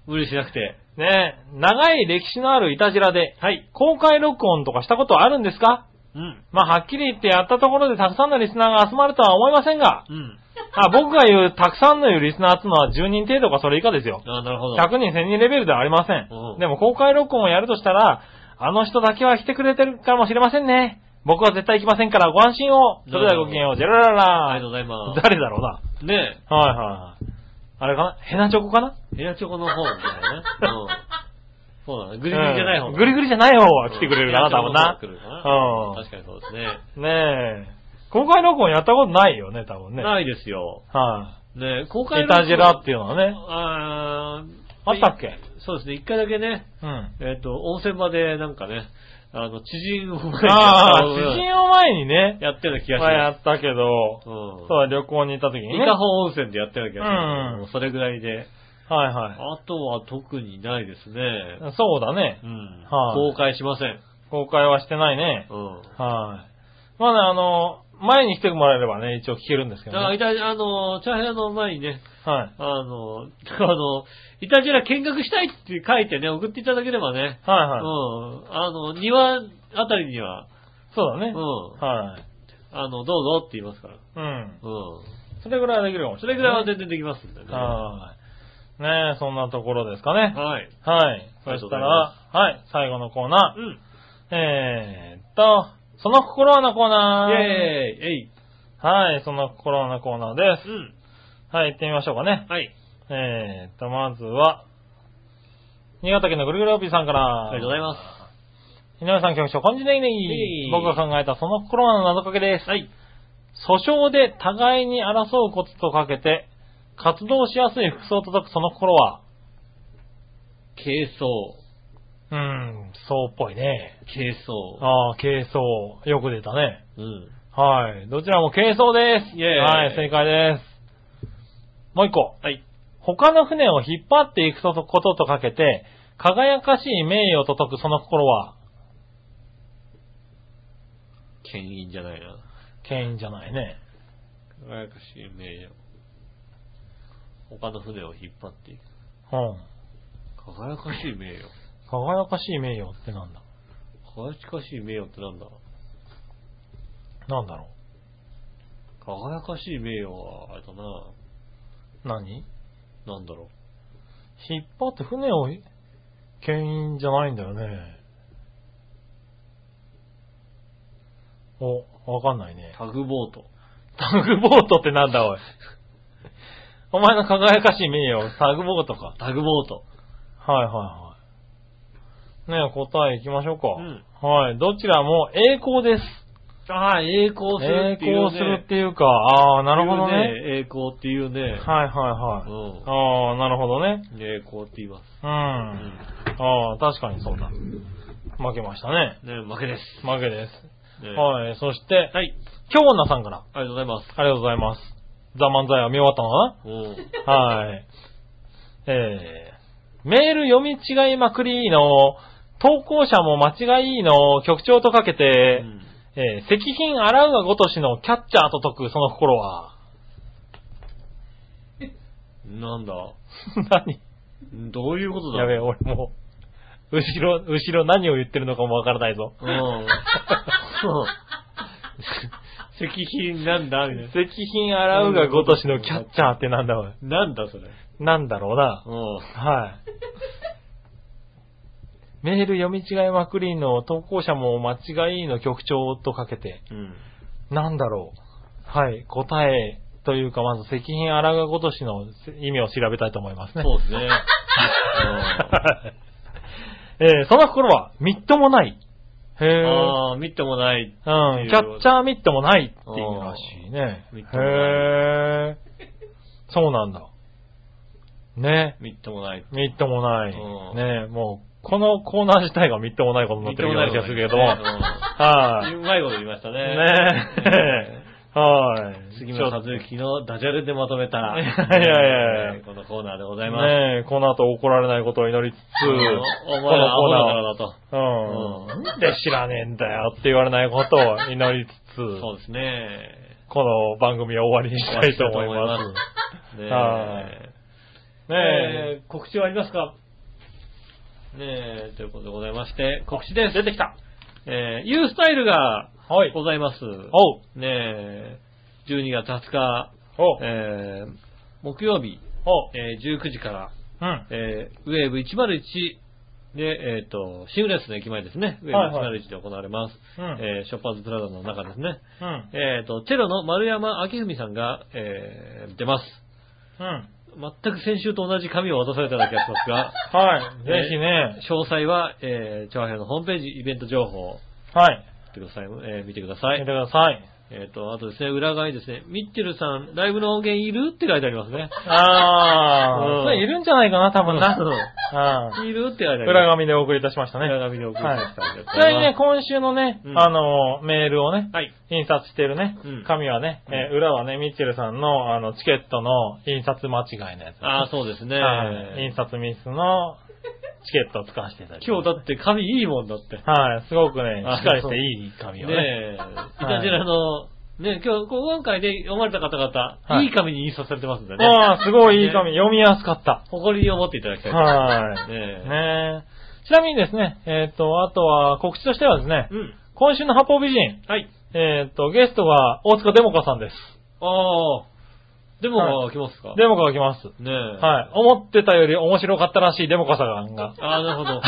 D: 無理しなくて。
C: ギ。ねえ、長い歴史のあるいたじらで、
D: はい。
C: 公開録音とかしたことはあるんですか
D: うん。
C: まあ、はっきり言ってやったところでたくさんのリスナーが集まるとは思いませんが、
D: うん。
C: [LAUGHS] あ僕が言うたくさんの言うリスナーってのは10人程度かそれ以下ですよ。
D: あなるほど。
C: 100人1000人レベルではありません
D: うん。
C: でも公開録音をやるとしたら、あの人だけは来てくれてるかもしれませんね。僕は絶対行きませんからご安心を。それではごきげんよう、ジェララ
D: ありが
C: ラ
D: とうございます。
C: 誰だろうな。
D: ね
C: はいはいはい。あれかなヘナチョコかな
D: え、ヘラチョコの方みたいなね。うん。そうだね。グリグリじゃない方。
C: うんグリグ
D: リ
C: リじゃない方は来てくれるかな、多分な。
D: 来るか
C: うん
D: な。確かにそうですね。
C: ねえ。公開録音やったことないよね、多分ね。
D: ないですよ。
C: は
D: ね公
C: い。
D: 開。
C: イタジラってていうのはね。
D: あー
C: あったっけ
D: そうですね。一回だけね、
C: うん。
D: えっ、と、温泉場でなんかね、あの、知人を、
C: ああ、
D: [LAUGHS] うん
C: 知人を前にね、
D: やってる気がし
C: まあや
D: ま
C: ったけど、
D: す。う
C: そう
D: ん。
C: だ旅行に行った時に
D: 伊
C: ね。
D: 香保温泉でやってる気がします
C: うん
D: もうそれぐらいで。
C: はいは
D: あとは特にないですね。
C: い。そうだね
D: う。ん。
C: はい
D: 公開しません。
C: 公開はしてないね。
D: うん。
C: はまあね、あの、前に来てもらえればね、一応聞けるんですけど
D: あ、
C: ね。
D: いた、あの、チャーヘアの前にね、
C: はい。
D: あの、 [LAUGHS] あの、イタジラ見学したいって書いてね、送っていただければね、
C: はい
D: うん
C: はい。、
D: あの、庭あたりには、
C: そうだ
D: う
C: ね。
D: ん、
C: はい。
D: あの、どうぞって言いますから。
C: うん。
D: うん。
C: それぐらいはできるかもし
D: そ
C: れ
D: れ
C: ない、
D: ぐらいは全然できますんでね。
C: はい。ねえ、そんなところですかね。
D: はい。
C: はい。そ
D: ありがとう
C: し
D: ござ
C: た
D: い
C: ら、
D: ま
C: はい、最後のコーナ
D: う
C: ー。
D: ん。
C: えーっと、その心はのコーナー。
D: イェーイえい
C: はい、その心はのコーナーで
D: うん。
C: す。はい、行ってみましょうかね。
D: はい。
C: えーっと、まずは、新潟県のぐるぐるおぴーさんから。
D: ありがとうございます。
C: 井上さん局長、こんにちはね
D: ねぎ
C: 僕が考えたその心はの謎かけです。
D: はい。
C: 訴訟で互いに争うこととかけて、活動しやすい服装を叩くその心は、
D: 軽装。
C: うーん、そうっぽいね。
D: 軽装。
C: ああ、軽装。よく出たね。
D: うん。
C: はい。どちらも軽装です。
D: イェーイ
C: はい、正解です。もう一個。
D: はい。
C: 他の船を引っ張っていくこととかけて、輝かしい名誉と解くその心は、
D: 牽引じゃないな。
C: 権威じゃないね。
D: 輝かしい名誉。他の船を引っ張っていく。
C: うん。
D: 輝かしい名誉。
C: 輝かしい名誉ってなんだ
D: 輝かしい名誉ってなんだ
C: なんだろ
D: 輝かしい名誉は、あれだな。
C: う何
D: なんだろ。
C: 引っ張って船を、牽引じゃないんだよね。お、わかんないうね。
D: タグボート。
C: タグボートってなんだおい。お前の輝かしい名誉、タグボートか。
D: タグボート。
C: はいはいはい。ねえ、答え行きましょうか。
D: うん
C: はい。どちらも栄光です。
D: ああ、栄光する
C: 栄
D: っていう、
C: 光
D: ね。
C: するっていうか、ああ、なるほどね。
D: ね。栄光っていうね。
C: はいはいはい。
D: う
C: ああ、なるほどね。
D: ん。栄光って言います。
C: うん。
D: うん
C: ああ、確かにそうだ。負けましたね。
D: ね、負けです。
C: 負けです。
D: ね
C: はい。そして、
D: はい。
C: 京奈さんから。
D: ありがとうございます。
C: ありがとうございます。ザ・漫才は見終わったのかな
D: うん。
C: はい。えー、メール読み違いまくりの、投稿者も間違いの、局長とかけて、
D: うん
C: えー、石品洗うがごとしのキャッチャーと解く、その心は。 [LAUGHS]
D: なんだ
C: 何
D: どういうことだ
C: やべえ、俺もう、後ろ、後ろ何を言ってるのかもわからないぞ。
D: うん。そう。石品なんだみたい
C: 石品洗うがごとしのキャッチャーってなんだ、おい。
D: な。なんだそれ。
C: なんだろうな。
D: う
C: はい。メール読み違いまくりの投稿者も間違いの局長とかけて、
D: ん。うん。
C: なんだろう。はい、答えというか、まず、石品荒川ごとしの意味を調べたいと思いますね。
D: そうですね。
C: [LAUGHS] えーその心は、みっともない。へ
D: うん
C: え。
D: ああ、見てもない。
C: うん、キャッチャーみっともないっていうらしいね。
D: あーみっとも
C: へえ。そうなんだ。ね。
D: 見てもない。
C: みっともない。
D: うん
C: ねもう、このコーナー自体がみっともないことになってるような気がするけれども。はい、
D: うまいこと言いましたね。
C: ねえ。はい。
D: 杉村和之のダジャレでまとめた。
C: [LAUGHS] いやいやいや
D: このコーナーでございます。
C: ねえ、この後怒られないことを祈りつつ、
D: うんお前らアホだからだと。
C: このコーナー、う
D: う
C: んん、なんで知らねえんだよって言われないことを祈りつつ、
D: そうですね。
C: この番組は終わりにしたいと思います。
D: ね
C: はい
D: え。
C: ねえ、
D: えー告知はありますかねえ、ということでございまして、告知です。出てきた。えー、ユースタイルが
C: はい。
D: ございます。
C: おう、
D: ねえ、12月20日、
C: おう、
D: えー、木曜日、
C: おう、
D: えー、19時から、
C: うん、
D: えー、ウェーブ101で、えっ、と、シームレスの駅前ですね。ウェー
C: はい
D: ブ
C: はい
D: 101で行われます。
C: うん
D: えーショッパーズプラザの中ですね。
C: うん、
D: えっ、と、チェロの丸山明文さんが、えー、出ます。
C: うん。
D: 全く先週と同じ紙を渡されたような気がします
C: [LAUGHS]
D: が、
C: はい、
D: えー
C: ぜひね、
D: 詳細は、えー、チャワヘアのホームページ、イベント情報を
C: はい、
D: 見てください、えー見てくださ
C: 見て
D: い。
C: ください。
D: えっ、と、あとですね、裏側にですね、ミッチェルさん、ライブの音源いるって書いてありますね。
C: あ
D: うん
C: ー、それいるんじゃないかな、多分 [LAUGHS] な。う
D: [LAUGHS] いるって書いてありま
C: ん。
D: す。
C: 裏紙でお送りいたしましたね。
D: 裏紙で送りました。ありがとう
C: ち
D: ござ
C: ないみに
D: ます
C: ね、今週のね、
D: うん
C: あの、メールをね、
D: はい。
C: 印刷してるね、
D: うん
C: 紙はね、えー裏はね、ミッチェルさんの、あの、チケットの印刷間違いのやつ。
D: ああ、そうですね。
C: はい印刷ミスのチケットを使わせていただいて。
D: 今日だって髪いいもんだって。
C: はい、すごくね、
D: あ
C: しっかりしていい髪を
D: ね
C: ね。
D: え、いたじらの、ね今日、今回で読まれた方々、、
C: はいい
D: い紙に印刷されてますんでね。
C: ああ、すごいいい髪、
D: ね
C: 読みやすかった。
D: 誇りを持っていただきたい。
C: はい。
D: ねえ
C: ねえ。ちなみにですね、えっ、と、あとは告知としてはですね
D: う、ん。
C: 今週の八方美人、
D: はい。
C: えっ、と、ゲストが大塚デモカさんです。
D: ああ、デモが来ますか、
C: デモカが来ます。
D: ねえ。
C: はい。思ってたより面白かったらしいデモカさんが、
D: ああ、なるほ
C: [LAUGHS]
D: ど。お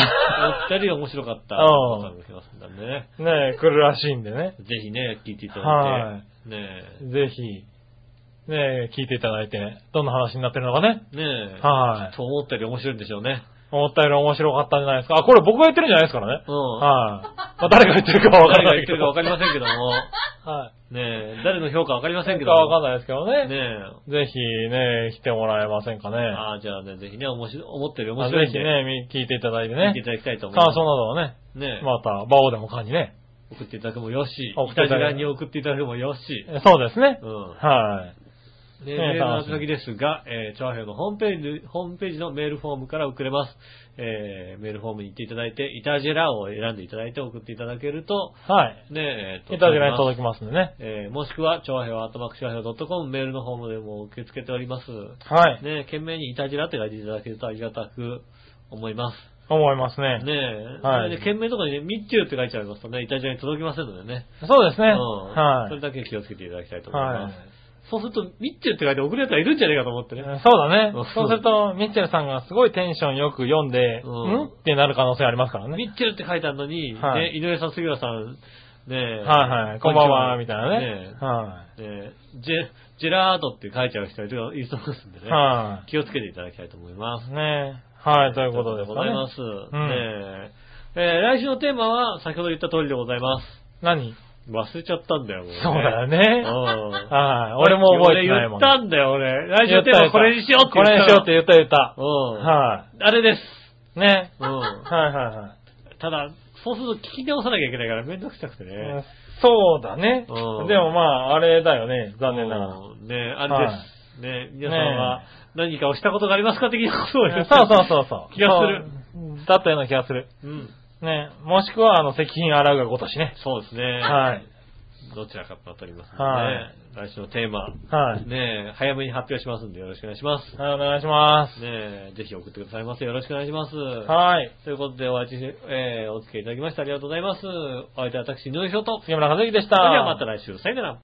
D: 二人面白かった。
C: うん
D: 方が来ますんだね。
C: ねえ、来るらしいんでね。
D: ぜひね、聞いていただいて。
C: は
D: ね
C: ぜひ、ねえ、聞いていただいて、どんな話になってるのかね。
D: え。ねえ。
C: はい。
D: と思ったより面白いんでしょうね。
C: 思ったより面白かったんじゃないですか。あ、これ僕が言ってるんじゃないですからね。
D: うん。
C: はい。まあ、誰が言ってるかはわから
D: 誰が
C: な
D: 言
C: い
D: っ
C: け
D: て
C: ど。
D: るかわかりませんけども。
C: はい。
D: ねえ、誰の評価わかりませ
C: 誰
D: んけ
C: か
D: ども。
C: わかんないですけどね。
D: ね
C: ぜひね、来てもらえませんかね。
D: え。ああ、じゃあね、ぜひね、面白い、思ってるより
C: まあ
D: 面
C: ぜ
D: 白いん
C: ひ
D: で、
C: ね、み聞いていただいて
D: 聞いて
C: ね。
D: いただきたいと思いま
C: 感
D: す。
C: 想などをね、
D: ねえ、
C: また、バオでもカにね。
D: 送っていただくもよし、
C: 送
D: い
C: って
D: た
C: い
D: じ
C: ただ
D: ら
C: いて
D: に送っていただくもよし、
C: そうですね
D: う。ん。
C: はい。
D: ね
C: え
D: え、メールの
C: 楽し
D: 宛
C: み
D: 先ですが、えー、チョアヘのホームページ、ホームページのメールフォームから送れます。えー、メールフォームに行っていただいて、イタジェラを選んでいただいて送っていただけると、
C: はい。
D: ねえ、えーと
C: いただけないと届きますんでね。
D: えー、もしくは、チョアヘアアットマークチョアヘドットコムメールのフォームでも受け付けております。
C: はい。
D: ねえ、懸命にイタジェラって書いていただけるとありがたく思います。
C: 思いますね。
D: ねえ、
C: はい
D: それで件名とかにね、ミッチューって書いちゃいますとね、イタジェラに届きませんのでね。
C: そうですね。
D: うん
C: は
D: それ
C: い。
D: だけ気をつけていただきたいと思い
C: は
D: ま
C: い
D: す。。そうすると、ミッチューって書いて送るやつがいるんじゃないかと思って
C: そう
D: ね。
C: だね
D: うん。
C: そうすると、ミッチェルさんがすごいテンションよく読んで、
D: うん
C: んってなる可能性ありますからね。
D: ミッチェルって書いてあるのに、
C: はい
D: ね、井上さん、杉浦さん、ねえ
C: はいはい。こんばんは、みたいな
D: ね
C: ね。は
D: えねえジェ、ジェラートって書いちゃう人がいそうですんで
C: い。
D: ね。
C: は
D: 気をつけていただきたいと思います
C: い。。ねはい、ということで
D: ございます
C: かね。
D: す。
C: ん
D: ねええー来週のテーマは、先ほど言った通りでございます。
C: 何
D: 忘れちゃったんだよ、もうね
C: そうだよ
D: う
C: ね。
D: ん。
C: はい。俺も覚えてないもん。
D: 俺言ったんだよ、俺。来週のテーマこれにしようって
C: これにしようって言
D: う。
C: った言った。
D: うん。
C: は
D: あれです。
C: い。ね。
D: うん。
C: はいはいはい。
D: ただ、そうすると聞き直さなきゃいけないからめんどくさくてね。
C: そうだね。で
D: うん
C: もまあ、あれだよね。残念ながら。
D: うんねあれです。
C: は
D: ね皆さんは何かをしたことがありますか的なことを言
C: そう
D: って
C: そうそうそう。
D: 気がする
C: そう。だったような気がする。
D: うん。
C: ね。もしくは、あの、石品洗うがごとしね。
D: そうですね。
C: はい。
D: どちらかと取りますの
C: はい
D: でね、来週のテーマ、
C: はい。
D: ね早めに発表しますんでよろしくお願いします。
C: はい、お願いします。
D: ねぜひ送ってくださいませ。よろしくお願いします。
C: はい。
D: ということで、お会いし、えーお付き合いいただきましてありがとうございます。お相手は私、井上翔と。
C: 杉村和之でした。
D: それではまた来週、さよなら。